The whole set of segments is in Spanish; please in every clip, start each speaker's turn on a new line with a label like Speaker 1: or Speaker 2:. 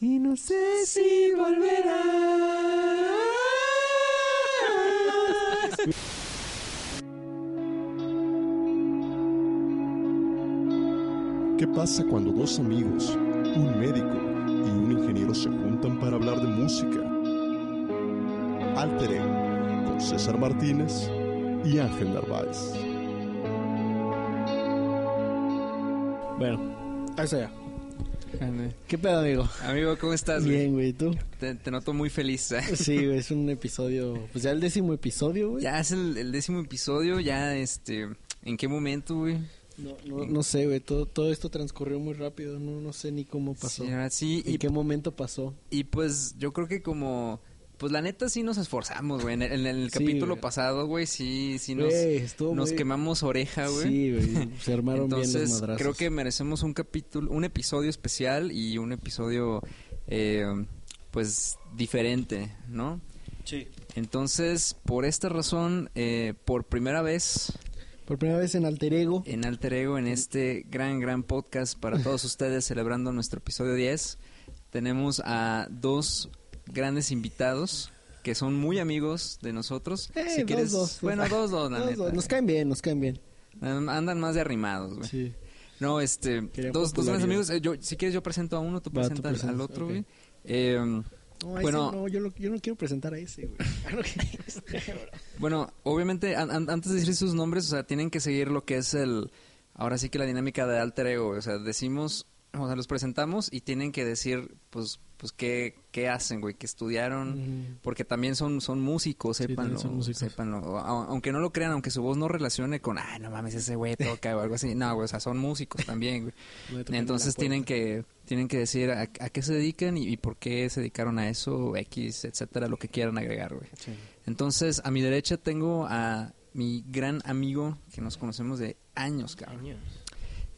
Speaker 1: Y no sé si volverás.
Speaker 2: ¿Qué pasa cuando dos amigos, un médico y un ingeniero se juntan para hablar de música? Alter Ego, con César Martínez y Ángel Narváez.
Speaker 3: Bueno,
Speaker 4: Ahí está ya.
Speaker 3: ande.
Speaker 4: ¿Qué pedo, amigo?
Speaker 3: amigo, ¿cómo estás? güey?
Speaker 4: Bien, güey, ¿tú?
Speaker 3: Te, te noto muy feliz. ¿eh?
Speaker 4: Sí, güey, es un episodio. Pues ya el décimo episodio, güey.
Speaker 3: Ya es el, el décimo episodio, ya este... ¿En qué momento, güey?
Speaker 4: No, no, no sé, güey, todo, todo esto transcurrió muy rápido. No, no sé ni cómo pasó.
Speaker 3: Sí, ahora sí,
Speaker 4: ¿En
Speaker 3: y,
Speaker 4: qué momento pasó?
Speaker 3: y pues yo creo que como... Pues la neta sí nos esforzamos, güey. En el, en el
Speaker 4: Sí,
Speaker 3: capítulo
Speaker 4: güey.
Speaker 3: pasado, güey, sí, sí nos,
Speaker 4: Güey, estuvo
Speaker 3: nos
Speaker 4: muy-
Speaker 3: quemamos oreja, güey.
Speaker 4: Sí, güey, se armaron bien los
Speaker 3: Entonces,
Speaker 4: madrazos.
Speaker 3: creo que merecemos un capítulo, un episodio especial y un episodio, eh, pues, diferente, ¿no?
Speaker 4: Sí.
Speaker 3: Entonces, por esta razón, eh, por primera vez
Speaker 4: Por primera vez en Alter Ego.
Speaker 3: en Alter Ego, en este gran, gran podcast para todos ustedes, celebrando nuestro episodio 10, tenemos a dos grandes invitados que son muy amigos de nosotros.
Speaker 4: Eh,
Speaker 3: si
Speaker 4: dos,
Speaker 3: quieres,
Speaker 4: dos, dos.
Speaker 3: bueno, dos, dos, la
Speaker 4: Dos,
Speaker 3: neta.
Speaker 4: dos, Nos caen bien, nos caen bien.
Speaker 3: Andan más de arrimados, güey.
Speaker 4: Sí.
Speaker 3: No, este,
Speaker 4: Querían
Speaker 3: dos, dos grandes amigos.
Speaker 4: popularidad.
Speaker 3: Eh, yo, si quieres, yo presento a uno, tú
Speaker 4: Va, tú
Speaker 3: presentas al- al,
Speaker 4: presentas,
Speaker 3: otro,
Speaker 4: ok.
Speaker 3: güey. Eh,
Speaker 4: No, ese
Speaker 3: Bueno.
Speaker 4: no, yo, lo- yo no quiero presentar a ese, güey.
Speaker 3: Bueno, obviamente, an- an- antes de decir sus nombres, o sea, tienen que seguir lo que es el. Ahora sí que la dinámica de alter ego, güey. o sea, decimos, o sea, los presentamos y tienen que decir, pues, pues qué, qué hacen, güey, qué estudiaron,
Speaker 4: Ujú.
Speaker 3: porque también son, son músicos,
Speaker 4: Sí, también
Speaker 3: sépanlo,
Speaker 4: son músicos.
Speaker 3: sépanlo. A- aunque no lo crean, aunque su voz no relacione con, ah, no mames, ese güey toca o algo así, no, güey, o sea, son músicos también, güey.
Speaker 4: Me tocan en
Speaker 3: Entonces
Speaker 4: la puerta.
Speaker 3: tienen que tienen que decir a, a qué se dedican y, y por qué se dedicaron a eso, X, etcétera, lo que quieran agregar, güey.
Speaker 4: Sí.
Speaker 3: Entonces, a mi derecha tengo a mi gran amigo que nos conocemos de años, cabrón.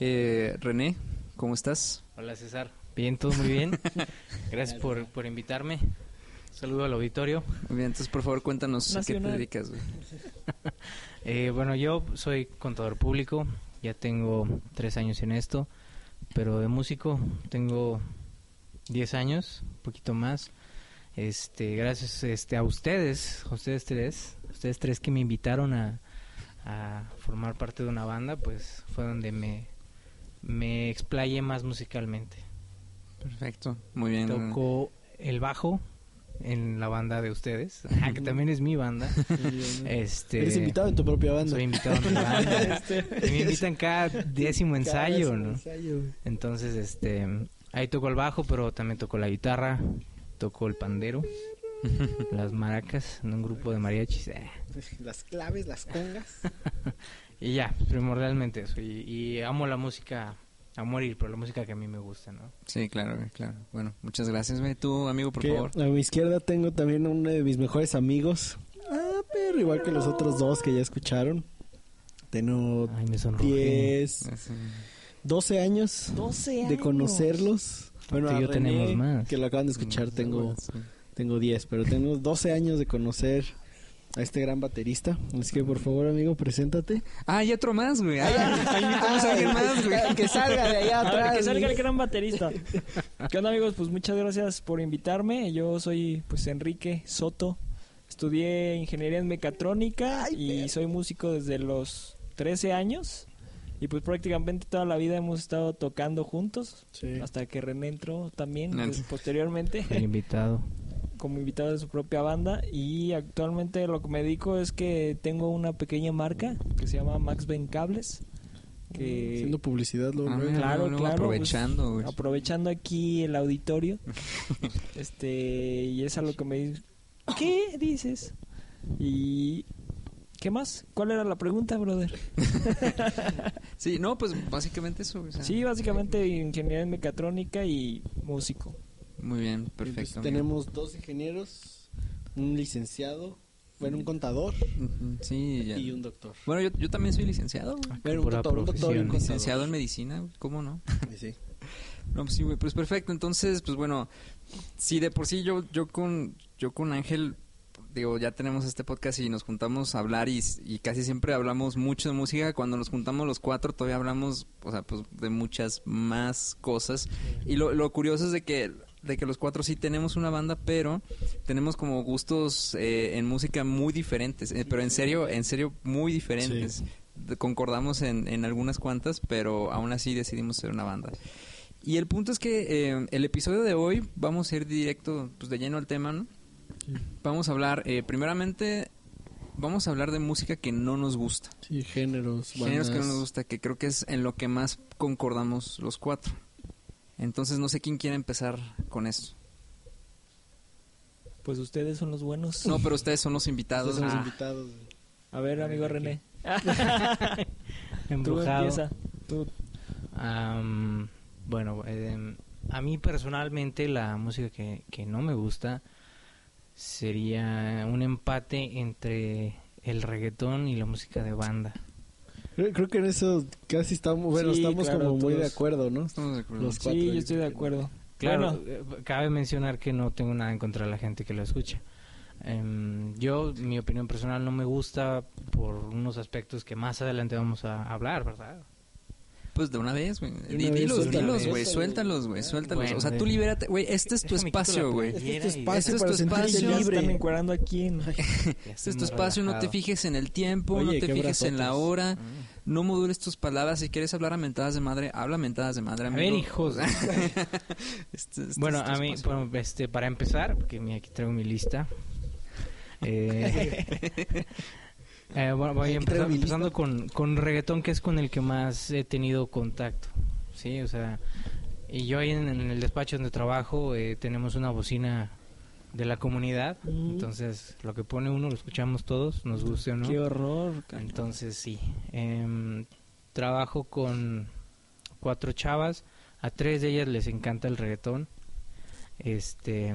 Speaker 3: Eh, René, ¿cómo estás?
Speaker 5: Hola César. Bien, todo muy bien. Gracias por, por invitarme. Saludo al auditorio.
Speaker 3: Muy bien, entonces por favor cuéntanos a qué te
Speaker 4: Nacional.
Speaker 3: dedicas, güey.
Speaker 5: Eh, bueno, yo soy contador público, ya tengo tres años en esto, pero de músico tengo 10 años, un poquito más. Este, gracias este, a ustedes, a ustedes tres, ustedes tres que me invitaron a, a formar parte de una banda, pues fue donde me, me explayé más musicalmente.
Speaker 3: Perfecto. Muy bien.
Speaker 5: tocó el bajo en la banda de ustedes, que también es mi banda. Este,
Speaker 4: Eres invitado en tu propia banda. Este,
Speaker 5: Soy invitado en mi banda. Y me invitan cada décimo
Speaker 4: Cada vez
Speaker 5: ensayo,
Speaker 4: un
Speaker 5: ¿no?
Speaker 4: ensayo, güey.
Speaker 5: Entonces, este, ahí tocó el bajo, pero también tocó la guitarra, tocó el pandero, las maracas en un grupo de mariachis. eh.
Speaker 4: Las claves, las congas.
Speaker 5: Y ya, primordialmente eso. Y, y amo la música a morir, pero la música que a mí me gusta, ¿no?
Speaker 3: Sí, claro, güey, claro. Bueno, muchas gracias, güey. Tú, amigo, por
Speaker 4: Que
Speaker 3: favor.
Speaker 4: A mi izquierda tengo también a uno de mis mejores amigos. Ah, pero igual que los otros dos que ya escucharon. Tengo
Speaker 5: Ay, me sonrojé.
Speaker 4: 10, 12 años, de conocerlos. Bueno,
Speaker 5: Tú y
Speaker 4: a
Speaker 5: yo
Speaker 4: René,
Speaker 5: tenemos más.
Speaker 4: que lo acaban de escuchar, tengo, tengo 10, pero tengo 12 años de conocer a este gran baterista. Así que por favor, amigo, preséntate.
Speaker 3: Ah, y otro más, güey. Ahí ahí invitamos a alguien más, güey.
Speaker 4: Que salga de allá
Speaker 6: A ver, que
Speaker 4: atrás.
Speaker 6: salga el gran baterista. ¿Qué onda amigos? Pues muchas gracias por invitarme. Yo soy pues Enrique Soto. Estudié ingeniería en mecatrónica y soy músico desde los 13 años. Y pues prácticamente toda la vida hemos estado tocando juntos.
Speaker 4: Sí.
Speaker 6: Hasta que René entró también
Speaker 3: Nancy.
Speaker 6: pues, posteriormente
Speaker 5: El invitado.
Speaker 6: como invitado de su propia banda. Y actualmente lo que me dedico es que tengo una pequeña marca que se llama Max Ben Cables. Que
Speaker 4: Haciendo publicidad, luego,
Speaker 3: Ah,
Speaker 4: luego.
Speaker 3: mira.
Speaker 6: Claro,
Speaker 3: luego
Speaker 6: claro.
Speaker 3: aprovechando,
Speaker 6: pues,
Speaker 3: güey.
Speaker 6: aprovechando aquí el auditorio. este, y es a lo que me dices. ¿Qué dices? ¿Y qué más? ¿Cuál era la pregunta, brother?
Speaker 3: Sí, no, pues básicamente eso, güey. o sea.
Speaker 6: Sí, básicamente ingeniería en mecatrónica y músico.
Speaker 3: Muy bien,
Speaker 4: Entonces,
Speaker 3: perfecto. amigo.
Speaker 4: tenemos dos ingenieros, un licenciado, bueno, un contador
Speaker 3: Ujú, Sí, ya.
Speaker 4: y un Ah, doctor.
Speaker 3: Bueno, yo, yo también soy licenciado, güey.
Speaker 4: Bueno, un
Speaker 5: pura
Speaker 4: doctor, un doctor y un
Speaker 5: profesión.
Speaker 4: contador.
Speaker 3: Licenciado en medicina, güey, ¿cómo no?
Speaker 4: Y sí.
Speaker 3: No, pues sí, güey, pues perfecto. Entonces, pues bueno, si de por sí yo, yo con yo con Ángel, digo, ya tenemos este podcast y nos juntamos a hablar y, y casi siempre hablamos mucho de música. Cuando nos juntamos los cuatro todavía hablamos, o sea, pues de muchas más cosas. Y lo, lo curioso es de que de que los cuatro sí tenemos una banda, pero tenemos como gustos eh, en música muy diferentes, eh, pero en serio, en serio muy diferentes.
Speaker 4: Sí.
Speaker 3: De- Concordamos en, en algunas cuantas, pero aún así decidimos ser una banda. Y el punto es que eh, el episodio de hoy vamos a ir directo, pues de lleno al tema, ¿no? Vamos a hablar, eh, primeramente, vamos a hablar de música que no nos gusta.
Speaker 4: Sí, géneros,
Speaker 3: Géneros que no
Speaker 4: bandas.
Speaker 3: nos gusta, que creo que es en lo que más concordamos los cuatro. Entonces no sé quién quiere empezar con esto.
Speaker 6: Pues ustedes son los buenos.
Speaker 3: No, pero ustedes son los invitados.
Speaker 4: Entonces, los
Speaker 5: Ah.
Speaker 4: invitados.
Speaker 6: A ver, amigo René. Tú
Speaker 5: Embrujado.
Speaker 6: empieza. Tú.
Speaker 5: Am, bueno, em, a mí personalmente la música que, que no me gusta sería un empate entre el reggaetón y la música de banda.
Speaker 4: Creo, creo que en eso casi estamos, bueno,
Speaker 6: Sí,
Speaker 4: estamos
Speaker 6: claro,
Speaker 4: como muy de
Speaker 6: todos.
Speaker 4: acuerdo, ¿no?
Speaker 3: Estamos de acuerdo.
Speaker 4: Los cuatro,
Speaker 6: Sí,
Speaker 4: yo
Speaker 6: yo estoy de acuerdo.
Speaker 5: Claro,
Speaker 6: Bueno,
Speaker 5: eh, cabe mencionar que no tengo nada en contra de la gente que lo escucha. Em, yo, mi opinión personal, no me gusta por unos aspectos que más adelante vamos a hablar, ¿verdad?
Speaker 3: Pues de una vez, güey.
Speaker 4: De una
Speaker 3: Di-
Speaker 4: vez,
Speaker 3: Dilos,
Speaker 5: suéltalo,
Speaker 3: dilos, güey.
Speaker 4: suéltalo.
Speaker 3: Suéltalos, güey. Suéltalos.
Speaker 5: Bueno,
Speaker 3: o sea, tú
Speaker 5: de-
Speaker 3: libérate. Güey, este es tu
Speaker 5: Déjame quito la
Speaker 3: espacio, güey.
Speaker 5: playera
Speaker 4: Este es tu
Speaker 5: y-
Speaker 4: espacio
Speaker 3: Este es
Speaker 4: para
Speaker 3: tu
Speaker 4: sentirte
Speaker 3: espacio.
Speaker 6: ya
Speaker 4: libre.
Speaker 6: están encuerando aquí en-
Speaker 3: Este es tu espacio, no te fijes en el tiempo,
Speaker 4: Oye,
Speaker 3: no te
Speaker 4: qué
Speaker 3: fijes en la
Speaker 4: brazotes.
Speaker 3: hora, no modules tus palabras. Si quieres hablar a mentadas de madre, habla a mentadas de madre.
Speaker 5: A
Speaker 3: Amigo.
Speaker 5: ver, hijos.
Speaker 3: Este- este
Speaker 5: Bueno,
Speaker 3: es tu
Speaker 5: a mí,
Speaker 3: espacio.
Speaker 5: bueno, este, para empezar, porque mira, aquí traigo mi lista. Eh, eh, bueno, voy a
Speaker 4: Aquí traigo
Speaker 5: empezar-
Speaker 4: mi lista.
Speaker 5: empezando con, con reggaetón, que es con el que más he tenido contacto. Sí, o sea, y yo ahí en, en el despacho donde trabajo eh, tenemos una bocina de la comunidad.
Speaker 4: Mm.
Speaker 5: Entonces, lo que pone uno lo escuchamos todos, nos guste o no.
Speaker 6: Qué horror. ca-
Speaker 5: Entonces sí, em, trabajo con cuatro chavas, a tres de ellas les encanta el reggaetón, este,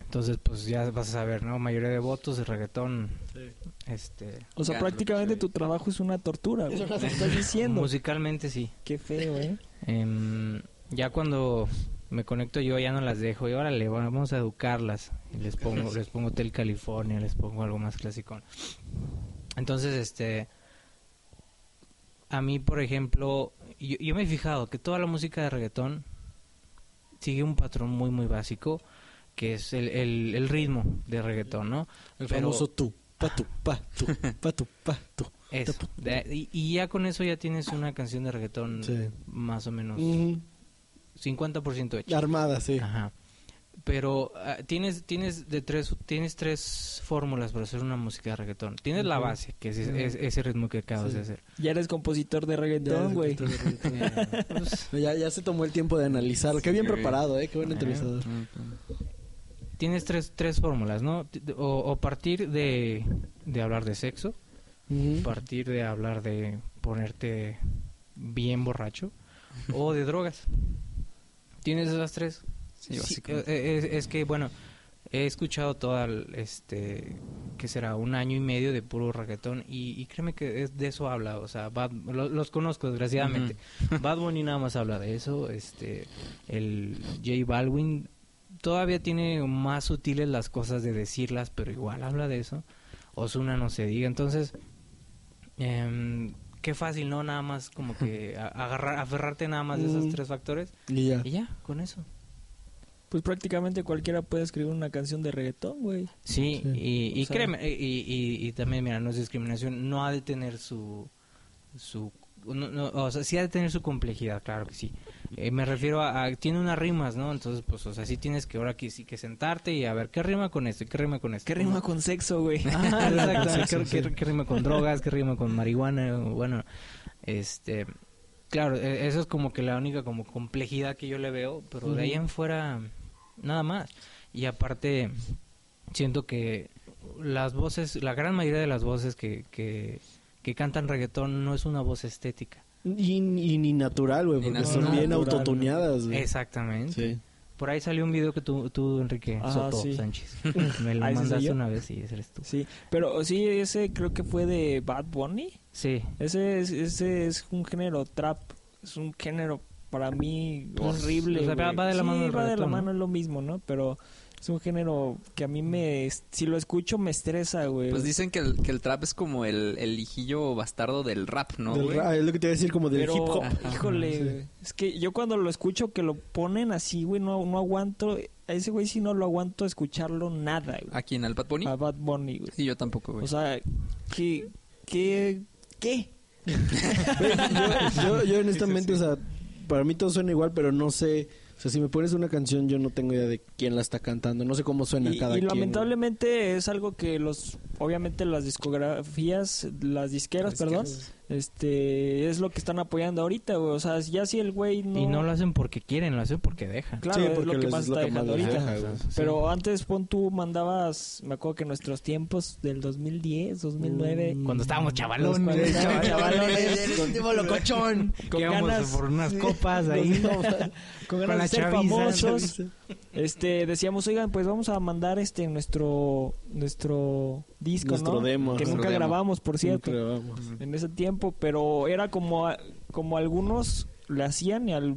Speaker 5: entonces pues ya vas a saber, ¿no? Mayoría de votos de reggaetón, este,
Speaker 6: O sea,
Speaker 3: Ya,
Speaker 6: prácticamente
Speaker 3: lo que
Speaker 6: tu trabajo es una tortura. güey. Te estás diciendo.
Speaker 5: musicalmente sí.
Speaker 6: Qué feo, ¿eh?
Speaker 5: Em, ya cuando me conecto yo ya no las dejo y órale, vamos a educarlas. Y les pongo, les pongo Hotel California, les pongo algo más clásico. Entonces, este a mí, por ejemplo, yo, yo me he fijado que toda la música de reggaetón sigue un patrón muy muy básico que es el, el- el ritmo de reggaetón, ¿no?
Speaker 4: El
Speaker 5: Pero-
Speaker 4: famoso tú, pa tu, pa tu, pa tu, pa tu.
Speaker 5: Eso. De- y, y ya con eso ya tienes una canción de reggaetón
Speaker 4: Sí. Mm.
Speaker 5: más o menos
Speaker 4: Ujú, Ah,
Speaker 5: 50% hecha.
Speaker 4: Armada, sí.
Speaker 5: Ajá. Pero ah, tienes tienes de tres tienes tres fórmulas para hacer una música de reggaetón. Tienes la
Speaker 4: Ujú.
Speaker 5: base, que es, es- ese ritmo que acabas
Speaker 4: Sí.
Speaker 5: de hacer.
Speaker 6: Ya eres compositor de
Speaker 4: Ya,
Speaker 6: reggaetón, güey.
Speaker 5: Eh, pues,
Speaker 4: Ya, ya se tomó el tiempo de analizar. Qué bien
Speaker 3: Sí.
Speaker 4: preparado, ¿eh? Qué buen
Speaker 5: Ah.
Speaker 4: entrevistador.
Speaker 3: Mm,
Speaker 5: tienes tres, tres fórmulas, ¿no? T- O, o partir de, de hablar de sexo,
Speaker 4: Ujú.
Speaker 5: partir de hablar de ponerte bien borracho, o de drogas. Tienes esas tres.
Speaker 3: Sí,
Speaker 5: Sí,
Speaker 3: básicamente.
Speaker 5: eh, es, es que, bueno, he escuchado todo el, este, que será un año y medio de puro reggaetón y, y créeme que es- de eso habla, o sea, Bad- lo- los conozco desgraciadamente. Bad Bunny nada más habla de eso, este, el J Balvin todavía tiene más sutiles las cosas de decirlas, pero igual habla de eso. Osuna no se diga, entonces, em, qué fácil, ¿no? Nada más como que a- agarrar, aferrarte nada más de
Speaker 4: Mm.
Speaker 5: esos tres factores
Speaker 4: Y ya.
Speaker 5: y ya, con eso.
Speaker 6: Pues prácticamente cualquiera puede escribir una canción de reggaetón, güey.
Speaker 4: Sí.
Speaker 5: Sí, y, y
Speaker 6: O sea-
Speaker 5: créeme, y, y- y también, mira, no es discriminación, no ha de tener su... su no- no, o sea, sí ha de tener su complejidad, claro que sí. Eh, me refiero a, a- Tiene unas rimas, ¿no? Entonces, pues, o sea, sí tienes que ahora que sí que sentarte y a ver, ¿qué rima con esto? ¿Qué rima con esto?
Speaker 6: ¿Qué rima con sexo, güey?
Speaker 5: Ah, exactamente.
Speaker 4: Sí,
Speaker 5: ¿Qué,
Speaker 4: sí,
Speaker 5: qué-
Speaker 4: sí.
Speaker 5: qué rima con drogas? ¿Qué rima con marihuana? Bueno, este... Claro, e- eso es como que la única como complejidad que yo le veo, pero de ahí
Speaker 4: Ujú.
Speaker 5: en fuera, nada más. Y aparte, siento que las voces, la gran mayoría de las voces que, que, que cantan reggaetón no es una voz estética.
Speaker 4: Y, y ni natural, güey,
Speaker 3: Ni
Speaker 4: porque
Speaker 3: natural.
Speaker 4: son bien
Speaker 6: Natural.
Speaker 4: autotuneadas, güey.
Speaker 5: Exactamente.
Speaker 4: Sí.
Speaker 5: Por ahí salió un video que tú, tú Enrique
Speaker 6: Ah,
Speaker 5: Soto
Speaker 6: sí.
Speaker 5: Sánchez, me lo
Speaker 6: Ah, ¿ese soy
Speaker 5: mandaste
Speaker 6: yo?
Speaker 5: una vez y ese eres tú.
Speaker 6: Sí, pero sí, ese creo que fue de Bad Bunny.
Speaker 5: Sí,
Speaker 6: Ese es, ese es un género trap. Es un género para mí horrible.
Speaker 5: Pues, o sea, va-
Speaker 6: güey.
Speaker 5: va de la
Speaker 6: Sí,
Speaker 5: mano del
Speaker 6: va de la
Speaker 5: reggaetón,
Speaker 6: mano, es lo mismo, ¿no? Pero Es un género que a mí me... Si lo escucho me estresa, güey.
Speaker 3: Pues dicen que el, que el trap es como el, el hijillo bastardo del rap, ¿no?
Speaker 4: Del
Speaker 3: güey?
Speaker 4: ra- es lo que te iba a decir, como del
Speaker 6: Pero,
Speaker 4: hip hop.
Speaker 6: híjole, güey. es que yo cuando lo escucho que lo ponen así, güey, no, no aguanto. A ese güey sí no lo aguanto escucharlo nada, güey.
Speaker 3: ¿A quién? ¿Al Pat Bunny?
Speaker 6: A Bad Bunny, güey.
Speaker 3: Sí, yo tampoco, güey.
Speaker 6: Ah. O sea, ¿qué? ¿Qué? ¿Qué?
Speaker 4: Güey, yo, yo, yo honestamente, o sea, para mí todo suena igual, pero no sé. O sea, si me pones una canción, yo no tengo idea de quién la está cantando. No sé cómo suena
Speaker 6: Y,
Speaker 4: cada
Speaker 6: y
Speaker 4: quien.
Speaker 6: lamentablemente es algo que los, obviamente las discografías, las disqueras, perdón, este, es lo que están apoyando ahorita, güey. O sea, ya si el güey no...
Speaker 5: Y no lo hacen porque quieren, lo hacen porque dejan.
Speaker 6: Claro,
Speaker 4: Sí,
Speaker 6: es lo
Speaker 4: porque
Speaker 6: que
Speaker 4: les-
Speaker 6: más
Speaker 4: es lo
Speaker 6: está
Speaker 4: que más
Speaker 6: dejando
Speaker 4: les
Speaker 6: ahorita.
Speaker 4: deja,
Speaker 5: güey.
Speaker 6: Pero antes, pon tú, mandabas, me acuerdo que en nuestros tiempos del 2010, 2009...
Speaker 5: Mm. Cuando estábamos
Speaker 6: los
Speaker 5: chavalones.
Speaker 6: cuales-
Speaker 5: chavalones,
Speaker 6: Mm, chavalones, con-
Speaker 5: locochón. Que
Speaker 6: Con
Speaker 5: íbamos
Speaker 6: ganas.
Speaker 5: por unas copas ahí.
Speaker 6: con
Speaker 5: Con la
Speaker 6: ganas de ser
Speaker 5: chaviza.
Speaker 6: famosos. Este, decíamos, oigan, pues vamos a mandar este nuestro nuestro disco,
Speaker 4: Nuestro
Speaker 6: ¿no?
Speaker 4: demo.
Speaker 6: que
Speaker 4: Nuestro
Speaker 6: nunca
Speaker 3: demo.
Speaker 6: grabamos, por cierto,
Speaker 4: Siempre vamos.
Speaker 6: en ese tiempo, pero era como a- como algunos le hacían y al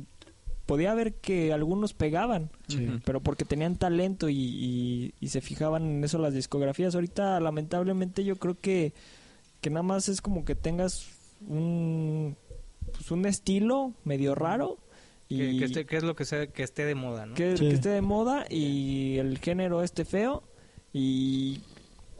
Speaker 6: podía ver que algunos pegaban,
Speaker 3: Ujú.
Speaker 6: pero porque tenían talento y, y- y se fijaban en eso las discografías. Ahorita lamentablemente yo creo que que nada más es como que tengas un pues, un estilo medio raro y
Speaker 5: Que, que esté- que es lo que, sea, que esté de moda, ¿no?
Speaker 6: que,
Speaker 4: Sí.
Speaker 6: que esté de moda y el género este feo y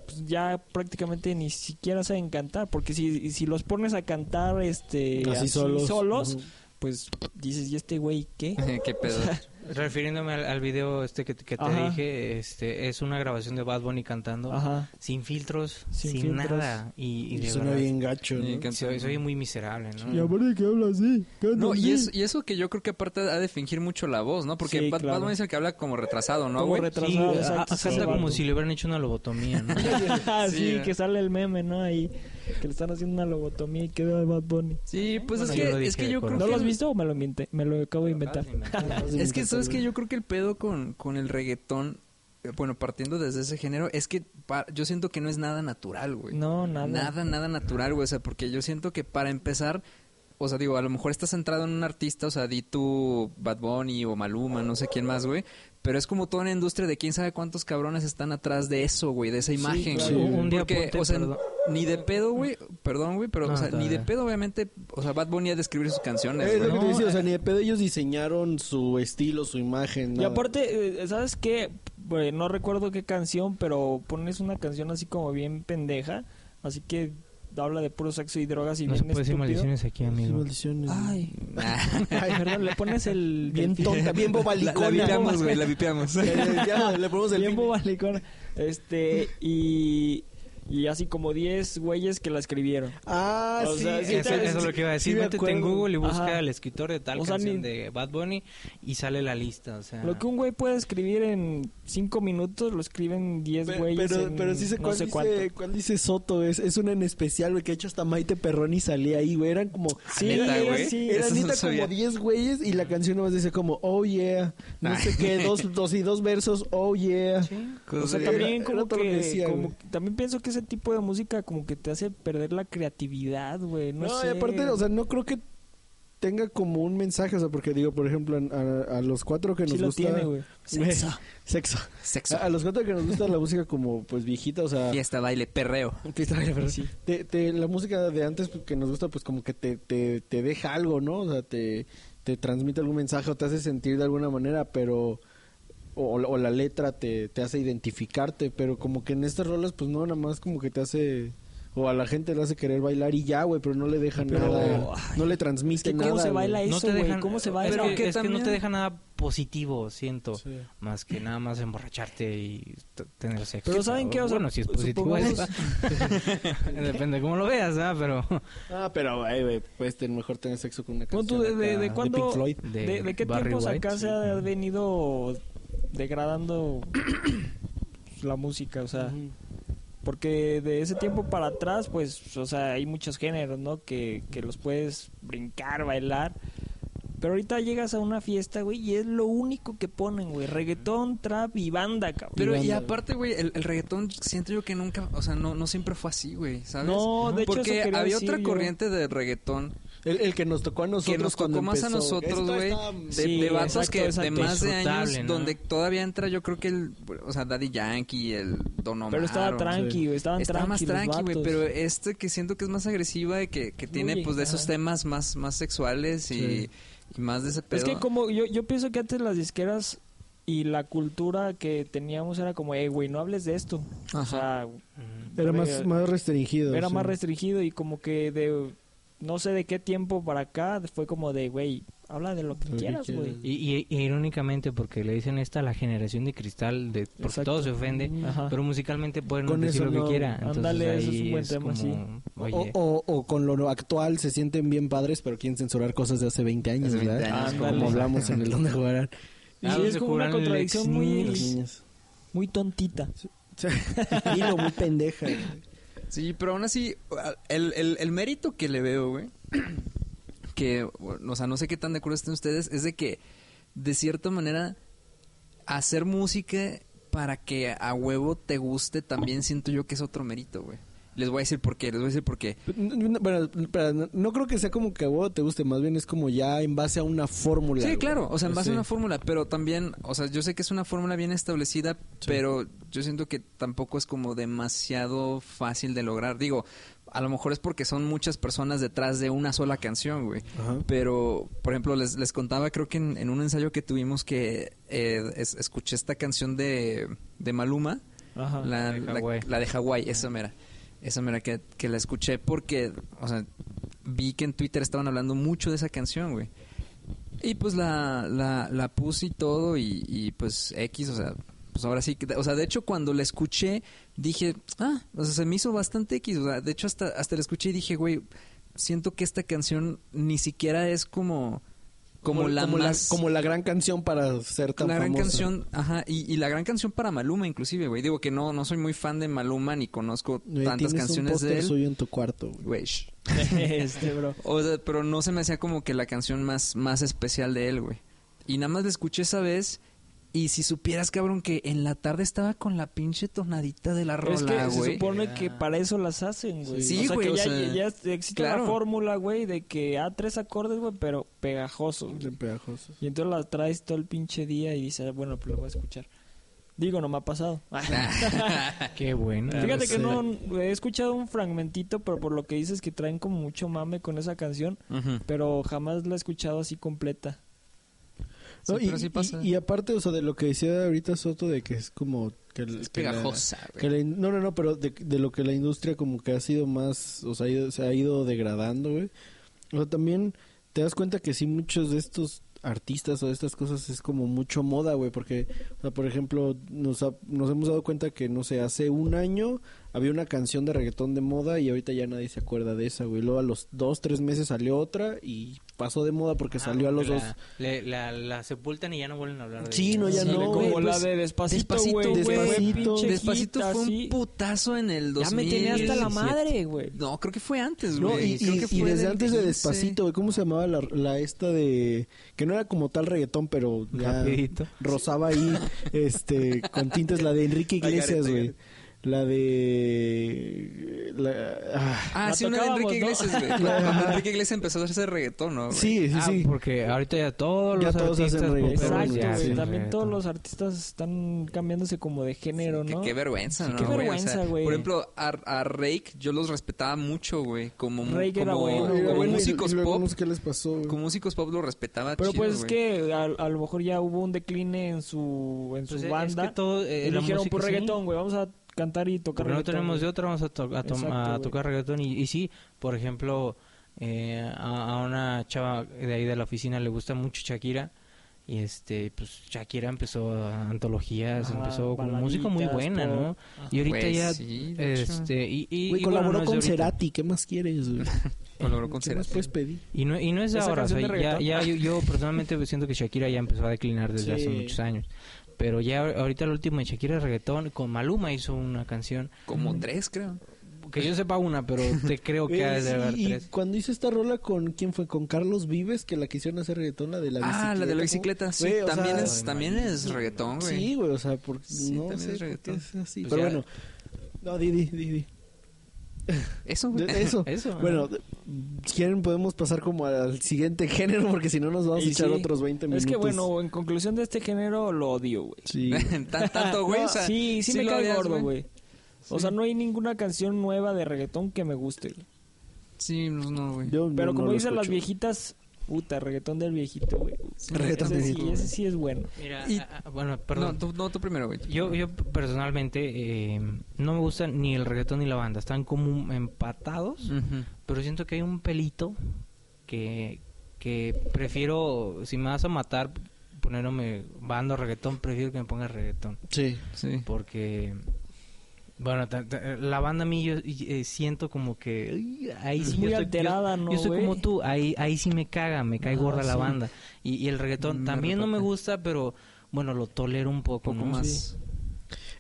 Speaker 6: pues, ya prácticamente ni siquiera saben cantar porque si, si los pones a cantar este
Speaker 4: Así solos. Ujú.
Speaker 6: pues dices y este güey qué
Speaker 3: Eh, ¿Qué pedo?
Speaker 5: Refiriéndome al, al video este que, que te
Speaker 6: Ajá.
Speaker 5: dije, este es una grabación de Bad Bunny cantando.
Speaker 6: ajá
Speaker 5: Sin filtros, sin,
Speaker 6: Sin filtros.
Speaker 5: nada. Y, y de
Speaker 4: suena
Speaker 5: verdad,
Speaker 4: bien gacho,
Speaker 3: Sí,
Speaker 4: ¿no?
Speaker 3: que-
Speaker 5: se, oye- se oye muy miserable, ¿no?
Speaker 4: Y aparte que habla así. canta
Speaker 3: No, y
Speaker 4: así.
Speaker 3: eso, y eso que yo creo que aparte ha de fingir mucho la voz, ¿no? Porque
Speaker 6: Sí,
Speaker 3: Bad, Bad
Speaker 6: claro.
Speaker 3: Bunny es el que habla como retrasado, ¿no,
Speaker 6: Como
Speaker 3: güey?
Speaker 6: retrasado,
Speaker 5: Sí,
Speaker 6: exacto,
Speaker 5: ah,
Speaker 6: ese
Speaker 5: canta
Speaker 6: vato.
Speaker 5: como si le hubieran hecho una lobotomía, ¿no?
Speaker 6: sí,
Speaker 3: Sí.
Speaker 6: que sale el meme no ahí que le están haciendo una lobotomía y quedó de Bad Bunny
Speaker 3: Sí, pues
Speaker 5: Bueno,
Speaker 3: es,
Speaker 5: yo lo
Speaker 3: que,
Speaker 5: dije
Speaker 3: es que
Speaker 5: de
Speaker 3: yo creo
Speaker 5: corazón.
Speaker 6: ¿No
Speaker 3: que...
Speaker 6: lo has visto o me lo inventé? Me lo acabo de inventar.
Speaker 3: Es que, ¿sabes que Yo creo que el pedo con, con el reggaetón, eh, bueno, partiendo desde ese género, es que pa- yo siento que no es nada natural, güey.
Speaker 6: No, nada.
Speaker 3: Nada, nada natural, güey. O sea, porque yo siento que para empezar, o sea, digo, a lo mejor estás centrado en un artista, o sea, di tú Bad Bunny o Maluma, no sé quién más, güey. Pero es como toda una industria de quién sabe cuántos cabrones están atrás de eso, güey, de esa imagen,
Speaker 4: claro.
Speaker 3: güey.
Speaker 4: Sí, güey.
Speaker 5: Un día
Speaker 3: Porque,
Speaker 5: ponte,
Speaker 3: o sea,
Speaker 5: perdón.
Speaker 3: ni de pedo, güey, perdón, güey, pero,
Speaker 5: No,
Speaker 3: o sea,
Speaker 5: está
Speaker 3: ni de
Speaker 5: bien.
Speaker 3: pedo, obviamente, o sea, Bad Bunny ha de escribir sus canciones,
Speaker 4: Es
Speaker 3: güey.
Speaker 4: lo que te
Speaker 5: No,
Speaker 4: decía, o sea, ni de pedo ellos diseñaron su estilo, su imagen.
Speaker 6: Y
Speaker 4: nada.
Speaker 6: aparte, eh, ¿sabes qué? Bueno, no recuerdo qué canción, pero pones una canción así como bien pendeja, así que habla de puro sexo y drogas y
Speaker 5: no se
Speaker 6: bien
Speaker 5: puede decir
Speaker 6: estúpido.
Speaker 5: maldiciones
Speaker 4: Sí,
Speaker 5: aquí, amigo.
Speaker 4: maldiciones.
Speaker 6: Ay,
Speaker 3: Nah.
Speaker 6: ay, perdón, le pones el
Speaker 4: bien
Speaker 6: el-
Speaker 4: tonta, bien
Speaker 3: La, la
Speaker 4: bobalicona.
Speaker 3: vipeamos, güey, la vipeamos.
Speaker 4: Ya, ya, le ponemos el
Speaker 6: bien
Speaker 4: pin.
Speaker 6: bobalicona. Este y y así como 10 güeyes que la escribieron.
Speaker 4: Ah,
Speaker 6: O
Speaker 4: sí.
Speaker 6: sea, sí,
Speaker 5: Eso,
Speaker 6: te-
Speaker 5: eso es lo que iba a
Speaker 4: sí
Speaker 5: decir.
Speaker 4: me
Speaker 5: Métete
Speaker 4: acuerdo.
Speaker 5: en Google y busca
Speaker 6: Ajá.
Speaker 5: al escritor de tal
Speaker 6: O sea,
Speaker 5: canción
Speaker 6: ni-
Speaker 5: de Bad Bunny y sale la lista. O sea,
Speaker 6: Lo que un güey puede escribir en 5 minutos lo escriben 10
Speaker 4: Pe-
Speaker 6: güeyes
Speaker 4: Pero,
Speaker 6: en
Speaker 4: pero sí sé
Speaker 6: no
Speaker 4: cuál,
Speaker 6: sé cuánto.
Speaker 4: dice, cuál dice Soto. Es, es una en especial, güey, que ha hecho hasta Maite Perroni salía ahí, güey. Eran como...
Speaker 6: Sí,
Speaker 3: Ah, neta,
Speaker 6: era
Speaker 3: güey.
Speaker 6: así.
Speaker 4: Era
Speaker 3: eso
Speaker 4: neta
Speaker 3: no sabía.
Speaker 4: como 10 güeyes y la canción nomás dice como, oh yeah, no
Speaker 3: Ah.
Speaker 4: sé qué, dos, dos y dos versos, oh yeah.
Speaker 6: O sea,
Speaker 4: Sí,
Speaker 6: también
Speaker 4: era-
Speaker 6: como
Speaker 4: era todo lo
Speaker 6: que,
Speaker 4: que decía,
Speaker 6: como
Speaker 4: güey.
Speaker 6: que- también pienso que ese tipo de música como que te hace perder la creatividad, güey, no,
Speaker 4: No,
Speaker 6: sé.
Speaker 4: y aparte, o sea, no creo que tenga como un mensaje, o sea, porque digo, por ejemplo, a- a, a los cuatro que nos
Speaker 6: sí lo
Speaker 4: gusta...
Speaker 6: tiene, güey.
Speaker 4: Güey, Sexo.
Speaker 3: Sexo,
Speaker 4: A, a los cuatro que nos gusta la música como, pues, viejita, o sea...
Speaker 3: fiesta, baile, perreo.
Speaker 4: Fiesta, baile, pero-
Speaker 6: Sí.
Speaker 4: te- te- la música de antes pues, que nos gusta, pues como que te, te, te deja algo, ¿no? O sea, te, te transmite algún mensaje o te hace sentir de alguna manera, pero... O, o la letra te, te hace identificarte, pero como que en estas rolas, pues no, nada más como que te hace... O a la gente le hace querer bailar y ya, güey, pero no le deja
Speaker 6: Pero-
Speaker 4: nada. No le transmite
Speaker 6: Es que
Speaker 4: nada.
Speaker 6: cómo se
Speaker 4: güey.
Speaker 6: baila
Speaker 5: no
Speaker 6: eso,
Speaker 5: te
Speaker 6: güey,
Speaker 5: dejan,
Speaker 6: cómo se
Speaker 5: es
Speaker 6: baila.
Speaker 5: que,
Speaker 3: que
Speaker 5: es que no te
Speaker 3: también-
Speaker 5: deja nada positivo, siento.
Speaker 4: Sí.
Speaker 5: Más que nada más emborracharte y t- tener sexo.
Speaker 6: Pero ¿saben qué? O sea, pues,
Speaker 5: bueno, si es positivo pues,
Speaker 6: supongamos-
Speaker 5: eso. Depende de cómo lo veas, ¿ah? Pero...
Speaker 4: Ah, pero, güey, güey, pues ten- mejor tener sexo con una
Speaker 6: Pon
Speaker 4: canción
Speaker 6: tú,
Speaker 5: pues,
Speaker 6: de, de-
Speaker 4: acá
Speaker 6: de cuándo-
Speaker 4: Pink Floyd.
Speaker 5: de
Speaker 6: de- de qué
Speaker 5: Barry
Speaker 6: tiempos
Speaker 5: White,
Speaker 6: acá
Speaker 5: sí.
Speaker 6: se ha venido degradando la música, o sea, porque de ese tiempo para atrás, pues, o sea, hay muchos géneros, ¿no? Que, que los puedes brincar, bailar. Pero ahorita llegas a una fiesta, güey, y es lo único que ponen, güey. Reggaetón, trap y banda, cabrón.
Speaker 3: Pero y
Speaker 4: banda,
Speaker 3: aparte, güey, el, el reggaetón siento yo que nunca, o sea, no, no siempre fue así, güey, ¿sabes?
Speaker 6: No, de hecho, eso
Speaker 3: Porque
Speaker 6: quería
Speaker 3: había
Speaker 6: decir
Speaker 3: otra
Speaker 6: yo.
Speaker 3: corriente de reggaetón
Speaker 4: El, el que nos tocó a nosotros
Speaker 3: que nos
Speaker 4: cuando
Speaker 3: tocó más a
Speaker 4: empezó.
Speaker 3: nosotros,
Speaker 4: Esto
Speaker 3: güey,
Speaker 4: está-
Speaker 3: de,
Speaker 6: Sí,
Speaker 3: de vatos
Speaker 6: exacto,
Speaker 3: que de
Speaker 6: exacto.
Speaker 3: más de años,
Speaker 5: Disfrutable, ¿no?
Speaker 3: donde todavía entra, yo creo que el, o sea, Daddy Yankee, el Don Omar.
Speaker 6: Pero estaba
Speaker 3: o-
Speaker 6: tranqui, güey. Estaban
Speaker 3: Estaba más
Speaker 6: tranqui los
Speaker 3: tranqui, güey,
Speaker 6: vatos.
Speaker 3: pero este que siento que es más agresiva, y que, que tiene
Speaker 6: Fluye,
Speaker 3: pues de esos
Speaker 6: ajá.
Speaker 3: temas más, más sexuales y,
Speaker 4: Sí.
Speaker 3: y más de ese pedo.
Speaker 6: Es que como yo, yo pienso que antes las disqueras y la cultura que teníamos era como, eh, güey, no hables de esto. O
Speaker 3: Ajá.
Speaker 6: sea,
Speaker 4: Era
Speaker 6: eh,
Speaker 4: más, más restringido.
Speaker 6: era
Speaker 4: sí.
Speaker 6: más restringido y como que de no sé de qué tiempo para acá fue como de, güey, habla de lo que
Speaker 4: Lo que
Speaker 6: quieras,
Speaker 4: quieras.
Speaker 6: güey.
Speaker 5: Y, y- y irónicamente, porque le dicen esta a la generación de cristal, de, porque
Speaker 6: Exacto.
Speaker 5: todo se ofende,
Speaker 6: Ajá.
Speaker 5: pero musicalmente pueden
Speaker 4: Con
Speaker 5: decir
Speaker 4: eso
Speaker 5: lo que
Speaker 4: no,
Speaker 5: quiera. Entonces,
Speaker 6: ándale, eso es
Speaker 5: ahí
Speaker 6: un buen tema, sí.
Speaker 5: oye,
Speaker 4: O, o- o con lo actual se sienten bien padres, pero quieren censurar cosas de hace 20 años,
Speaker 3: Hace 20
Speaker 4: ¿verdad?
Speaker 6: años,
Speaker 4: como
Speaker 6: ándale.
Speaker 4: hablamos en el donde jugarán.
Speaker 6: Y
Speaker 5: Ah,
Speaker 6: sí,
Speaker 5: donde
Speaker 6: es como una
Speaker 5: juran el
Speaker 6: contradicción
Speaker 4: Los
Speaker 6: muy,
Speaker 4: niños.
Speaker 6: muy tontita.
Speaker 4: Y lo muy pendeja. güey.
Speaker 3: Sí, pero aún así, el, el, el mérito que le veo, güey, que, bueno, o sea, no sé qué tan de acuerdo estén ustedes, es de que, de cierta manera, hacer música para que a huevo te guste también siento yo que es otro mérito, güey. Les voy a decir por qué, les voy a decir por qué.
Speaker 4: No, no, Bueno, pero no, no creo que sea como que a vos te guste, más bien es como ya en base a una fórmula.
Speaker 3: Sí,
Speaker 4: güey.
Speaker 3: claro, o sea, en base a
Speaker 4: Sí.
Speaker 3: una fórmula, pero también, o sea, yo sé que es una fórmula bien establecida, pero yo siento que tampoco es como demasiado fácil de lograr. Digo, a lo mejor es porque son muchas personas detrás de una sola canción, güey.
Speaker 4: Ajá.
Speaker 3: Pero, por ejemplo, les, les contaba, creo que en, en un ensayo que tuvimos que eh, es- escuché esta canción de, de Maluma,
Speaker 6: Ajá.
Speaker 3: la,
Speaker 5: de
Speaker 3: la-
Speaker 5: Hawái.
Speaker 3: la de Hawái, esa mera. Esa mera que, que la escuché porque, o sea, vi que en Twitter estaban hablando mucho de esa canción, güey. Y pues la, la, la puse y todo y, y, pues X, o sea, pues ahora sí, que, o sea, de hecho cuando la escuché dije, ah, o sea, se me hizo bastante X, o sea, de hecho hasta, hasta la escuché y dije, güey, siento que esta canción ni siquiera es como, como, la más...
Speaker 4: como la gran canción para ser tan
Speaker 3: La gran
Speaker 4: famosa.
Speaker 3: canción, ajá, y, y la gran canción para Maluma inclusive, güey. Digo que no, no soy muy fan de Maluma ni conozco
Speaker 4: Güey,
Speaker 3: tantas
Speaker 4: tienes un
Speaker 3: canciones de
Speaker 4: póster
Speaker 3: él.
Speaker 4: suyo en tu cuarto, güey.
Speaker 3: Güey, shh.
Speaker 6: este, bro.
Speaker 3: O sea, pero no se me hacía como que la canción más, más especial de él, güey. Y nada más la escuché esa vez. Y si supieras, cabrón, que en la tarde estaba con la pinche tonadita de la
Speaker 6: es que
Speaker 3: rola,
Speaker 6: se
Speaker 3: güey.
Speaker 6: supone que para eso las hacen, güey.
Speaker 3: Sí,
Speaker 6: o sea,
Speaker 3: güey,
Speaker 6: que
Speaker 3: o
Speaker 6: ya,
Speaker 3: sea,
Speaker 6: ya existe
Speaker 3: claro.
Speaker 6: la fórmula, güey, de que a tres acordes, güey, pero pegajosos. güey.
Speaker 4: De pegajosos.
Speaker 6: Y entonces las traes todo el pinche día y dices, "Ah, bueno, pues lo voy a escuchar. Digo, no me ha pasado.
Speaker 3: Ah.
Speaker 5: qué bueno.
Speaker 6: Fíjate que
Speaker 4: sí.
Speaker 6: no, he escuchado un fragmentito, pero por lo que dices que traen como mucho mame con esa canción,
Speaker 3: Ujú.
Speaker 6: pero jamás la he escuchado así completa.
Speaker 4: No,
Speaker 3: Sí,
Speaker 4: y,
Speaker 3: pero sí
Speaker 4: y-
Speaker 3: pasa.
Speaker 4: y aparte, o sea, de lo que decía ahorita Soto, de que es como... Que,
Speaker 3: es
Speaker 4: que la-
Speaker 3: pegajosa,
Speaker 4: que
Speaker 3: güey.
Speaker 4: la in- no, no, no, pero de, de lo que la industria como que ha sido más, o sea, ha ido- se ha ido degradando, güey. O sea, también te das cuenta que sí, muchos de estos artistas o de estas cosas es como mucho moda, güey, porque, o sea, por ejemplo, nos, ha- nos hemos dado cuenta que, no sé, hace un año había una canción de reggaetón de moda y ahorita ya nadie se acuerda de esa, güey. Luego a los dos, tres meses salió otra y pasó de moda porque salió a los dos.
Speaker 5: Ah, La, le- la, la sepultan y ya no vuelven a hablar de
Speaker 4: Sí,
Speaker 5: ella.
Speaker 4: no, ya
Speaker 6: Sí,
Speaker 4: no,
Speaker 6: como
Speaker 4: güey,
Speaker 6: la
Speaker 4: pues,
Speaker 6: de Despacito,
Speaker 3: Despacito,
Speaker 6: güey.
Speaker 4: güey.
Speaker 6: Despacito,
Speaker 4: Pinche
Speaker 3: Despacito fue un
Speaker 6: puto.
Speaker 3: putazo en el
Speaker 6: Ya me
Speaker 3: 2000.
Speaker 6: tenía hasta la madre, güey.
Speaker 3: No, creo que fue antes,
Speaker 4: No,
Speaker 3: Pues, güey.
Speaker 4: y,
Speaker 3: Creo
Speaker 4: y-
Speaker 3: que
Speaker 4: y
Speaker 3: fue
Speaker 4: desde
Speaker 3: del
Speaker 4: antes de
Speaker 3: 15.
Speaker 4: Despacito, güey, ¿cómo se llamaba la, la esta de... que no era como tal reggaetón, pero ya
Speaker 5: Rapidito.
Speaker 4: rozaba ahí este con tintes la de Enrique Iglesias, güey. La de... la- ah.
Speaker 3: Ah,
Speaker 6: La
Speaker 3: sí, una de
Speaker 6: tocábamos,
Speaker 3: Enrique
Speaker 6: ¿no?
Speaker 3: Iglesias, güey. Cuando Enrique Iglesias empezó a hacer reggaetón, ¿no? güey?
Speaker 4: Sí, sí,
Speaker 5: Ah,
Speaker 4: sí.
Speaker 5: porque ahorita ya todos
Speaker 4: Ya
Speaker 5: los
Speaker 4: todos hacen
Speaker 5: artistas
Speaker 4: reggaetón,
Speaker 5: populares
Speaker 6: Exacto,
Speaker 5: ya
Speaker 6: güey.
Speaker 5: hacen
Speaker 6: También todos
Speaker 5: reggaetón.
Speaker 6: los artistas están cambiándose como de género,
Speaker 3: Que-
Speaker 6: ¿no?
Speaker 3: Qué, vergüenza,
Speaker 6: Sí,
Speaker 3: ¿no?
Speaker 6: qué
Speaker 3: güey? O sea,
Speaker 6: vergüenza, güey.
Speaker 3: por ejemplo, a, a Rake yo los respetaba mucho, güey. Como, mu-
Speaker 6: Rake era
Speaker 3: como,
Speaker 6: bueno,
Speaker 3: como
Speaker 6: güey. Bueno, y-
Speaker 3: músicos
Speaker 4: luego
Speaker 3: pop.
Speaker 4: no sé ¿Qué les pasó? güey.
Speaker 3: Como músicos pop los respetaba
Speaker 6: Pero
Speaker 3: chido,
Speaker 6: pues es
Speaker 3: güey.
Speaker 6: que a, a lo mejor ya hubo un decline en su, en su
Speaker 5: Entonces,
Speaker 6: banda.
Speaker 5: Pues, Es que todo, eh,
Speaker 6: y
Speaker 5: la
Speaker 6: dijeron,
Speaker 5: música,
Speaker 6: por
Speaker 5: sí,
Speaker 6: reggaetón, güey, vamos a cantar y tocar
Speaker 5: Porque no
Speaker 6: reggaetón.
Speaker 5: tenemos de
Speaker 6: güey".
Speaker 5: otra, vamos a, to- a tom-
Speaker 6: Exacto,
Speaker 5: a
Speaker 6: güey.
Speaker 5: tocar reggaetón. Y, y sí, por ejemplo, eh, a, a una chava de ahí de la oficina le gusta mucho Shakira. Y este, pues Shakira empezó a antologías,
Speaker 6: Ajá,
Speaker 5: empezó con música muy buena,
Speaker 6: baladitas,
Speaker 5: ¿no? Y ahorita
Speaker 3: Pues
Speaker 5: ya.
Speaker 3: sí, de hecho.
Speaker 5: este, y, y,
Speaker 4: Güey,
Speaker 5: y bueno,
Speaker 4: colaboró
Speaker 5: no es de
Speaker 4: con
Speaker 5: ahorita.
Speaker 4: Cerati, ¿qué más quieres? güey?
Speaker 5: este,
Speaker 3: Colaboró con
Speaker 4: ¿Qué más
Speaker 3: Cerati.
Speaker 4: puedes
Speaker 6: pues,
Speaker 4: pedir?
Speaker 5: Y no, y no es de
Speaker 6: Esa
Speaker 5: ahora, o sea,
Speaker 6: canción de
Speaker 5: ya,
Speaker 6: reggaetón.
Speaker 5: ya yo, yo personalmente siento que Shakira ya empezó a declinar desde
Speaker 4: Sí.
Speaker 5: hace muchos años. Pero ya ahor- ahorita lo último de Shakira es reggaetón, con Maluma hizo una canción,
Speaker 6: mm.
Speaker 3: Como tres, creo.
Speaker 5: que yo sepa una, pero te creo que ha
Speaker 4: Güey,
Speaker 5: de haber
Speaker 4: Eh, sí, y
Speaker 5: tres.
Speaker 4: cuando hizo esta rola con quién fue con Carlos Vives que la quisieron hacer reggaetón la de la bicicleta
Speaker 3: Ah, la de la bicicleta. Sí,
Speaker 4: Güey, o
Speaker 3: también,
Speaker 4: sea,
Speaker 3: es, también es reggaetón, güey.
Speaker 4: Sí, güey, o sea, porque
Speaker 3: Sí,
Speaker 4: no
Speaker 3: también
Speaker 4: sé
Speaker 3: es Pues
Speaker 4: por qué
Speaker 3: reggaetón.
Speaker 4: es así.
Speaker 5: Pues
Speaker 4: Pero
Speaker 5: ya-
Speaker 4: bueno. No, Didi, Didi.
Speaker 3: Eso, güey.
Speaker 4: De- Eso.
Speaker 5: Eso, ajá.
Speaker 4: Bueno, de- si quieren podemos pasar como al siguiente género porque si no nos vamos a
Speaker 6: Y
Speaker 4: echar
Speaker 6: sí.
Speaker 4: otros 20 minutos.
Speaker 6: Es que bueno, en conclusión de este género lo odio, güey.
Speaker 4: Sí.
Speaker 3: Tan- tanto, güey. o sea,
Speaker 6: sí, sí, me
Speaker 3: lo
Speaker 6: cae
Speaker 3: odias,
Speaker 6: gordo, güey. O sea, no hay ninguna canción nueva de reggaetón que me guste. güey.
Speaker 3: Sí, no, no, güey.
Speaker 4: Yo no-
Speaker 6: Pero
Speaker 4: no
Speaker 6: como
Speaker 4: lo
Speaker 6: dicen las
Speaker 4: escucho.
Speaker 6: viejitas, puta, reggaetón del viejito, güey.
Speaker 4: Reggaetón
Speaker 6: Ese
Speaker 4: del
Speaker 6: sí,
Speaker 4: viejito,
Speaker 6: Ese sí es bueno.
Speaker 5: Mira,
Speaker 3: Y-
Speaker 5: a- a- bueno,
Speaker 3: No,
Speaker 5: perdón.
Speaker 3: tú, no, tú primero, güey.
Speaker 5: Yo, yo personalmente eh, no me gusta ni el reggaetón ni la banda. Están como empatados,
Speaker 3: Ujú.
Speaker 5: pero siento que hay un pelito que, que prefiero, si me vas a matar, ponerme banda o reggaetón, prefiero que me pongas reggaetón.
Speaker 4: Sí.
Speaker 3: Sí.
Speaker 5: Porque, bueno, ta- ta- la banda a mí yo eh, siento como que ay, ahí sí yo
Speaker 6: Muy
Speaker 5: estoy- yo-
Speaker 6: alterada, ¿no,
Speaker 5: Yo estoy
Speaker 6: güey?
Speaker 5: como tú, ahí, ahí sí me caga, me cae
Speaker 6: Ah,
Speaker 5: gorda la
Speaker 6: sí. Mm,
Speaker 5: banda. Y, y el reggaetón
Speaker 3: Me
Speaker 5: también no me
Speaker 3: reparte.
Speaker 5: gusta, pero bueno, lo tolero un poco,
Speaker 3: poco
Speaker 5: ¿no?
Speaker 3: más.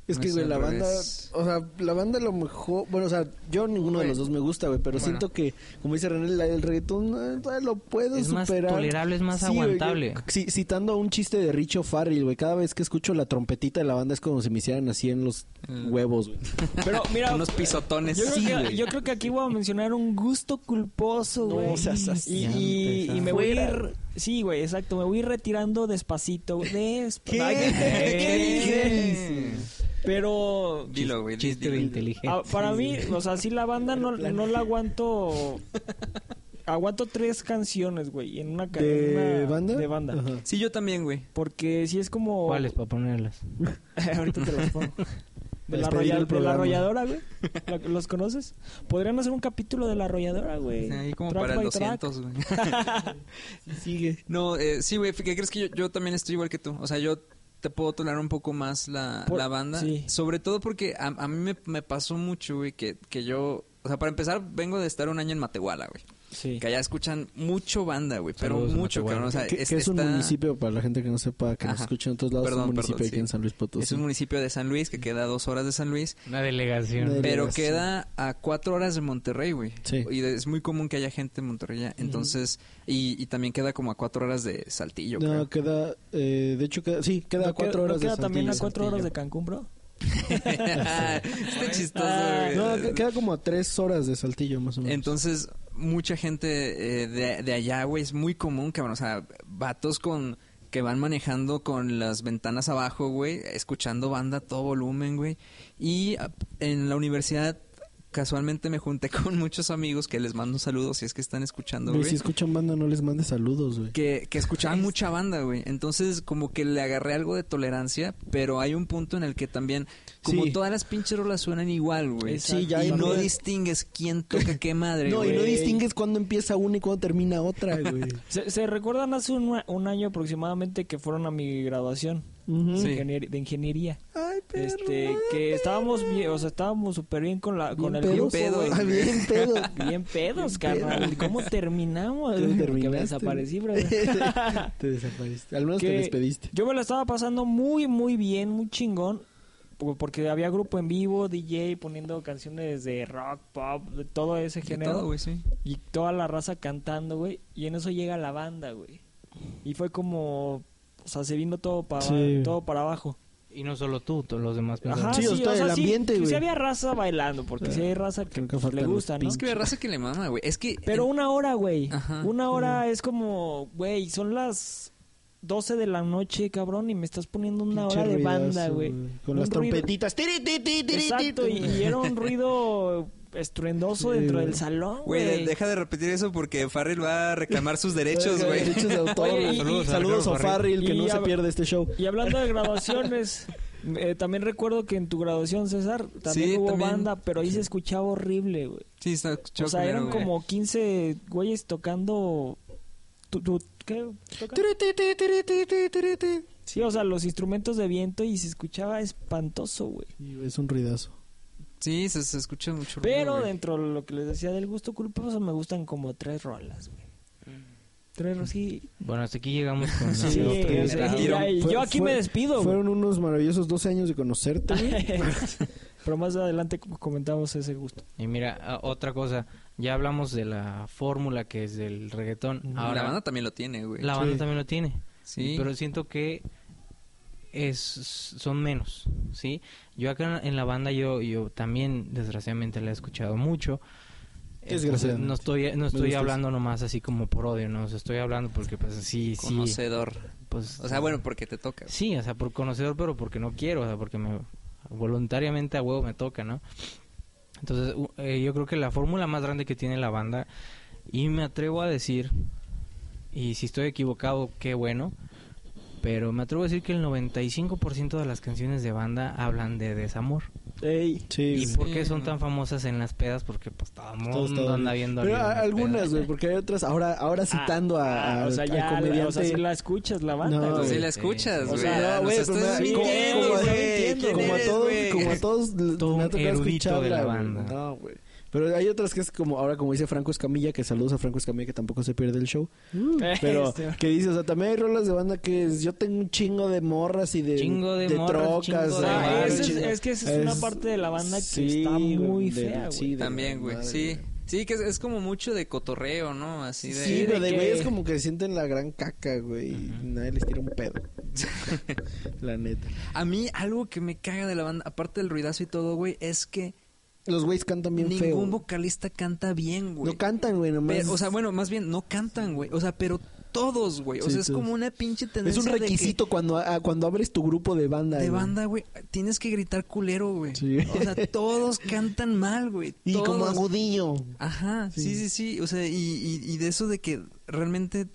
Speaker 4: Es
Speaker 3: No
Speaker 4: que,
Speaker 3: es
Speaker 4: güey,
Speaker 3: al
Speaker 4: la banda.
Speaker 3: revés.
Speaker 4: O sea, la banda a lo mejor. Bueno, o sea, yo ninguno de
Speaker 3: Güey.
Speaker 4: los dos me gusta, güey. Pero
Speaker 3: Bueno.
Speaker 4: siento que, como dice René, la- el reggaetón eh, lo puedo
Speaker 5: Es más
Speaker 4: superar.
Speaker 5: tolerable, es más
Speaker 4: güey, yo-
Speaker 5: aguantable.
Speaker 4: sí, citando un chiste de Richo Farrell, güey. Cada vez que escucho la trompetita de la banda es como si me hicieran así en los
Speaker 3: Mm.
Speaker 4: huevos, güey.
Speaker 6: Pero mira,
Speaker 3: Unos pisotones.
Speaker 6: yo,
Speaker 4: sí,
Speaker 6: creo que,
Speaker 4: güey.
Speaker 6: yo creo que aquí voy a mencionar un gusto culposo,
Speaker 4: No
Speaker 6: güey.
Speaker 4: seas así.
Speaker 6: y,
Speaker 5: Ya
Speaker 6: y- y me voy a
Speaker 4: empezaste.
Speaker 6: ir... Sí, güey, exacto. Me voy a ir retirando despacito.
Speaker 4: ¿Qué?
Speaker 6: Despacito.
Speaker 4: ¿Qué
Speaker 6: Pero...
Speaker 3: Dilo, güey. di-
Speaker 5: Chiste
Speaker 3: dilo.
Speaker 5: inteligente.
Speaker 6: Ah, para mí, o sea, sí la banda no, no la aguanto. Aguanto tres canciones, güey, en una ca- en
Speaker 4: ¿De
Speaker 6: una-
Speaker 4: banda?
Speaker 6: De banda.
Speaker 4: Ajá.
Speaker 3: Sí, yo también, güey.
Speaker 6: Porque sí es como.
Speaker 5: ¿Cuáles para ponerlas?
Speaker 6: Ahorita te las pongo. De la,
Speaker 4: Despedir
Speaker 6: arrolla-
Speaker 4: el
Speaker 6: de la
Speaker 4: programa.
Speaker 6: arrolladora, güey. ¿La- ¿Los conoces? Podrían hacer un capítulo de la arrolladora, güey.
Speaker 3: Ahí como
Speaker 6: Track
Speaker 3: para el
Speaker 6: by track.
Speaker 3: 200, güey.
Speaker 4: Sigue.
Speaker 3: No, eh, sí, güey, ¿qué crees que yo, yo también estoy igual que tú? O sea, yo te puedo tolerar un poco más la,
Speaker 6: Por-
Speaker 3: la banda.
Speaker 6: sí.
Speaker 3: Sobre todo porque a, a mí me, me pasó mucho, güey, que, que yo... O sea, para empezar, vengo de estar un año en Matehuala, güey.
Speaker 6: Sí.
Speaker 3: Que allá escuchan mucho banda, güey. Pero
Speaker 5: Saludos a
Speaker 3: mucho,
Speaker 5: Matehuala.
Speaker 3: cabrón. O sea,
Speaker 4: que, que es un
Speaker 3: está-
Speaker 4: municipio, para la gente que no sepa, que nos
Speaker 3: Ajá.
Speaker 4: escucha en otros lados, es
Speaker 3: Perdón,
Speaker 4: un
Speaker 3: perdón,
Speaker 4: municipio aquí
Speaker 3: sí.
Speaker 4: en San Luis Potosí.
Speaker 3: Es un municipio de San Luis que queda a dos horas de San Luis.
Speaker 5: Una delegación.
Speaker 4: Una de-
Speaker 3: Pero
Speaker 4: delegación.
Speaker 3: queda a cuatro horas de Monterrey, güey.
Speaker 4: Sí.
Speaker 3: Y de- es muy común que haya gente en Monterrey. ya. Entonces, y, y también queda como a cuatro horas de Saltillo, creo.
Speaker 4: no, queda, eh, de hecho, queda, sí, queda a
Speaker 6: ¿No
Speaker 4: cuatro
Speaker 6: queda-
Speaker 4: horas
Speaker 6: ¿no queda
Speaker 4: de
Speaker 6: también a
Speaker 4: Saltillo.
Speaker 6: cuatro horas de Cancún, bro?
Speaker 3: Está chistoso, güey.
Speaker 4: No, que- queda como a tres horas de Saltillo, más o menos.
Speaker 3: Entonces, mucha gente eh, de, de allá, güey, es muy común, cabrón. O sea, vatos con que van manejando con las ventanas abajo, güey, escuchando banda a todo volumen, güey. Y ah, en la universidad casualmente me junté con muchos amigos que les mando saludos si es que están escuchando,
Speaker 4: Güey,
Speaker 3: güey.
Speaker 4: si escuchan banda, no les mandes saludos, güey.
Speaker 3: que, que escuchaba mucha banda, güey. Entonces, como que le agarré algo de tolerancia, pero hay un punto en el que también, como
Speaker 4: Sí.
Speaker 3: todas las pinches rolas suenan igual, güey.
Speaker 6: Exacto. Sí, ya
Speaker 3: y
Speaker 6: hay
Speaker 3: no
Speaker 6: manera-
Speaker 3: distingues quién toca qué madre,
Speaker 4: No, y no
Speaker 3: güey.
Speaker 4: distingues cuándo empieza una y cuándo termina otra, güey.
Speaker 6: ¿Se, se recuerdan hace un, un año aproximadamente que fueron a mi graduación
Speaker 4: Ujú.
Speaker 3: Sí.
Speaker 6: de, ingenier- de ingeniería?
Speaker 4: Ay, perro,
Speaker 6: Este,
Speaker 4: ay,
Speaker 6: que estábamos bien, o sea, estábamos súper bien con la, con
Speaker 4: bien
Speaker 6: el
Speaker 4: pedos.
Speaker 6: grupo, güey.
Speaker 4: Ay, bien pedo.
Speaker 6: Bien pedos,
Speaker 4: Bien
Speaker 6: carnal. ¿Cómo terminamos?
Speaker 4: Tú
Speaker 6: Que me
Speaker 4: terminaste.
Speaker 6: desaparecí, bro.
Speaker 4: te desapareciste. Al menos te
Speaker 6: Que
Speaker 4: despediste.
Speaker 6: Yo me la estaba pasando muy, muy bien, muy chingón. po- Porque había grupo en vivo, DJ poniendo canciones de rock, pop, de todo ese
Speaker 3: De
Speaker 6: género.
Speaker 3: todo, güey, sí.
Speaker 6: y toda la raza cantando, güey. Y en eso llega la banda, güey. Y fue como. O sea, se vino todo para,
Speaker 4: Sí.
Speaker 6: todo para abajo.
Speaker 5: Y no solo tú, todos los demás.
Speaker 6: Ajá,
Speaker 5: personas.
Speaker 4: Sí, o sea, el
Speaker 6: sí,
Speaker 4: ambiente,
Speaker 6: sí,
Speaker 4: güey.
Speaker 6: había raza bailando, porque
Speaker 4: Ah,
Speaker 6: sí hay raza que
Speaker 4: nunca
Speaker 6: pues,
Speaker 4: faltan
Speaker 6: le
Speaker 4: los
Speaker 6: gusta, ¿no?
Speaker 3: Es que hay raza que le mama, güey. Es que... eh,
Speaker 6: Pero una hora, güey.
Speaker 3: Ajá.
Speaker 6: Una hora es como, güey, son las 12 de la noche, cabrón, y me estás poniendo una
Speaker 4: Pinche
Speaker 6: hora de
Speaker 4: ruidazo,
Speaker 6: banda, güey.
Speaker 4: Con
Speaker 6: Un
Speaker 4: las
Speaker 6: ruido-
Speaker 4: trompetitas. Tiri, ti, ti, tiri, ti,
Speaker 6: Exacto, y, y era un ruido estruendoso
Speaker 4: Sí,
Speaker 6: dentro
Speaker 4: güey.
Speaker 6: del salón,
Speaker 3: Güey,
Speaker 6: güey.
Speaker 3: de- deja de repetir eso porque Farrell va a reclamar sus derechos, güey.
Speaker 4: Derechos de autor.
Speaker 6: Oye, y-
Speaker 4: saludos
Speaker 6: y-
Speaker 4: saludos a Farrell, que
Speaker 6: Y
Speaker 4: no se
Speaker 6: a-
Speaker 4: pierde este show.
Speaker 6: Y hablando de graduaciones, eh, también recuerdo que en tu graduación, César, también
Speaker 3: Sí,
Speaker 6: hubo
Speaker 3: también.
Speaker 6: banda, pero ahí se escuchaba horrible, güey.
Speaker 3: Sí, está
Speaker 6: O sea,
Speaker 3: chocolero,
Speaker 6: eran
Speaker 3: güey.
Speaker 6: como 15 güeyes tocando... tu- tu- ¿Qué? ¿Tocan?
Speaker 4: Tiri, ti, ti, tiri, ti, ti, tiri, ti.
Speaker 6: Sí, o sea, los instrumentos de viento y se escuchaba espantoso, güey.
Speaker 4: Y Es un ruidazo.
Speaker 3: Sí, se, se escucha mucho ruido,
Speaker 6: Pero
Speaker 3: güey.
Speaker 6: dentro de lo que les decía del gusto culposo, me gustan como tres rolas, güey.
Speaker 4: Mm.
Speaker 6: Tres rolas, sí.
Speaker 5: Bueno, hasta aquí llegamos con...
Speaker 6: Sí,
Speaker 4: sí,
Speaker 6: o sea,
Speaker 3: claro.
Speaker 6: y ya- y
Speaker 4: Fue-
Speaker 6: yo aquí
Speaker 4: fue-
Speaker 6: me despido, güey.
Speaker 4: Fueron unos maravillosos 12 años de conocerte. güey.
Speaker 6: Pero más adelante comentamos ese gusto.
Speaker 5: Y mira, a- otra cosa, ya hablamos de la fórmula que es del reggaetón.
Speaker 3: la
Speaker 5: Ahora,
Speaker 3: banda también lo tiene, güey.
Speaker 5: la banda
Speaker 4: Sí.
Speaker 5: también lo tiene.
Speaker 3: Sí.
Speaker 5: Pero siento que es, son menos, ¿sí? Yo acá en la banda, yo, yo también desgraciadamente la he escuchado mucho. Entonces,
Speaker 4: Desgraciadamente.
Speaker 5: No estoy, no
Speaker 4: Me
Speaker 5: estoy
Speaker 4: gusta
Speaker 5: hablando nomás así como por odio, ¿no? O sea, estoy hablando porque pues sí, sí.
Speaker 3: Conocedor.
Speaker 5: Pues,
Speaker 3: O sea, bueno, porque te toca.
Speaker 5: Sí, o sea, por conocedor, pero porque no quiero, o sea, porque me, voluntariamente a huevo me toca, ¿no? Entonces, u- eh, yo creo que la fórmula más grande que tiene la banda, y me atrevo a decir, y si estoy equivocado, qué bueno, pero me atrevo a decir que el 95% de las canciones de banda hablan de desamor.
Speaker 6: Ey.
Speaker 5: ¿Y
Speaker 4: Sí,
Speaker 5: por qué
Speaker 3: Sí,
Speaker 5: son
Speaker 3: no.
Speaker 5: tan famosas en las pedas? Porque pues todo el
Speaker 4: Todo está
Speaker 5: mundo anda viendo
Speaker 4: Pero
Speaker 5: alguien
Speaker 4: a-
Speaker 5: en las
Speaker 4: algunas,
Speaker 5: pedas.
Speaker 4: güey, porque hay otras. Ahora, ahora citando a,
Speaker 6: Ah,
Speaker 4: a-
Speaker 6: o sea,
Speaker 4: al
Speaker 6: ya, la,
Speaker 4: comediante.
Speaker 6: o sea, si la escuchas la banda.
Speaker 4: No,
Speaker 6: güey.
Speaker 3: Entonces sí la
Speaker 5: Sí,
Speaker 3: escuchas,
Speaker 5: sí.
Speaker 3: güey.
Speaker 6: O sea,
Speaker 3: no,
Speaker 6: no,
Speaker 3: güey,
Speaker 4: güey, pero
Speaker 3: estás
Speaker 4: me- como-
Speaker 3: mintiendo,
Speaker 4: como-
Speaker 3: güey. ¿Quién
Speaker 4: Como a
Speaker 3: eres,
Speaker 4: todos,
Speaker 3: güey?
Speaker 4: como a todos l-
Speaker 5: Todo
Speaker 4: me ha
Speaker 5: un
Speaker 4: tocado
Speaker 5: erudito de la
Speaker 4: escucharla, güey.
Speaker 5: banda.
Speaker 4: No, güey. Pero hay otras que es como, ahora como dice Franco Escamilla, que saludos a Franco Escamilla, que tampoco se pierde el show. Pero
Speaker 6: Este,
Speaker 4: que dice, o sea, también hay rolas de banda que es, yo tengo un chingo de morras y de,
Speaker 5: Chingo de morras,
Speaker 4: trocas.
Speaker 5: chingo
Speaker 6: o
Speaker 5: de
Speaker 4: ah,
Speaker 6: sea,
Speaker 5: madre,
Speaker 6: esa es,
Speaker 4: chingo-
Speaker 6: es que esa es, una
Speaker 4: es-
Speaker 6: parte de la banda que
Speaker 4: sí,
Speaker 6: está muy
Speaker 4: güey, de-
Speaker 6: fea, güey.
Speaker 4: sí, de-
Speaker 3: También, güey,
Speaker 4: madre,
Speaker 3: sí. Sí, que es, es como mucho de cotorreo, ¿no? Así de...
Speaker 4: Sí, pero de
Speaker 6: que-
Speaker 4: güey es como que sienten la gran caca, güey. y Nadie les tira un pedo. la neta.
Speaker 3: A mí algo que me caga de la banda, aparte del ruidazo y todo, güey, es que
Speaker 4: Los güeyes cantan bien
Speaker 3: ningún
Speaker 4: feo.
Speaker 3: vocalista canta bien, güey.
Speaker 4: No cantan, güey, nomás.
Speaker 3: Pero, o sea, bueno, más bien, no cantan, güey. O sea, pero todos, güey. O
Speaker 4: Sí,
Speaker 3: sea, es
Speaker 4: todos.
Speaker 3: como una pinche
Speaker 4: es
Speaker 3: tendencia
Speaker 4: un
Speaker 3: de que-
Speaker 4: requisito cuando, a- cuando abres tu grupo de banda.
Speaker 3: De,
Speaker 4: güey.
Speaker 3: banda, güey. Tienes que gritar culero, güey.
Speaker 4: Sí.
Speaker 3: O sea, todos cantan mal, güey.
Speaker 4: Y como
Speaker 3: todos.
Speaker 4: agudillo.
Speaker 3: Ajá, sí, sí, sí. O sea, y, y, y de eso de que realmente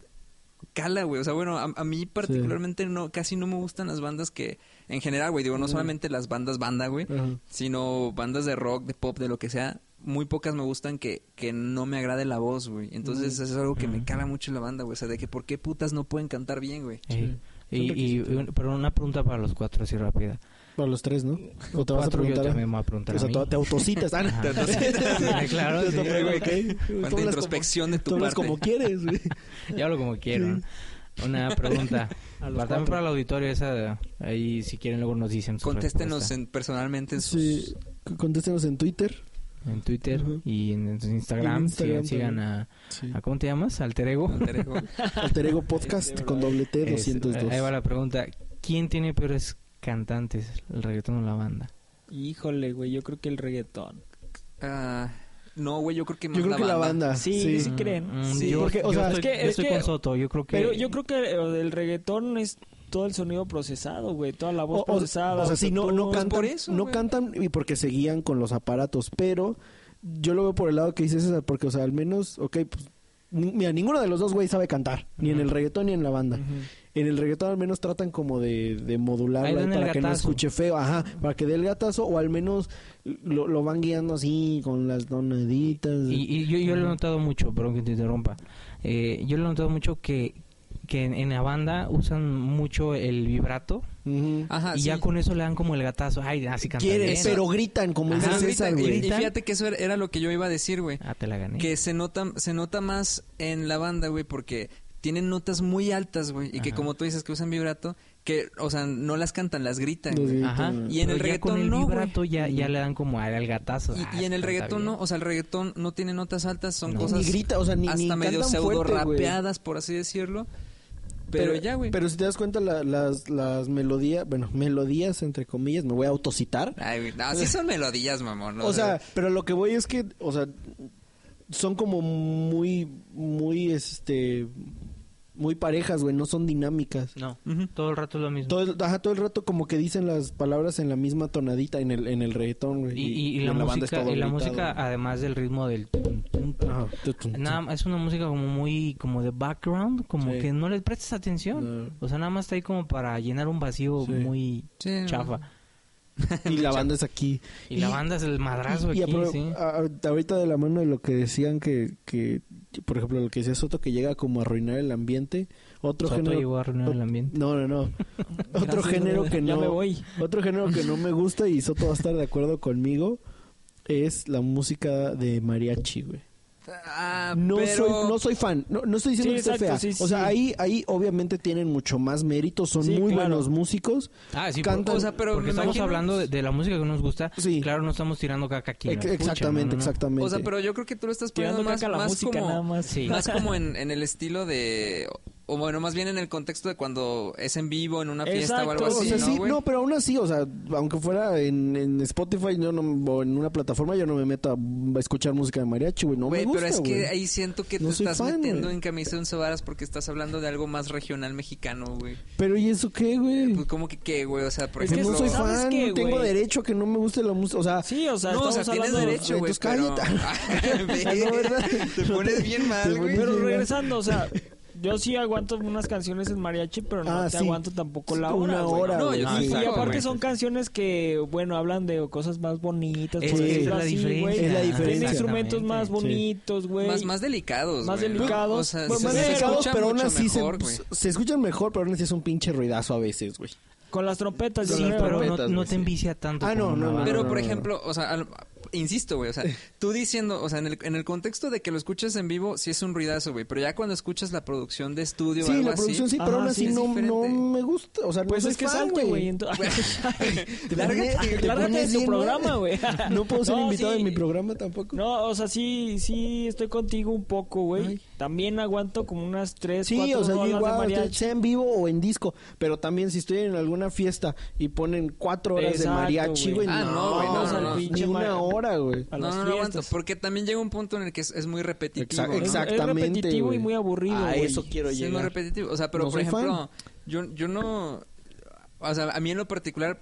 Speaker 3: cala, güey. O sea, bueno, a, a mí particularmente no, casi no me gustan las bandas que, en general, güey, digo, no solamente las bandas banda, güey,
Speaker 4: Ajá.
Speaker 3: sino bandas de rock, de pop, de lo que sea. Muy pocas me gustan que, que no me agrade la voz, güey. Entonces, eso es algo que me cala mucho en la banda, güey. O sea, de que por qué putas no pueden cantar bien, güey.
Speaker 5: Ey. Y, y- un- pero una pregunta para los cuatro así rápida.
Speaker 4: Para los tres, ¿no? O te vas a
Speaker 5: Cuatro yo
Speaker 4: preguntar.
Speaker 5: también me voy a preguntar
Speaker 4: o sea,
Speaker 5: a mí.
Speaker 4: te, te autocitas. Ah, no.
Speaker 5: Ajá. Sí, claro,
Speaker 4: Te
Speaker 5: sí.
Speaker 4: autopreguntas, ¿ok? Tú hablas
Speaker 3: Falta
Speaker 4: como-
Speaker 3: introspección de
Speaker 4: Tú
Speaker 3: tu
Speaker 4: hablas
Speaker 3: parte.
Speaker 4: como quieres, güey.
Speaker 5: Yo hablo como quiero. ¿no? Una pregunta.
Speaker 6: los
Speaker 5: para,
Speaker 6: cuatro.
Speaker 5: también para el auditorio esa. de- Ahí si quieren luego nos dicen su
Speaker 3: Contéstenos
Speaker 5: respuesta.
Speaker 3: en, personalmente en sus...
Speaker 4: Sí. c- Contéstenos en Twitter.
Speaker 5: en, Twitter
Speaker 4: Ujú.
Speaker 5: y en, en su Instagram.
Speaker 4: En Instagram
Speaker 5: sigan sigan a,
Speaker 4: Sí.
Speaker 5: a- ¿Cómo te llamas? Alter Ego.
Speaker 3: alter ego.
Speaker 4: Alter Ego Podcast con doble T
Speaker 5: Es-
Speaker 4: 202.
Speaker 5: Este, ahí va la pregunta. ¿Quién tiene peores cantantes? ¿El reggaetón o la banda?
Speaker 6: Híjole, güey, yo creo que el reggaetón.
Speaker 3: Ah, no, güey, yo creo que más
Speaker 4: Yo creo que la banda.
Speaker 6: Sí,
Speaker 4: Sí.
Speaker 6: sí creen.
Speaker 5: Mm,
Speaker 3: Sí,
Speaker 5: yo,
Speaker 4: porque, o
Speaker 5: yo
Speaker 4: sea, es
Speaker 5: estoy,
Speaker 6: que-
Speaker 5: yo
Speaker 6: es
Speaker 5: estoy
Speaker 6: que-
Speaker 5: con Soto. Yo creo que.
Speaker 6: Pero yo creo que lo del reggaetón es todo el sonido procesado, güey. Toda la voz
Speaker 4: O- o-
Speaker 6: procesada.
Speaker 4: O sea, sí, no, no
Speaker 6: autotune.
Speaker 4: cantan.
Speaker 3: por eso,
Speaker 4: no
Speaker 3: güey.
Speaker 4: cantan y porque seguían con los aparatos, pero yo lo veo por el lado que dices, César, porque, o sea, al menos, ok, pues. ni- Mira, ninguno de los dos, güey, sabe cantar. Ni en el reggaetón ni en la banda. En el reggaetón al menos tratan como de, de
Speaker 5: Ahí
Speaker 4: modularlo
Speaker 5: dan el
Speaker 4: para que no
Speaker 5: gatazo.
Speaker 4: escuche feo. Ajá, para que dé el gatazo o al menos lo, lo van guiando así con las donaditas.
Speaker 5: Y, y yo, yo lo he notado mucho, perdón que te interrumpa. Eh, yo lo he notado mucho que, que en, en la banda usan mucho el vibrato
Speaker 4: Ujú.
Speaker 3: Ajá,
Speaker 5: y
Speaker 3: sí.
Speaker 5: ya con eso le dan como el gatazo. Ay, así Ah, cantan
Speaker 4: Quieren,
Speaker 5: bien.
Speaker 4: pero gritan, como
Speaker 5: Ajá,
Speaker 4: dice
Speaker 3: Ajá,
Speaker 4: César,
Speaker 3: ahorita, y-
Speaker 4: güey.
Speaker 3: Y fíjate que eso era- era lo que yo iba a decir, güey.
Speaker 5: Ah, te la gané.
Speaker 3: Que se nota, se nota más en la banda, güey, porque tienen notas muy altas, güey. Y que
Speaker 5: Ajá.
Speaker 3: como tú dices que usan vibrato, que, o sea, no las cantan, las gritan.
Speaker 4: Los
Speaker 3: güey.
Speaker 4: gritan.
Speaker 5: Ajá.
Speaker 3: Y en
Speaker 5: pero
Speaker 3: el
Speaker 5: ya
Speaker 3: reggaetón
Speaker 5: con el
Speaker 3: no, güey.
Speaker 5: vibrato ya, ya le dan como al, al gatazo.
Speaker 3: Y-
Speaker 5: Ah,
Speaker 3: Y, en el
Speaker 5: canta
Speaker 3: reggaetón
Speaker 5: bien.
Speaker 3: no, o sea, el reggaetón no tiene notas altas, son
Speaker 5: No.
Speaker 3: cosas
Speaker 4: Ni grita, o sea, ni- ni
Speaker 3: hasta medio
Speaker 4: cantan
Speaker 3: pseudo
Speaker 4: fuerte, güey.
Speaker 3: rapeadas, por así decirlo. Pero, ya, güey.
Speaker 4: Pero si te das cuenta, la- las, las melodías, bueno, melodías entre comillas, me voy a autocitar.
Speaker 5: Ah,
Speaker 3: Ay, güey, no, así son melodías, mamón. ¿no?
Speaker 4: O sea, pero lo que voy es que, o sea, son como muy, muy, este, muy parejas, güey, no son dinámicas.
Speaker 5: No,
Speaker 3: Ujú.
Speaker 5: todo el rato es lo mismo.
Speaker 4: Todo el, ajá, todo el rato como que dicen las palabras en la misma tonadita en el, en el reggaetón, güey.
Speaker 5: y, y- y
Speaker 4: en
Speaker 5: la,
Speaker 4: banda es
Speaker 5: música,
Speaker 4: todo
Speaker 5: y la
Speaker 4: gritado.
Speaker 5: música, además del ritmo del... tum, tum, tum,
Speaker 4: Ajá. Tu, tu, tu.
Speaker 5: Nada, más- es una música como muy como de background, como
Speaker 4: Sí.
Speaker 5: que no le prestes atención.
Speaker 4: No.
Speaker 5: O sea, nada más está ahí como para llenar un vacío
Speaker 4: Sí.
Speaker 5: muy
Speaker 3: Sí, no.
Speaker 5: chafa.
Speaker 4: Y la banda es aquí.
Speaker 5: Y, la banda es el madrazo
Speaker 4: Y
Speaker 5: aquí,
Speaker 4: apro-
Speaker 5: sí.
Speaker 4: a- ahorita de la mano de lo que decían que, que, por ejemplo, lo que decía Soto que llega como a arruinar el ambiente, otro
Speaker 5: Soto
Speaker 4: género...
Speaker 5: llegó a arruinar el ambiente.
Speaker 4: No, no, no. otro género que
Speaker 6: Ya
Speaker 4: no...
Speaker 6: me voy.
Speaker 4: Otro género que no me gusta y Soto va a estar de acuerdo conmigo es la música de mariachi, güey.
Speaker 3: Ah,
Speaker 4: No,
Speaker 3: pero-
Speaker 4: soy, no soy fan, no, no estoy diciendo
Speaker 6: Sí,
Speaker 4: que esté fea.
Speaker 6: exacto, sí,
Speaker 4: o sea,
Speaker 6: sí.
Speaker 4: ahí, ahí obviamente tienen mucho más mérito, son
Speaker 6: Sí,
Speaker 4: muy
Speaker 6: claro.
Speaker 4: buenos músicos.
Speaker 5: Ah, sí,
Speaker 4: Cantan-
Speaker 5: por-
Speaker 3: o sea, pero
Speaker 5: porque
Speaker 3: me
Speaker 5: estamos
Speaker 3: imagino-
Speaker 5: hablando de, de la música que nos gusta.
Speaker 4: Sí.
Speaker 5: Claro, no estamos tirando caca aquí.
Speaker 4: Ex- exactamente, exactamente.
Speaker 3: O sea, pero yo creo que tú lo estás poniendo
Speaker 6: Tirando
Speaker 3: más,
Speaker 6: caca a la
Speaker 3: más
Speaker 6: música
Speaker 3: como...
Speaker 6: nada más.
Speaker 5: Sí.
Speaker 3: Más como en, en el estilo de... o bueno, más bien en el contexto de cuando es en vivo, en una fiesta o algo
Speaker 6: Exacto,
Speaker 4: o
Speaker 3: así,
Speaker 4: sea,
Speaker 3: ¿no,
Speaker 4: sí,
Speaker 3: güey?
Speaker 4: no, pero aún así, o sea, aunque fuera en, en Spotify yo no, o en una plataforma, yo no me meto a escuchar música de mariachi, güey. No
Speaker 3: Güey,
Speaker 4: me gusta,
Speaker 3: pero es que
Speaker 4: güey.
Speaker 3: ahí siento que
Speaker 4: No
Speaker 3: te
Speaker 4: soy
Speaker 3: estás
Speaker 4: fan,
Speaker 3: metiendo
Speaker 4: güey.
Speaker 3: en camisa de once varas porque estás hablando de algo más regional mexicano, güey.
Speaker 4: Pero ¿y eso qué, güey?
Speaker 3: Pues como que qué, güey, o sea, por
Speaker 6: Es que
Speaker 3: ejemplo...
Speaker 4: no soy
Speaker 6: ¿sabes
Speaker 4: fan,
Speaker 6: qué,
Speaker 4: no tengo
Speaker 6: güey?
Speaker 4: derecho a que no me guste la música, o sea...
Speaker 6: Sí, o sea,
Speaker 3: no, o sea,
Speaker 6: estamos
Speaker 3: tienes
Speaker 6: hablando...
Speaker 3: derecho, güey,
Speaker 4: Entonces,
Speaker 3: pero... Ah,
Speaker 4: No, ¿verdad?
Speaker 3: Te pones bien mal,
Speaker 4: Te
Speaker 3: güey.
Speaker 4: pones
Speaker 6: Pero
Speaker 4: Sí,
Speaker 6: regresando, o sea, yo sí aguanto unas canciones en mariachi, pero no
Speaker 4: Ah,
Speaker 6: te
Speaker 4: sí.
Speaker 6: aguanto tampoco la
Speaker 4: Una
Speaker 6: hora. güey.
Speaker 4: hora,
Speaker 3: No,
Speaker 4: güey.
Speaker 3: yo
Speaker 6: Y-
Speaker 3: sí,
Speaker 6: y
Speaker 3: claro,
Speaker 6: aparte
Speaker 3: güey.
Speaker 6: son canciones que, bueno, hablan de cosas más bonitas.
Speaker 5: Es
Speaker 6: por
Speaker 5: que esa es
Speaker 6: decirlo
Speaker 5: la
Speaker 6: así,
Speaker 5: diferencia.
Speaker 6: güey.
Speaker 4: Es la
Speaker 6: Tienen
Speaker 4: diferencia.
Speaker 6: instrumentos más
Speaker 5: Sí.
Speaker 6: bonitos, güey.
Speaker 3: Más, más delicados,
Speaker 6: Más
Speaker 3: güey, ¿no?
Speaker 6: delicados.
Speaker 3: O sea,
Speaker 6: Bueno,
Speaker 3: se
Speaker 4: más
Speaker 6: se
Speaker 4: delicados,
Speaker 3: escucha
Speaker 4: pero aún
Speaker 3: mucho
Speaker 4: así
Speaker 3: mejor,
Speaker 4: se,
Speaker 3: güey.
Speaker 4: se escuchan mejor, pero aún así es un pinche ruidazo a veces, güey.
Speaker 6: Con las trompetas,
Speaker 5: Sí,
Speaker 6: yo creo,
Speaker 5: pero
Speaker 6: ¿no?
Speaker 5: no,
Speaker 4: trompetas,
Speaker 5: no
Speaker 4: güey,
Speaker 5: te
Speaker 4: sí.
Speaker 5: envicia tanto.
Speaker 4: Ah,
Speaker 5: como
Speaker 4: no,
Speaker 5: una
Speaker 4: no, no,
Speaker 5: banda.
Speaker 4: no,
Speaker 3: Pero,
Speaker 4: no,
Speaker 3: por
Speaker 4: no.
Speaker 3: ejemplo, o sea, al- insisto, güey, o sea, tú diciendo, o sea, en el, en el contexto de que lo escuchas en vivo, sí es un ruidazo, güey, pero ya cuando escuchas la producción de estudio o
Speaker 4: Sí,
Speaker 3: algo
Speaker 4: la
Speaker 3: así,
Speaker 4: producción sí, pero
Speaker 6: Ajá,
Speaker 4: aún así
Speaker 6: sí,
Speaker 3: es
Speaker 4: no, no
Speaker 3: diferente.
Speaker 4: me gusta. O sea,
Speaker 6: Pues
Speaker 4: no
Speaker 6: es
Speaker 4: soy
Speaker 6: que es
Speaker 4: fan,
Speaker 6: alto, güey. ento-
Speaker 4: Te
Speaker 6: Lárgate,
Speaker 4: pones- te
Speaker 6: lárgate de
Speaker 4: pones
Speaker 6: tu
Speaker 4: bien,
Speaker 6: programa, güey.
Speaker 4: No puedo ser
Speaker 6: No,
Speaker 4: invitado
Speaker 6: sí.
Speaker 4: en mi programa tampoco.
Speaker 6: No, o sea, sí, sí, estoy contigo un poco, güey.
Speaker 4: Ay.
Speaker 6: También aguanto como unas tres,
Speaker 4: Sí,
Speaker 6: pues, cuatro
Speaker 4: o sea, yo
Speaker 6: rolas de
Speaker 4: igual,
Speaker 6: mariachi.
Speaker 4: estoy- sea en vivo o en disco, pero también si estoy en alguna fiesta y ponen cuatro horas
Speaker 6: Exacto,
Speaker 4: de mariachi,
Speaker 6: güey.
Speaker 4: güey,
Speaker 3: Ah, no, güey, no,
Speaker 4: o sea,
Speaker 3: no, no.
Speaker 4: ni una hora, güey.
Speaker 6: A
Speaker 3: no,
Speaker 6: las
Speaker 3: no, no aguanto,
Speaker 6: fiestas.
Speaker 3: porque también llega un punto en el que es, es muy repetitivo.
Speaker 4: Exa-
Speaker 3: ¿no?
Speaker 6: exacto.
Speaker 4: Exactamente,
Speaker 6: Es repetitivo
Speaker 4: güey.
Speaker 6: y muy aburrido,
Speaker 4: A
Speaker 6: güey.
Speaker 4: eso quiero
Speaker 3: Sí, es muy
Speaker 4: llegar.
Speaker 3: repetitivo. O sea, pero
Speaker 4: No
Speaker 3: por
Speaker 4: soy fan.
Speaker 3: ejemplo, yo, yo no. O sea, a mí en lo particular,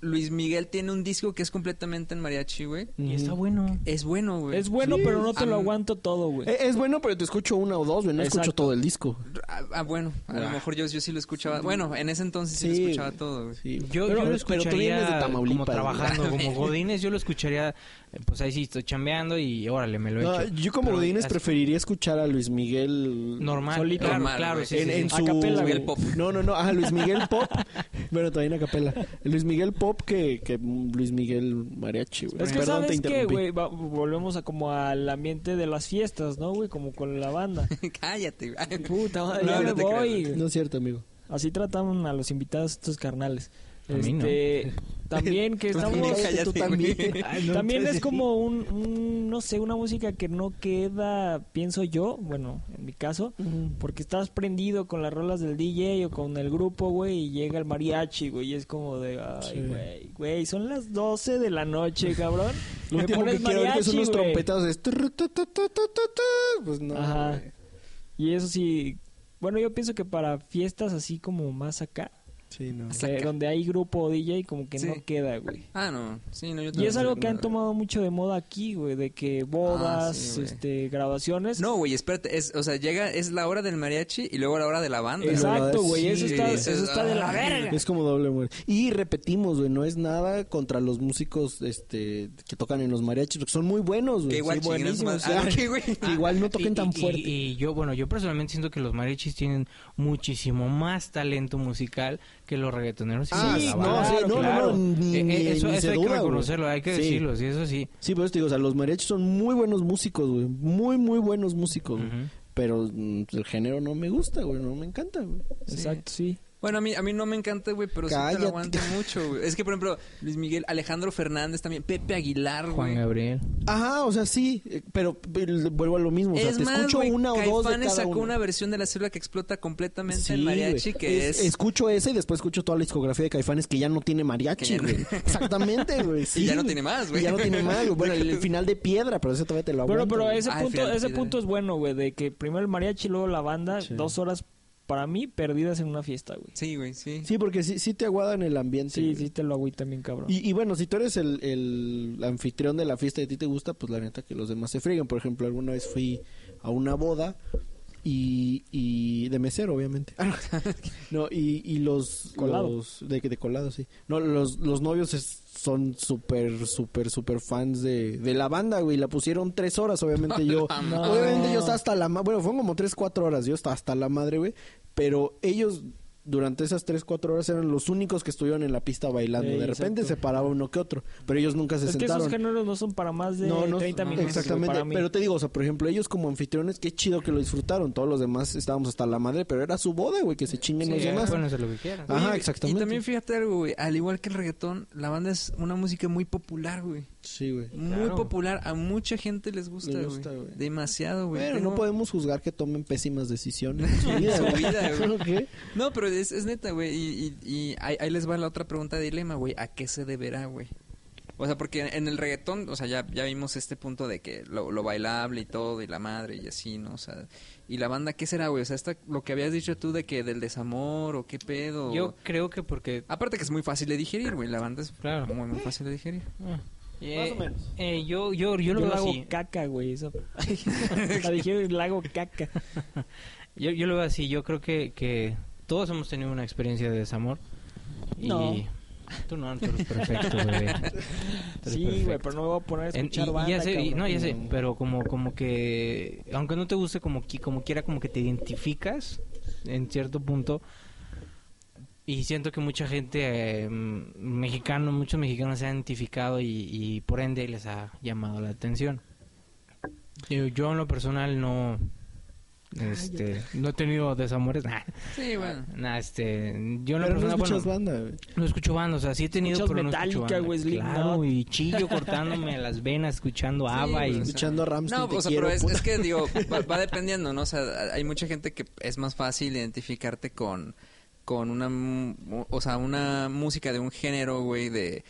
Speaker 3: Luis Miguel tiene un disco que es completamente en mariachi, güey.
Speaker 5: Y está bueno.
Speaker 3: Es bueno, güey. Ah,
Speaker 6: Es bueno, pero no te lo
Speaker 3: Am-
Speaker 6: aguanto todo, güey.
Speaker 4: Ah. Eh, Es bueno, pero te escucho una o dos, güey, no escucho
Speaker 6: Exacto.
Speaker 4: todo el disco.
Speaker 3: Ah, ah, bueno, a lo mejor yo, yo sí lo escuchaba. Bueno, en ese entonces sí,
Speaker 4: Sí,
Speaker 3: lo escuchaba
Speaker 4: güey.
Speaker 3: todo, güey.
Speaker 4: Sí.
Speaker 5: Yo, yo lo escucharía
Speaker 4: tú vienes de
Speaker 5: como
Speaker 4: Tamaulipas. güey.
Speaker 5: trabajando, como Godines, yo lo escucharía, eh, pues ahí sí estoy chambeando y órale, me lo he
Speaker 4: No,
Speaker 5: hecho.
Speaker 4: yo como
Speaker 5: Pero
Speaker 4: Godínez
Speaker 5: así,
Speaker 4: preferiría escuchar a Luis Miguel
Speaker 5: Normal,
Speaker 4: solito.
Speaker 5: claro,
Speaker 3: Normal,
Speaker 5: claro,
Speaker 3: güey.
Speaker 5: sí, sí,
Speaker 4: en, en
Speaker 5: sí.
Speaker 4: su
Speaker 6: Acapela,
Speaker 3: Miguel güey. Pop.
Speaker 4: No, no, no, a Luis Miguel Pop. bueno, también a capela. Luis Miguel Pop que, que Luis Miguel Mariachi, güey.
Speaker 6: Es que
Speaker 4: Perdón, te
Speaker 6: sabes que,
Speaker 4: interrumpí.
Speaker 6: güey, Va- volvemos a como al ambiente de las fiestas, ¿no, güey? Como con la banda.
Speaker 3: Cállate, güey.
Speaker 6: Puta madre,
Speaker 3: No,
Speaker 6: ya
Speaker 3: no
Speaker 6: me
Speaker 3: te
Speaker 6: voy.
Speaker 4: No es cierto, amigo.
Speaker 6: Así trataban a los invitados estos carnales.
Speaker 5: A mí no.
Speaker 6: Este, también que estamos
Speaker 3: cállate,
Speaker 4: tú
Speaker 3: güey.
Speaker 4: también.
Speaker 5: Ay, no,
Speaker 6: También
Speaker 5: entonces-
Speaker 6: es como un, un, no sé, una música que no queda, pienso yo, bueno, en mi caso, porque estás prendido con las rolas del DJ o con el grupo, güey, y llega el mariachi, güey, y es como de,
Speaker 4: Sí.
Speaker 6: ay, güey, güey, son las 12 de la noche, cabrón.
Speaker 4: Lo
Speaker 6: Me
Speaker 4: último que
Speaker 6: pones
Speaker 4: quiero ahorita son unos
Speaker 6: güey.
Speaker 4: trompetazos. es turru, tu, tu, tu, tu, tu, tu. Pues no.
Speaker 6: Ajá.
Speaker 4: güey.
Speaker 6: Y eso sí, bueno, yo pienso que para fiestas así como más acá,
Speaker 4: Sí, no.
Speaker 6: eh, donde hay grupo o DJ, como que
Speaker 3: Sí.
Speaker 6: no queda, güey.
Speaker 3: Ah, no. Sí, no, yo
Speaker 6: Y
Speaker 3: también
Speaker 6: es algo
Speaker 3: soy-
Speaker 6: que han tomado mucho de moda aquí, güey, de que bodas,
Speaker 3: sí, güey.
Speaker 6: este, graduaciones.
Speaker 3: No, güey, espérate. Es, o sea, llega, es la hora del mariachi y luego la hora de la banda.
Speaker 6: Exacto,
Speaker 4: Sí,
Speaker 6: güey, eso está,
Speaker 3: dices,
Speaker 6: eso está de la
Speaker 3: "Ah".
Speaker 6: verga.
Speaker 4: Es como doble muerte. Y repetimos, güey, no es nada contra los músicos este que tocan en los mariachis, porque son muy buenos,
Speaker 3: Qué guay,
Speaker 4: güey. Sí,
Speaker 3: chingas,
Speaker 4: buenísimos.
Speaker 3: madre. Ah, qué güey.
Speaker 4: Igual no toquen
Speaker 5: Y-
Speaker 4: tan
Speaker 5: y-
Speaker 4: fuerte.
Speaker 5: Y, yo, bueno, yo personalmente siento que los mariachis tienen muchísimo más talento musical que los reggaetoneros.
Speaker 4: Ah,
Speaker 5: la
Speaker 4: sí, no,
Speaker 5: banda.
Speaker 4: sí, no, no, no, ni-
Speaker 5: Eh, eh,
Speaker 4: ni-
Speaker 5: eso
Speaker 4: ni
Speaker 5: eso
Speaker 4: se
Speaker 5: hay
Speaker 4: duda,
Speaker 5: que
Speaker 4: güey.
Speaker 5: reconocerlo, hay que
Speaker 4: Sí.
Speaker 5: decirlo, sí, eso sí.
Speaker 4: Sí, pero te digo, o sea, los mariachis son muy buenos músicos, güey. Muy, muy buenos músicos. güey.
Speaker 5: Ujú.
Speaker 4: Pero mm, el género no me gusta, güey. No me encanta, güey.
Speaker 6: Exacto, sí.
Speaker 3: Bueno, a mí, a mí no me encanta, güey, pero sí te
Speaker 4: Cállate.
Speaker 3: lo aguanto mucho, güey. Es que, por ejemplo, Luis Miguel, Alejandro Fernández también, Pepe Aguilar,
Speaker 5: Juan
Speaker 3: güey.
Speaker 5: Gabriel.
Speaker 4: Ajá, o sea, sí. eh, Pero, pero vuelvo a lo mismo. O sea,
Speaker 3: es
Speaker 4: te
Speaker 3: más,
Speaker 4: escucho
Speaker 3: güey,
Speaker 4: una o dos de
Speaker 3: Caifanes
Speaker 4: cada
Speaker 3: sacó
Speaker 4: uno.
Speaker 3: una versión de la célula que explota completamente
Speaker 4: Sí,
Speaker 3: el mariachi,
Speaker 4: güey.
Speaker 3: que es...
Speaker 4: Escucho esa y después escucho toda la discografía de Caifanes que ya no tiene
Speaker 3: Que
Speaker 4: mariachi,
Speaker 3: ya no-
Speaker 4: güey. Exactamente, güey. sí,
Speaker 3: ya no
Speaker 4: güey.
Speaker 3: tiene más, güey.
Speaker 4: Y ya no tiene más, güey. Bueno, el, el final de piedra, pero eso todavía te lo
Speaker 6: Bueno,
Speaker 4: aguanto.
Speaker 6: pero
Speaker 4: güey.
Speaker 6: ese
Speaker 3: Ay,
Speaker 6: punto,
Speaker 3: fíjate,
Speaker 6: ese
Speaker 3: güey.
Speaker 6: punto es bueno, güey, de que primero el mariachi, luego la banda,
Speaker 4: Sí.
Speaker 6: dos horas para mí perdidas en una fiesta, güey.
Speaker 3: Sí, güey, sí.
Speaker 4: Sí, porque sí, sí te aguadan el ambiente.
Speaker 6: Sí,
Speaker 4: güey.
Speaker 6: sí, te lo hago y también, cabrón.
Speaker 4: Y, y bueno, si tú eres el, el anfitrión de la fiesta y a ti te gusta, pues la neta que los demás se frieguen. Por ejemplo, alguna vez fui a una boda y, y de mesero, obviamente. no, y, y los...
Speaker 6: Colado.
Speaker 4: los- de, de colado, sí. No, los, los novios es- son súper, súper, súper fans de, de la banda, güey. La pusieron tres horas, obviamente yo...
Speaker 6: No.
Speaker 4: Obviamente yo estaba hasta la madre. Bueno, fueron como tres, cuatro horas. Yo estaba hasta la madre, güey. Pero ellos durante esas 3, 4 horas eran los únicos que estuvieron en la pista bailando.
Speaker 6: Ey,
Speaker 4: de repente
Speaker 6: exacto.
Speaker 4: se paraba uno que otro, pero ellos nunca se
Speaker 6: Es que
Speaker 4: sentaron.
Speaker 6: esos géneros no son para más de
Speaker 4: no, no,
Speaker 6: 30 minutos. güey,
Speaker 4: exactamente.
Speaker 6: para mí.
Speaker 4: Pero te digo, o sea, por ejemplo, ellos como anfitriones, qué chido que lo disfrutaron. Todos los demás estábamos hasta la madre, pero era su boda, güey, que se chinguen los
Speaker 5: Sí,
Speaker 4: demás.
Speaker 5: pónganse lo que quieran.
Speaker 4: Ajá,
Speaker 3: Oye,
Speaker 4: exactamente.
Speaker 3: Y también fíjate algo, güey. Al igual que el reggaetón, la banda es una música muy popular, güey.
Speaker 4: Sí, güey.
Speaker 3: Muy
Speaker 5: Claro.
Speaker 3: popular. A mucha gente les gusta,
Speaker 4: Le
Speaker 3: güey.
Speaker 4: gusta, güey.
Speaker 3: Demasiado, güey.
Speaker 4: Bueno,
Speaker 3: Tengo-
Speaker 4: no podemos juzgar que tomen pésimas decisiones en su vida,
Speaker 3: Su
Speaker 4: güey.
Speaker 3: vida, güey.
Speaker 4: ¿Qué?
Speaker 3: No, pero es, es neta, güey. Y, y- y ahí, ahí les va la otra pregunta de dilema, güey. ¿A qué se deberá, güey? O sea, porque en el reggaetón, o sea, ya, ya vimos este punto de que lo, lo bailable y todo, y la madre y así, ¿no? O sea, ¿y la banda qué será, güey? O sea, esta, lo que habías dicho tú de que del desamor o qué pedo.
Speaker 5: Yo creo que porque...
Speaker 3: Aparte que es muy fácil de digerir, güey. La banda es
Speaker 5: Claro.
Speaker 3: muy, muy fácil de digerir.
Speaker 5: ah,
Speaker 4: Más o menos.
Speaker 5: eh, yo, yo, yo
Speaker 6: Yo
Speaker 5: lo
Speaker 6: lo
Speaker 5: veo
Speaker 6: hago
Speaker 5: así.
Speaker 6: caca, güey. Eso. la dijeron, la hago caca.
Speaker 5: Yo, yo lo veo así. Yo creo que, que todos hemos tenido una experiencia de desamor. Y...
Speaker 6: No.
Speaker 5: Tú no, tú eres perfecto, bebé. Tú eres
Speaker 6: Sí, güey,
Speaker 5: perfecto.
Speaker 6: pero no me voy a poner a
Speaker 5: En-
Speaker 6: escuchar
Speaker 5: y- y
Speaker 6: banda,
Speaker 5: ya sé, y-
Speaker 6: cabrón.
Speaker 5: no, ya sé, pero como, como que, aunque no te guste, como, qui- como quiera, como que te identificas en cierto punto. Y siento que mucha gente, eh, mm, mexicano, muchos mexicanos se han identificado y, y por ende les ha llamado la atención. Yo, yo en lo personal no, este, no he tenido desamores, nada,
Speaker 3: Sí, bueno.
Speaker 5: este, yo en
Speaker 4: Pero no
Speaker 5: lo personal, bueno,
Speaker 4: escuchas banda, güey.
Speaker 5: no escucho bandas, o sea, sí he tenido,
Speaker 6: Escuchas
Speaker 5: pero no escucho
Speaker 6: Metallica,
Speaker 5: bandas.
Speaker 6: güey, Slipknot.
Speaker 5: Claro, y chillo cortándome las venas escuchando ABBA
Speaker 3: güey,
Speaker 5: y...
Speaker 3: o sea,
Speaker 4: Escuchando a Rammstein,
Speaker 3: No,
Speaker 4: te
Speaker 3: o sea,
Speaker 4: quiero,
Speaker 3: pero es,
Speaker 4: puta.
Speaker 3: es que digo, va, va dependiendo, ¿no? O sea, hay mucha gente que es más fácil identificarte con, con una, mu- o sea, una música de un género, güey, de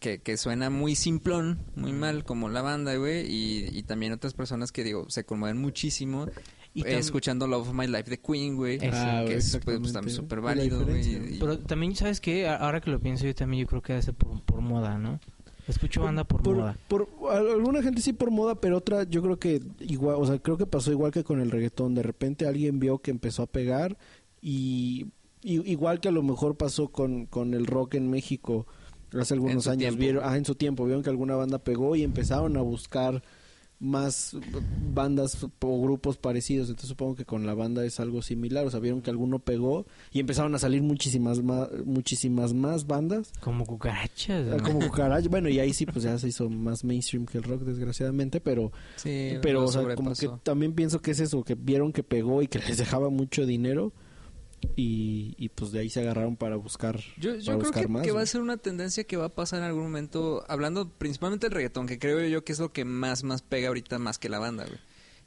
Speaker 3: que, que suena muy simplón, muy mal, como la banda, güey, y, y también otras personas que, digo, se conmueven muchísimo
Speaker 5: Y
Speaker 3: eh,
Speaker 5: tam-
Speaker 3: escuchando Love of My Life de Queen, güey,
Speaker 5: Ah,
Speaker 3: que
Speaker 4: güey,
Speaker 3: es pues,
Speaker 4: exactamente.
Speaker 3: también súper
Speaker 4: Es la
Speaker 3: válido,
Speaker 4: diferencia,
Speaker 3: güey. y-
Speaker 5: Pero también, ¿sabes qué? A- Ahora que lo pienso, yo también yo creo que hace por, por moda, ¿no? Escucho banda por, moda.
Speaker 4: por- al- alguna gente sí por moda, pero otra yo creo que igual, o sea, creo que pasó igual que con el reggaetón. De repente alguien vio que empezó a pegar y, y- igual que a lo mejor pasó con, con el rock en México hace algunos
Speaker 3: su
Speaker 4: años.
Speaker 3: tiempo.
Speaker 4: Vieron, ah, en su tiempo vieron que alguna banda pegó y empezaron a buscar más bandas o grupos parecidos. Entonces supongo que con la banda es algo similar. O sea, vieron que alguno pegó y empezaron a salir muchísimas más, muchísimas más bandas.
Speaker 5: Como cucarachas.
Speaker 4: Ah,
Speaker 5: ¿no?
Speaker 4: Como cucaracha. Bueno, y ahí sí, pues ya se hizo más mainstream que el rock, desgraciadamente, pero,
Speaker 3: sí,
Speaker 4: pero
Speaker 3: lo
Speaker 4: o sea, como que
Speaker 3: sobrepasó.
Speaker 4: también pienso que es eso, que vieron que pegó y que les dejaba mucho dinero y, y pues de ahí se agarraron para buscar,
Speaker 3: Yo, yo
Speaker 4: para
Speaker 3: creo
Speaker 4: buscar
Speaker 3: que,
Speaker 4: más.
Speaker 3: que va
Speaker 4: ¿no?
Speaker 3: a ser una tendencia que va a pasar en algún momento, hablando principalmente del reggaetón, que creo yo que es lo que más, más pega ahorita más que la banda, güey.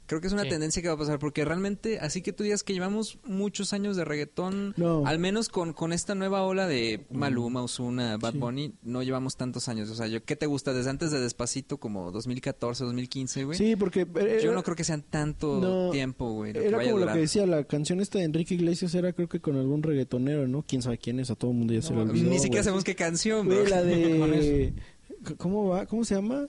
Speaker 3: Creo que es una
Speaker 5: Sí.
Speaker 3: tendencia que va a pasar, porque realmente, así que tú digas que llevamos muchos años de reggaetón,
Speaker 4: No. Mm.
Speaker 3: al menos con, con esta nueva ola de Maluma, Ozuna, Bad Bunny, no llevamos tantos años. O sea, yo, ¿qué te gusta? Desde antes de Despacito, como 2014, 2015, güey.
Speaker 4: Sí, porque eh,
Speaker 3: Yo
Speaker 4: era-
Speaker 3: no creo que sean tanto
Speaker 4: No.
Speaker 3: tiempo, güey. lo que
Speaker 4: era
Speaker 3: vaya a
Speaker 4: como lo
Speaker 3: durar.
Speaker 4: que decía, la canción esta de Enrique Iglesias era creo que con algún reggaetonero, ¿no? Quién sabe quién es, a todo el mundo ya se lo olvidó.
Speaker 3: Ni siquiera
Speaker 4: güey.
Speaker 3: sabemos qué canción,
Speaker 4: Güey,
Speaker 3: bro.
Speaker 4: la de... ¿Cómo va? ¿Cómo se llama?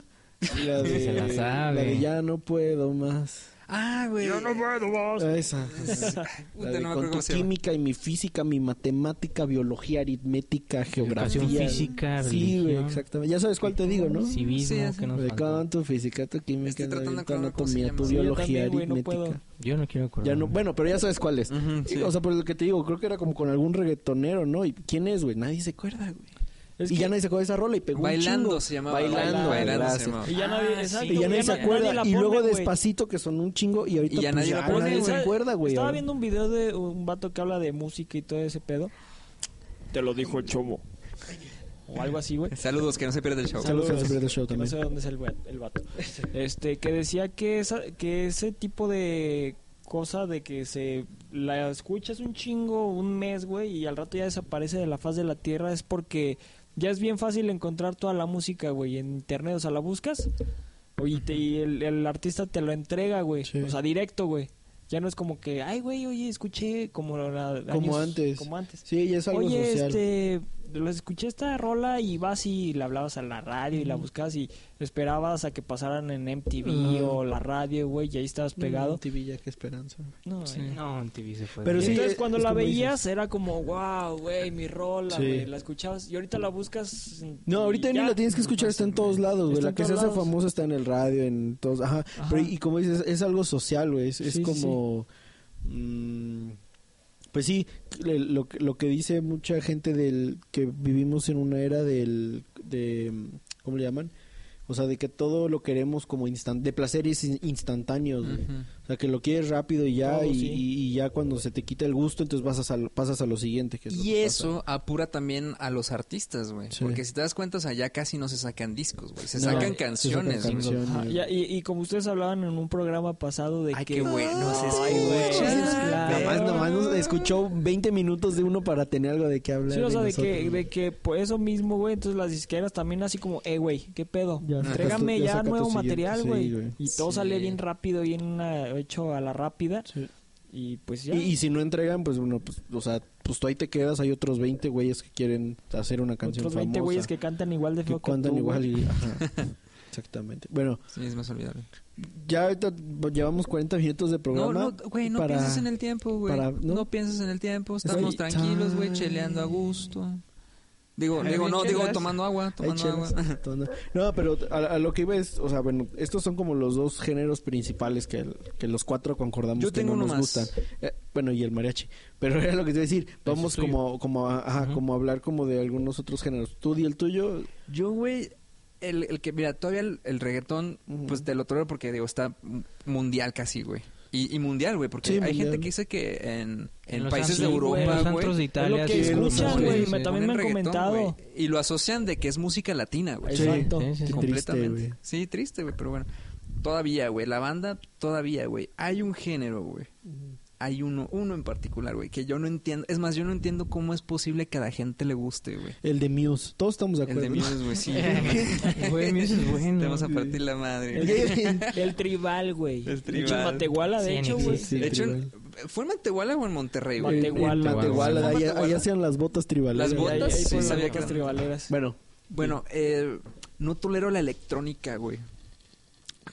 Speaker 4: La de...
Speaker 5: Se la sabe.
Speaker 4: la de Ya no puedo más.
Speaker 3: Ah, güey.
Speaker 4: Ah, esa.
Speaker 3: Puta,
Speaker 4: La de
Speaker 3: no me
Speaker 4: con
Speaker 3: acuerdo
Speaker 4: tu
Speaker 3: cómo se llama.
Speaker 4: química y mi física, mi matemática, biología, aritmética, geografía.
Speaker 5: Educación física,
Speaker 4: Sí, güey,
Speaker 5: religión,
Speaker 4: exactamente. Ya sabes cuál te digo, ¿no?
Speaker 5: civismo,
Speaker 3: Sí, sí.
Speaker 5: que nos
Speaker 4: De
Speaker 5: falta.
Speaker 4: cada tu física, tu química,
Speaker 3: Estoy tratando de
Speaker 4: tu
Speaker 3: acordarme cómo se
Speaker 4: anatomía, tu
Speaker 3: llama. Sí,
Speaker 6: yo
Speaker 4: biología,
Speaker 6: también, güey, no
Speaker 4: aritmética.
Speaker 5: Yo no quiero acordar.
Speaker 4: ya no, bueno, pero ya sabes cuál es.
Speaker 3: Ujú, sí.
Speaker 4: O sea, por lo que te digo, creo que era como con algún reggaetonero, ¿no? ¿Y quién es, güey? Nadie se acuerda, güey.
Speaker 6: Es
Speaker 4: y
Speaker 6: que-
Speaker 4: ya nadie se acuerda de esa rola y pegó un
Speaker 3: Bailando
Speaker 4: chingo.
Speaker 3: se llamaba,
Speaker 4: Bailando,
Speaker 6: Bailando,
Speaker 4: güey,
Speaker 3: Bailando se
Speaker 4: gracias.
Speaker 3: llamaba.
Speaker 6: Y ya nadie,
Speaker 5: Ah,
Speaker 6: exacto,
Speaker 5: sí.
Speaker 4: Y ya nadie
Speaker 6: na-
Speaker 4: se acuerda.
Speaker 6: la
Speaker 4: y
Speaker 6: pone,
Speaker 4: luego
Speaker 6: güey.
Speaker 4: despacito que son un chingo y ahorita
Speaker 3: Y ya
Speaker 4: pues,
Speaker 3: nadie la
Speaker 4: ya
Speaker 3: pone,
Speaker 4: nadie se
Speaker 6: güey.
Speaker 4: acuerda, güey.
Speaker 6: Estaba viendo un video de un vato que habla de música y todo ese pedo. Te lo dijo el chomo. O algo así, güey.
Speaker 3: Saludos, que no se pierda el show.
Speaker 4: Saludos. a Secret Show
Speaker 6: Que No
Speaker 4: también.
Speaker 6: sé dónde es el, va- el vato. Este, que decía que, esa, que ese tipo de cosa de que se la escuchas un chingo un mes, güey, y al rato ya desaparece de la faz de la tierra es porque ya es bien fácil encontrar toda la música, güey, en internet. O sea, la buscas y, te, y el, el artista te lo entrega, güey.
Speaker 4: Sí.
Speaker 6: O sea, directo, güey. Ya no es como que, ay, güey, oye, escuché como, la-
Speaker 4: Como antes.
Speaker 6: Como antes.
Speaker 4: Sí, ya es algo
Speaker 6: Oye,
Speaker 4: social.
Speaker 6: este, lo escuché esta rola y vas y la hablabas a la radio y la buscabas y esperabas a que pasaran en MTV
Speaker 4: Ajá.
Speaker 6: o la radio, güey, y ahí estabas pegado.
Speaker 4: qué esperanza.
Speaker 6: No, eh.
Speaker 5: No, en TV se fue.
Speaker 4: Pero
Speaker 5: de-
Speaker 4: sí,
Speaker 6: Entonces
Speaker 4: es-
Speaker 6: cuando
Speaker 4: es
Speaker 6: la
Speaker 4: como
Speaker 6: veías era como, wow, güey, mi rola,
Speaker 4: Sí.
Speaker 6: güey, la escuchabas y ahorita la buscas.
Speaker 4: No, ahorita ni la tienes que escuchar, está en todos lados, güey.
Speaker 6: Está
Speaker 4: La
Speaker 6: en
Speaker 4: que se
Speaker 6: todos
Speaker 4: hace
Speaker 6: lados.
Speaker 4: famosa está en el radio, en todos. Ajá.
Speaker 6: Ajá.
Speaker 4: Pero, y como dices, es algo social, güey. Es, es
Speaker 6: Sí, sí,
Speaker 4: como. mm, Pues sí, le- lo, que- lo que dice mucha gente del que vivimos en una era del de ¿cómo le llaman? O sea, de que todo lo queremos como instan de placeres in- instantáneos, güey.
Speaker 3: Ujú.
Speaker 4: O sea, que lo quieres rápido y ya
Speaker 6: Todo,
Speaker 4: y,
Speaker 6: sí.
Speaker 4: y- y ya cuando se te quita el gusto, entonces vas a sal- pasas a lo siguiente, que es lo
Speaker 3: Y
Speaker 4: que
Speaker 3: eso apura también a los artistas, güey.
Speaker 4: Sí.
Speaker 3: Porque si te das cuenta, o sea, ya casi no se sacan discos, güey. Se
Speaker 4: No,
Speaker 3: sacan
Speaker 4: se
Speaker 3: canciones.
Speaker 4: sacan
Speaker 3: güey.
Speaker 4: canciones.
Speaker 6: Ajá, y, y- y como ustedes hablaban en un programa pasado de
Speaker 3: Ay,
Speaker 6: que...
Speaker 3: qué bueno se
Speaker 6: Ay, güey,
Speaker 3: escucha.
Speaker 6: claro.
Speaker 4: Nomás, nomás nos escuchó 20 minutos de uno para tener algo de qué hablar.
Speaker 6: Sí, o sea, de que,
Speaker 4: nosotros.
Speaker 6: de que por eso mismo, güey, entonces las disqueras también así como, eh, güey, ¿qué pedo?
Speaker 4: Ya saca
Speaker 6: Entrégame
Speaker 4: tu- ya
Speaker 6: ya,
Speaker 4: saca tu
Speaker 6: nuevo
Speaker 4: siguiente".
Speaker 6: material,
Speaker 4: Sí,
Speaker 6: güey.
Speaker 4: güey.
Speaker 6: y todo
Speaker 3: Sí.
Speaker 6: sale bien rápido, bien ah, hecho a la rápida.
Speaker 4: Sí.
Speaker 6: Y pues ya.
Speaker 4: Y, y si no entregan, pues bueno, pues, o sea, pues tú ahí te quedas, hay otros 20 güeyes que quieren hacer una canción
Speaker 6: otros 20
Speaker 4: famosa,
Speaker 6: güeyes que cantan igual de
Speaker 4: que
Speaker 6: feo que
Speaker 4: cantan
Speaker 6: tú,
Speaker 4: igual
Speaker 6: güey.
Speaker 4: y... ajá, exactamente. Bueno,
Speaker 3: Sí, es más olvidable.
Speaker 4: ya ahorita llevamos 40 minutos de
Speaker 3: No,
Speaker 4: programa.
Speaker 3: no, güey, no
Speaker 4: para-
Speaker 3: pienses en el tiempo, güey.
Speaker 4: para- ¿no?
Speaker 3: ¿no? pienses en el tiempo. Estamos
Speaker 4: Güey,
Speaker 3: tranquilos, güey,
Speaker 4: chale.
Speaker 3: cheleando a gusto. Digo,
Speaker 6: Ay,
Speaker 3: digo, no,
Speaker 6: ¿qué
Speaker 3: digo,
Speaker 6: das?
Speaker 3: tomando agua,
Speaker 4: Ay,
Speaker 3: tomando agua.
Speaker 4: chelas, tomando- No, pero a, a lo que iba es, o sea, bueno, estos son como los dos géneros principales que, que los cuatro concordamos
Speaker 3: Yo
Speaker 4: que
Speaker 3: tengo
Speaker 4: no
Speaker 3: uno
Speaker 4: nos
Speaker 3: más.
Speaker 4: gustan. Eh, bueno, y el mariachi. Pero era lo que te iba a decir, vamos
Speaker 5: tuyo.
Speaker 4: como como a, ajá,
Speaker 5: Ujú.
Speaker 4: como a hablar como de algunos otros géneros. Tú di el tuyo.
Speaker 3: Yo, güey, el, el que, mira, todavía el, el reggaetón,
Speaker 4: Ujú.
Speaker 3: pues te lo tolero porque, digo, está mu- mundial casi, güey. Y, y mundial, güey, porque
Speaker 4: Sí,
Speaker 3: hay
Speaker 4: mundial.
Speaker 3: gente que dice que en, en,
Speaker 5: los
Speaker 3: países de
Speaker 5: antros,
Speaker 3: Europa,
Speaker 5: güey, los antros de
Speaker 3: güey, pues,
Speaker 5: Italia.
Speaker 6: que
Speaker 5: sí,
Speaker 6: escuchan,
Speaker 5: sí,
Speaker 6: güey,
Speaker 5: sí,
Speaker 6: me-
Speaker 5: sí.
Speaker 6: también
Speaker 3: ponen
Speaker 6: han
Speaker 3: reggaetón,
Speaker 6: comentado.
Speaker 3: güey, y lo asocian de que es música latina, güey.
Speaker 4: Sí,
Speaker 6: Exacto.
Speaker 5: sí, sí, sí.
Speaker 4: Qué
Speaker 3: Completamente.
Speaker 4: triste, güey.
Speaker 3: sí, triste, güey, pero bueno. Todavía, güey, la banda, todavía, güey. Hay un género, güey. Hay uno, uno en particular, güey, que yo no entiendo. Es más, yo no entiendo cómo es posible que a la gente le guste, güey.
Speaker 4: El de Muse. Todos estamos de
Speaker 3: El
Speaker 4: acuerdo.
Speaker 3: de Muse, güey, sí.
Speaker 5: Güey, Muse es bueno.
Speaker 3: Te vamos a partir la madre. güey.
Speaker 6: El, el tribal, güey.
Speaker 3: El
Speaker 6: De hecho, en
Speaker 3: tribal.
Speaker 6: Matehuala, de
Speaker 5: Sí, en
Speaker 6: hecho,
Speaker 5: Ex-
Speaker 6: güey.
Speaker 4: sí,
Speaker 3: de hecho,
Speaker 4: tribal.
Speaker 3: ¿fue en Matehuala o en Monterrey, güey?
Speaker 4: En- en
Speaker 6: Matehuala.
Speaker 4: Matehuala,
Speaker 3: Matehuala.
Speaker 4: allá, allá hacían las botas tribales.
Speaker 3: Las
Speaker 6: Ahí- ahí-
Speaker 3: botas,
Speaker 6: ahí
Speaker 3: sí,
Speaker 6: ponen
Speaker 3: sabía
Speaker 6: las
Speaker 3: que
Speaker 6: vacas
Speaker 3: era-
Speaker 6: tribaleras.
Speaker 4: Bueno,
Speaker 3: Bueno, eh, no tolero la electrónica, güey.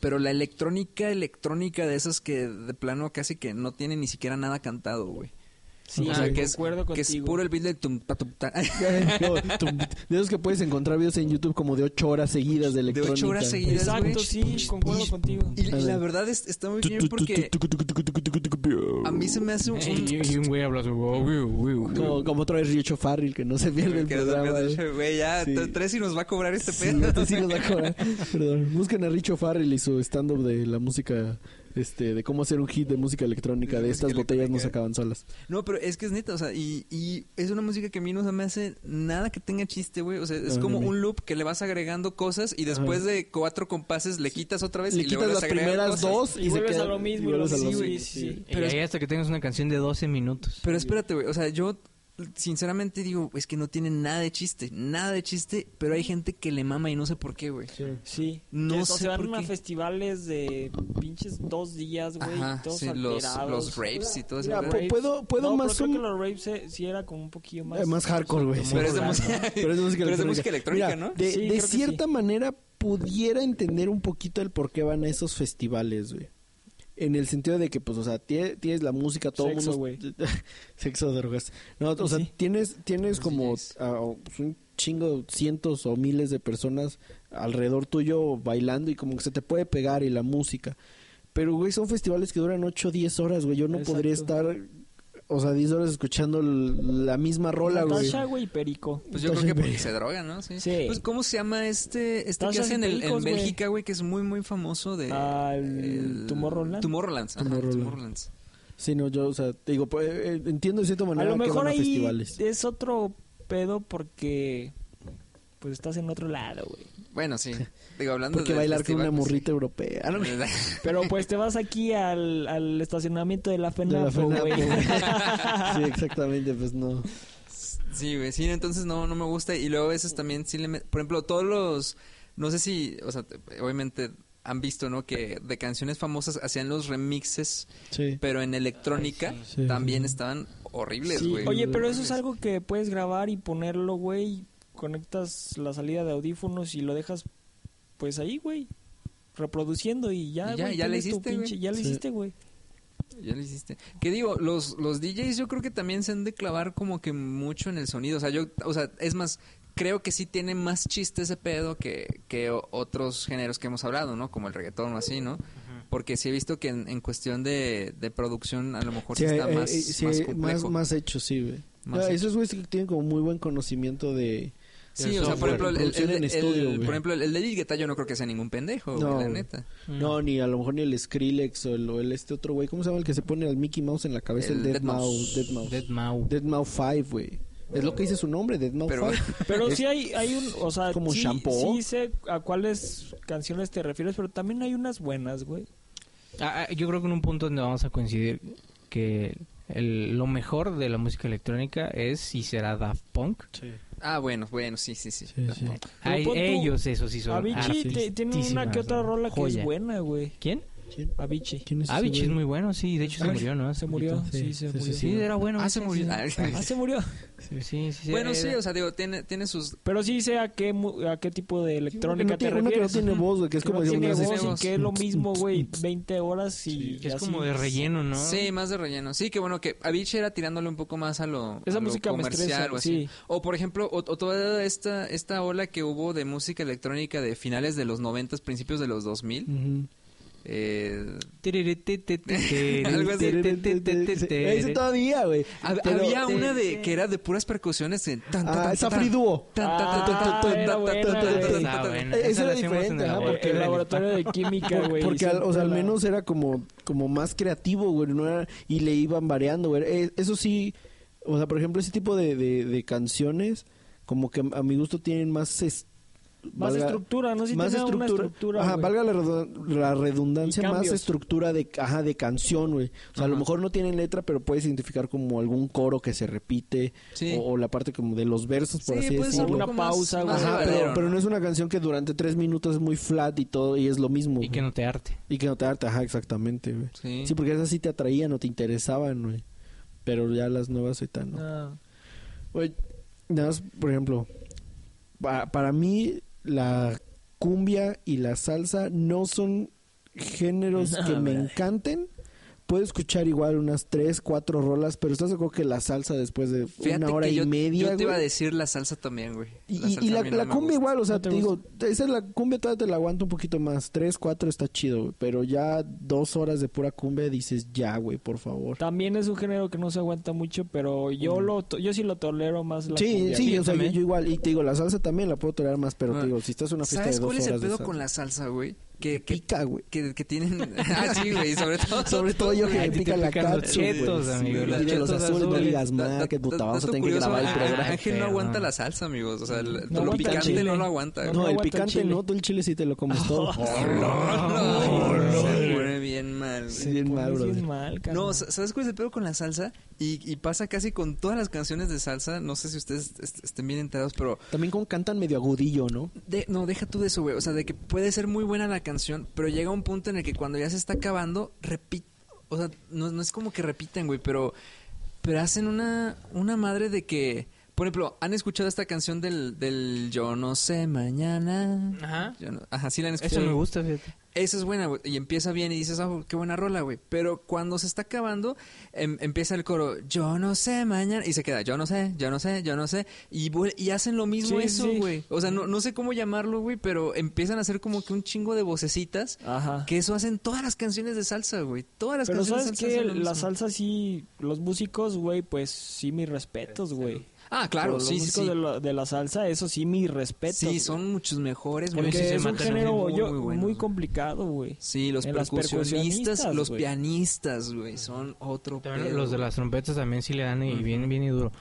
Speaker 3: Pero la electrónica, electrónica de esas que de plano casi que no tiene ni siquiera nada cantado, güey.
Speaker 6: Sí,
Speaker 3: o sea, que es,
Speaker 6: concuerdo
Speaker 3: que es
Speaker 6: contigo.
Speaker 3: puro el beat de tum, ta, tum, ta.
Speaker 4: No, tum- de esos que puedes encontrar videos en YouTube como de 8 horas seguidas de
Speaker 3: De
Speaker 4: electrónica.
Speaker 3: ocho horas seguidas,
Speaker 6: Exacto,
Speaker 3: güey.
Speaker 6: sí, concuerdo contigo.
Speaker 3: Y, y la verdad es, está muy bien porque a mí se me hace un...
Speaker 5: Ey, Y y un güey habla su...
Speaker 4: Como, como otra vez Richo Farrell, que no se pierde el
Speaker 3: que nos
Speaker 4: programa.
Speaker 3: habían dicho, güey, ya,
Speaker 4: Sí.
Speaker 3: t- tres y nos va a cobrar este
Speaker 4: Sí,
Speaker 3: pedo.
Speaker 4: este sí nos va a cobrar. Perdón. Busquen a Richo Farrell y su stand-up de la música, este, de cómo hacer un hit de música electrónica.
Speaker 3: De
Speaker 4: De
Speaker 3: música
Speaker 4: estas botellas no se
Speaker 3: electrónica.
Speaker 4: acaban solas.
Speaker 3: No, pero es que es neta, o sea, y, y es una música que a mí no se me hace nada que tenga chiste, güey. O sea, es
Speaker 4: No,
Speaker 3: como
Speaker 4: no, no.
Speaker 3: un loop que le vas agregando cosas y después
Speaker 4: Ajá.
Speaker 3: de cuatro compases le quitas otra vez
Speaker 4: Le
Speaker 3: Pues y le
Speaker 4: quitas
Speaker 3: vuelves
Speaker 4: las
Speaker 3: a agregar
Speaker 4: primeras
Speaker 3: cosas.
Speaker 4: dos y,
Speaker 6: Y
Speaker 4: se
Speaker 6: vuelves
Speaker 4: queda-
Speaker 6: a lo mismo,
Speaker 4: y vuelves
Speaker 6: lo
Speaker 4: a lo
Speaker 6: mismo.
Speaker 4: mismo.
Speaker 6: Sí, sí, sí.
Speaker 5: Y ahí hasta que tengas una canción de 12 minutos.
Speaker 3: Pero espérate, güey, o sea, yo sinceramente digo, es que no tiene nada de chiste, nada de chiste, pero hay gente que le mama y no sé por qué, güey.
Speaker 4: Eh,
Speaker 6: Sí.
Speaker 3: No
Speaker 6: Que, o
Speaker 3: sé
Speaker 6: se van
Speaker 3: por
Speaker 6: a
Speaker 3: qué.
Speaker 6: festivales de pinches dos días, güey.
Speaker 3: Ajá,
Speaker 6: y todos
Speaker 3: sí, los,
Speaker 6: alterados.
Speaker 3: los rapes y todo eso.
Speaker 4: Mira,
Speaker 3: pero-
Speaker 4: pues, ¿Puedo- puedo
Speaker 6: No,
Speaker 4: más
Speaker 6: pero
Speaker 4: un-
Speaker 6: creo que los rapes eh, sí era como un poquillo más...
Speaker 4: Eh, más hardcore, güey.
Speaker 3: Pero es de
Speaker 4: Claro.
Speaker 3: música-
Speaker 4: Pero es de música
Speaker 3: pero es de
Speaker 4: electrónica,
Speaker 3: música electrónica,
Speaker 4: pues, Mira,
Speaker 3: ¿no?
Speaker 4: De,
Speaker 6: Sí,
Speaker 4: de
Speaker 6: creo que
Speaker 4: cierta manera pudiera entender un poquito el por qué van a esos festivales, güey. En el sentido de que, pues, o sea, tie- tienes la música, todo el
Speaker 6: Sexo,
Speaker 4: mundo...
Speaker 6: güey.
Speaker 4: Sexo, drogas. No, o sea,
Speaker 6: Sí.
Speaker 4: tienes,
Speaker 3: Pues
Speaker 4: tienes como
Speaker 3: DJs.
Speaker 4: ah, un chingo, cientos o miles de personas alrededor tuyo bailando y como que se te puede pegar y la música. Pero, güey, son festivales que duran 8 o 10 horas, güey. Yo no podría
Speaker 6: Exacto.
Speaker 4: estar, o sea, 10 horas escuchando l- la misma rola, güey.
Speaker 6: Natasha, güey, y Perico.
Speaker 3: Pues yo
Speaker 4: Entonces,
Speaker 3: creo que
Speaker 4: ve.
Speaker 3: porque se droga, ¿no? Sí.
Speaker 6: Sí.
Speaker 3: Pues, ¿cómo se llama este, este que
Speaker 6: Tasas y
Speaker 3: hacen en,
Speaker 6: pericos,
Speaker 3: en
Speaker 6: güey.
Speaker 3: Bélgica, güey, que es muy, muy famoso de...
Speaker 6: Al Tomorrowland.
Speaker 3: Tomorrowland. ajá,
Speaker 4: Ah, Tomorrowland.
Speaker 3: Tomorrowland.
Speaker 4: Sí, no, yo, o sea, te digo, pues, eh, eh, entiendo de cierta
Speaker 6: A
Speaker 4: manera
Speaker 6: lo
Speaker 4: que
Speaker 6: mejor
Speaker 4: van a
Speaker 6: ahí
Speaker 4: festivales.
Speaker 6: es otro pedo porque... Pues estás en otro lado, güey.
Speaker 3: Bueno, sí. Digo, hablando
Speaker 4: Porque
Speaker 3: de pues
Speaker 4: bailar con una morrita europea. Ah, no,
Speaker 6: Pero pues te vas aquí al, al estacionamiento de la
Speaker 4: de la
Speaker 6: FENAPO,
Speaker 4: FENAPO,
Speaker 6: güey.
Speaker 4: güey. sí, exactamente, pues no.
Speaker 3: Sí, güey. Sí, entonces no, no me gusta. Y luego a veces también sí le... met- Por ejemplo, todos los... No sé si... O sea, te- obviamente han visto, ¿no? Que de canciones famosas hacían los remixes,
Speaker 4: Sí.
Speaker 3: pero en electrónica
Speaker 4: sí. Sí,
Speaker 3: también
Speaker 4: sí.
Speaker 3: estaban horribles,
Speaker 6: Sí,
Speaker 3: güey.
Speaker 6: Oye, pero eso es algo que puedes grabar y ponerlo, güey. Conectas la salida de audífonos y lo dejas, pues ahí, güey. Reproduciendo y ya,
Speaker 3: Y ya,
Speaker 6: güey,
Speaker 3: ya le
Speaker 6: tienes tu
Speaker 3: hiciste, güey.
Speaker 6: pinche- Ya le
Speaker 4: Sí.
Speaker 6: hiciste, güey.
Speaker 3: Ya lo hiciste. Que digo, los, los DJs yo creo que también se han de clavar como que mucho en el sonido. O sea, yo, o sea, es más, creo que sí tiene más chiste ese pedo que, que o- otros géneros que hemos hablado, ¿no? Como el reggaetón o así, ¿no? Porque sí he visto que en, en cuestión de, de producción a lo mejor sí,
Speaker 4: Sí,
Speaker 3: está
Speaker 4: eh,
Speaker 3: más,
Speaker 4: eh, sí,
Speaker 3: más
Speaker 4: más,
Speaker 3: complejo.
Speaker 4: más hecho, sí, güey.
Speaker 3: Más
Speaker 4: Ah,
Speaker 3: hecho.
Speaker 4: Esos güeyes que tienen como muy buen conocimiento de...
Speaker 3: sí,
Speaker 5: el
Speaker 3: o sea, por
Speaker 5: software,
Speaker 3: ejemplo, el, el,
Speaker 4: producción en
Speaker 3: el-
Speaker 4: estudio,
Speaker 3: el-
Speaker 4: güey.
Speaker 3: por ejemplo, el- el de Lil Guetta yo no creo que sea ningún pendejo,
Speaker 4: No,
Speaker 3: güey, la
Speaker 4: güey.
Speaker 3: neta.
Speaker 4: No, ni a lo mejor ni el Skrillex o el, o el este otro güey. ¿Cómo se llama el que se pone al Mickey Mouse en la cabeza? El,
Speaker 3: El
Speaker 4: Dead
Speaker 3: Dead
Speaker 4: Mouse.
Speaker 3: Mouse.
Speaker 4: Dead Mouse.
Speaker 5: Dead Mau.
Speaker 4: Dead Mouse 5, güey. Es lo que dice su nombre, Dead Mouse
Speaker 3: Pero-
Speaker 4: 5.
Speaker 6: Pero
Speaker 4: Es-
Speaker 6: sí hay, hay un, o sea,
Speaker 4: como
Speaker 6: sí,
Speaker 4: shampoo.
Speaker 6: sí sé a cuáles canciones te refieres, pero también hay unas buenas, güey.
Speaker 5: Ah, ah, yo creo que en un punto donde vamos a coincidir que el- lo mejor de la música electrónica es y será Daft Punk.
Speaker 3: Ah, bueno, bueno, sí, sí, sí.
Speaker 4: Sí, sí.
Speaker 5: Ay,
Speaker 6: pon tú,
Speaker 5: ellos, eso sí son.
Speaker 6: Avicii te- tiene una que otra rola que es
Speaker 5: buena.
Speaker 6: buena, güey.
Speaker 5: ¿Quién?
Speaker 6: Avicii.
Speaker 4: ¿Quién es ese
Speaker 5: Avicii es
Speaker 4: güey?
Speaker 5: Ah, muy bueno, sí. De hecho, se
Speaker 6: Ah,
Speaker 5: murió, ¿no?
Speaker 6: Se murió,
Speaker 5: poquito.
Speaker 6: sí, se
Speaker 4: sí,
Speaker 6: murió.
Speaker 5: Sí, era bueno.
Speaker 3: Ah, se murió.
Speaker 6: Ah, se murió.
Speaker 5: Sí, sí, sí.
Speaker 3: Bueno,
Speaker 5: era-
Speaker 3: sí, o sea, digo, tiene, tiene sus...
Speaker 6: Pero sí sé a qué, mu- a qué tipo
Speaker 4: Uno
Speaker 6: de
Speaker 4: que
Speaker 6: electrónica
Speaker 4: no
Speaker 6: te
Speaker 4: tiene, uno que no
Speaker 6: refieres.
Speaker 4: tiene voz, güey, que es
Speaker 6: Que no
Speaker 4: como decir
Speaker 6: tiene
Speaker 4: una
Speaker 3: hace-
Speaker 6: voz y
Speaker 3: voz.
Speaker 6: que es lo mismo, güey, 20 horas y
Speaker 5: que es
Speaker 6: así.
Speaker 5: como de relleno, ¿no?
Speaker 3: Sí, más de relleno. Sí, que bueno, que Avicii era tirándole un poco más a lo,
Speaker 6: Esa
Speaker 3: a lo
Speaker 6: música me
Speaker 3: comercial
Speaker 6: estresa,
Speaker 3: o así.
Speaker 6: sí.
Speaker 3: O por ejemplo, o, o toda esta, esta ola que hubo de música electrónica de finales de los 90, principios de los 2000.
Speaker 4: Ujú.
Speaker 3: Eh,
Speaker 5: Algo
Speaker 3: Algo así.
Speaker 4: Ese todavía, güey.
Speaker 3: hab-
Speaker 4: Pero-
Speaker 3: había una de que era de puras percusiones en tan, tan,
Speaker 4: Ah,
Speaker 3: tan,
Speaker 4: esa
Speaker 3: tan,
Speaker 4: Free Duo.
Speaker 3: tan, tan, tan,
Speaker 6: Ah,
Speaker 3: tan, tan,
Speaker 6: era
Speaker 3: tan,
Speaker 6: buena,
Speaker 3: tan, tan,
Speaker 6: güey.
Speaker 3: tan,
Speaker 5: Ah,
Speaker 3: tan,
Speaker 5: bueno,
Speaker 4: Eh,
Speaker 5: esa
Speaker 4: esa
Speaker 5: la
Speaker 4: era
Speaker 5: hacemos en
Speaker 4: diferente,
Speaker 5: el
Speaker 4: ajá,
Speaker 5: labo-
Speaker 4: porque
Speaker 5: en
Speaker 6: el
Speaker 5: el
Speaker 6: laboratorio de química, güey.
Speaker 4: Porque al, o sea, al
Speaker 6: siempre la-
Speaker 4: menos era como, como más creativo, güey, no era- y le iban variando, güey. Eh, eso sí, o sea, por ejemplo, ese tipo de, de- de canciones, como que a mi gusto tienen más... es-
Speaker 6: Más estructura, ¿no? Sí
Speaker 4: más
Speaker 6: tenía una
Speaker 4: estructura,
Speaker 6: estructura,
Speaker 4: ajá,
Speaker 6: güey.
Speaker 4: valga la, redu- la redundancia,
Speaker 6: Y
Speaker 4: más
Speaker 6: cambios.
Speaker 4: estructura de, ajá, de canción, güey. O sea, a lo mejor no tienen letra, pero puedes identificar como algún coro que se repite,
Speaker 3: Sí.
Speaker 4: o, o la parte como de los versos, por
Speaker 3: Sí,
Speaker 4: así
Speaker 3: puede
Speaker 4: decirlo.
Speaker 3: ser un
Speaker 6: Una
Speaker 3: poco más-
Speaker 6: pausa,
Speaker 3: más
Speaker 4: Ajá,
Speaker 3: llevadero,
Speaker 4: pero,
Speaker 3: ¿no?
Speaker 4: pero no es una canción que durante tres minutos es muy flat y todo, y es lo mismo.
Speaker 5: Y que no te arte.
Speaker 4: Y que no te harta, ajá, exactamente, güey.
Speaker 3: Sí.
Speaker 4: Sí, porque esas sí te atraían o te interesaban, güey. Pero ya las nuevas ahorita no.
Speaker 6: Ah,
Speaker 4: Güey, nada más, por ejemplo, pa- para mí la cumbia y la salsa no son géneros
Speaker 6: No,
Speaker 4: que me
Speaker 6: brother.
Speaker 4: encanten. Puedo escuchar igual unas tres, cuatro rolas, pero estás de acuerdo que la salsa después de
Speaker 3: Fíjate
Speaker 4: una hora
Speaker 3: que
Speaker 4: y
Speaker 3: yo,
Speaker 4: media,
Speaker 3: yo te
Speaker 4: güey,
Speaker 3: iba a decir la salsa también, güey.
Speaker 4: y,
Speaker 3: salsa
Speaker 4: y
Speaker 3: a
Speaker 4: la,
Speaker 3: mí no
Speaker 4: la
Speaker 3: me
Speaker 4: cumbia
Speaker 3: gusta.
Speaker 4: igual, o sea,
Speaker 6: ¿No te
Speaker 4: te digo, esa es la cumbia todavía te la aguanto un poquito más. Tres, cuatro está chido, güey, pero ya dos horas de pura cumbia dices ya, güey, por favor.
Speaker 6: También es un género que no se aguanta mucho, pero yo lo to- yo sí lo tolero más la
Speaker 4: Mm. sí,
Speaker 6: cumbia.
Speaker 4: sí,
Speaker 5: Sí,
Speaker 4: o sea, yo,
Speaker 5: también.
Speaker 4: yo igual. Y te digo, la salsa también la puedo tolerar más, pero te
Speaker 3: Bueno,
Speaker 4: digo, si estás en una fiesta de
Speaker 3: ¿Sabes
Speaker 4: dos
Speaker 3: cuál
Speaker 4: horas
Speaker 3: es el
Speaker 4: de
Speaker 3: pedo
Speaker 4: salsa,
Speaker 3: con la salsa, güey? Que, que,
Speaker 4: pica, güey.
Speaker 3: que, que tienen... Ah, sí, güey, sobre todo...
Speaker 4: Sobre todo yo que
Speaker 5: Ay,
Speaker 4: me
Speaker 5: te
Speaker 4: pica la
Speaker 5: pican los
Speaker 4: cápsula,
Speaker 5: chetos,
Speaker 4: güey.
Speaker 5: amigo,
Speaker 4: Sí,
Speaker 5: los
Speaker 4: y de los
Speaker 5: chetos
Speaker 4: azules, no
Speaker 5: azules.
Speaker 4: digas más, que puta, vamos a
Speaker 3: dato
Speaker 4: tener que
Speaker 3: curioso, eh,
Speaker 4: grabar el
Speaker 5: ah,
Speaker 4: programa.
Speaker 3: Ángel no
Speaker 5: Perdón.
Speaker 3: aguanta la salsa, amigos. O sea, el- lo
Speaker 6: aguanta
Speaker 3: picante
Speaker 6: chile.
Speaker 3: no lo aguanta.
Speaker 6: No
Speaker 4: No, el
Speaker 6: aguanta el
Speaker 4: picante
Speaker 6: chile.
Speaker 4: no, tú el chile sí te lo comes todo.
Speaker 3: Se pone bien mal.
Speaker 4: Sí,
Speaker 6: Se
Speaker 4: bien
Speaker 6: pone
Speaker 4: mal,
Speaker 6: bien
Speaker 4: brother.
Speaker 6: mal, carnal.
Speaker 3: No, sa- ¿sabes cuál es el pedo con la salsa? Y, y pasa casi con todas las canciones de salsa. No sé si ustedes est- estén bien enterados, pero...
Speaker 4: También como cantan medio agudillo, ¿no?
Speaker 3: de- no, deja tú de eso, güey. O sea, de que puede ser muy buena la canción, pero llega un punto en el que cuando ya se está acabando, repite... O sea, no, no es como que repiten, güey, pero... Pero hacen una, una madre de que... Por ejemplo, ¿han escuchado esta canción del, del Yo no sé mañana?
Speaker 5: Ajá.
Speaker 3: Yo no- ajá, sí la han
Speaker 5: Eso
Speaker 3: escuchado.
Speaker 5: me gusta, fíjate.
Speaker 3: Esa es buena, güey. Y empieza bien y dices, ah, qué buena rola, güey. Pero cuando se está acabando, em- empieza el coro, yo no sé mañana. Y se queda, yo no sé, yo no sé, yo no sé. Y, vuel- y hacen lo mismo
Speaker 6: Sí,
Speaker 3: eso,
Speaker 6: sí.
Speaker 3: güey. O sea, no, no sé cómo llamarlo, güey, pero empiezan a hacer como que un chingo de vocecitas.
Speaker 6: Ajá.
Speaker 3: Que eso hacen todas las canciones de salsa, güey. Todas las
Speaker 6: Pero
Speaker 3: canciones
Speaker 6: sabes
Speaker 3: de salsa.
Speaker 6: que
Speaker 3: hacen lo
Speaker 6: la
Speaker 3: mismo.
Speaker 6: salsa sí, los músicos, güey, pues sí, mis respetos, güey.
Speaker 3: Ah, claro,
Speaker 6: Los
Speaker 3: sí, sí.
Speaker 6: músicos
Speaker 3: sí.
Speaker 6: de la, de la salsa, eso sí, mis respetos.
Speaker 3: Sí,
Speaker 6: güey.
Speaker 3: son muchos mejores, güey.
Speaker 5: Porque
Speaker 6: Porque
Speaker 5: Sí, se
Speaker 6: es un
Speaker 5: matan,
Speaker 6: género
Speaker 3: muy,
Speaker 6: yo-
Speaker 3: muy buenos,
Speaker 6: muy
Speaker 3: güey.
Speaker 6: complicado, güey.
Speaker 3: Sí, los
Speaker 6: Eh, las
Speaker 3: percusionistas,
Speaker 6: percusionistas,
Speaker 3: los
Speaker 6: güey.
Speaker 3: pianistas, güey, son otro
Speaker 5: También
Speaker 3: pedo,
Speaker 5: los de
Speaker 3: güey.
Speaker 5: las trompetas también sí le dan y
Speaker 3: Ujú.
Speaker 5: bien, bien y duro.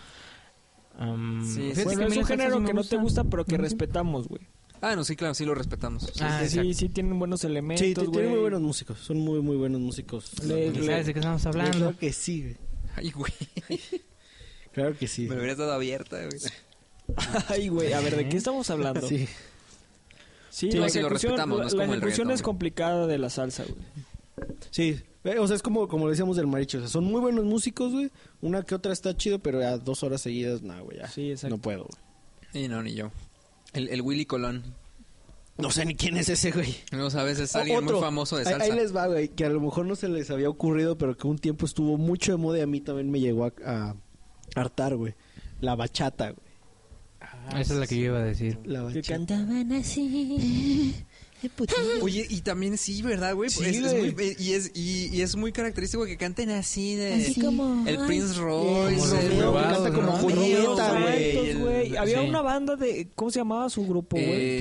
Speaker 5: Am,
Speaker 3: Sí,
Speaker 5: fíjate
Speaker 3: sí.
Speaker 5: que
Speaker 6: Bueno,
Speaker 5: a mí
Speaker 6: es
Speaker 5: la
Speaker 6: un
Speaker 5: salsa
Speaker 6: género
Speaker 5: sí me
Speaker 6: que no te gusta, pero que
Speaker 5: Ujú.
Speaker 6: respetamos, güey.
Speaker 3: Ah, no, sí, claro, sí lo respetamos. Sí,
Speaker 5: Ah,
Speaker 6: Este, sí,
Speaker 5: exacto.
Speaker 6: sí, tienen buenos elementos,
Speaker 4: Sí,
Speaker 6: güey.
Speaker 4: t- tienen muy buenos músicos. Son muy, muy buenos músicos.
Speaker 6: Le-
Speaker 5: ¿Y ¿Sabes de qué estamos
Speaker 4: Yo
Speaker 5: hablando?
Speaker 4: creo que sí, güey.
Speaker 3: Ay, güey.
Speaker 4: Claro que sí.
Speaker 3: Me lo hubieras dado abierta, güey.
Speaker 6: Ay, güey, a ver, ¿de qué estamos hablando?
Speaker 4: Sí.
Speaker 6: Sí,
Speaker 3: Sí,
Speaker 6: la
Speaker 3: no, sí, lo
Speaker 6: ejecución-
Speaker 3: respetamos, no es
Speaker 6: la
Speaker 3: como el
Speaker 6: ejecución
Speaker 3: reggaetón,
Speaker 6: es
Speaker 3: güey.
Speaker 6: complicada de la salsa, güey.
Speaker 4: Sí, eh, o sea, es como, como lo decíamos del maricho, o sea, son muy buenos músicos, güey. Una que otra está chido, pero a dos horas seguidas, nah, güey, ya.
Speaker 6: Sí, exacto.
Speaker 4: No puedo, güey.
Speaker 3: Y no, ni yo. El, el Willy Colón.
Speaker 4: No sé ni quién es ese, güey.
Speaker 3: No sabes, es alguien
Speaker 4: Otro.
Speaker 3: muy famoso de
Speaker 4: Ahí-
Speaker 3: salsa.
Speaker 4: Ahí, les va, güey, que a lo mejor no se les había ocurrido, pero que un tiempo estuvo mucho de moda y a mí también me llegó a, a hartar, güey. La bachata, güey.
Speaker 5: Ah, Esa es la que yo iba a decir.
Speaker 4: La
Speaker 6: Que
Speaker 4: bachata.
Speaker 6: cantaban
Speaker 3: Oye, y también sí, ¿verdad, güey? Pues,
Speaker 4: Sí,
Speaker 3: Es- es
Speaker 4: güey.
Speaker 3: muy- y, es, y, y es muy característico que canten así de...
Speaker 1: Así como...
Speaker 3: El
Speaker 1: ay,
Speaker 3: Prince Royce,
Speaker 5: Romeo,
Speaker 3: el
Speaker 5: que
Speaker 3: Romeo,
Speaker 5: canta como
Speaker 3: Romeo,
Speaker 4: Julieta,
Speaker 3: güey,
Speaker 6: Santos,
Speaker 3: el-
Speaker 6: güey. Había
Speaker 5: sí.
Speaker 6: una banda de... ¿Cómo se llamaba su grupo, güey?
Speaker 3: eh,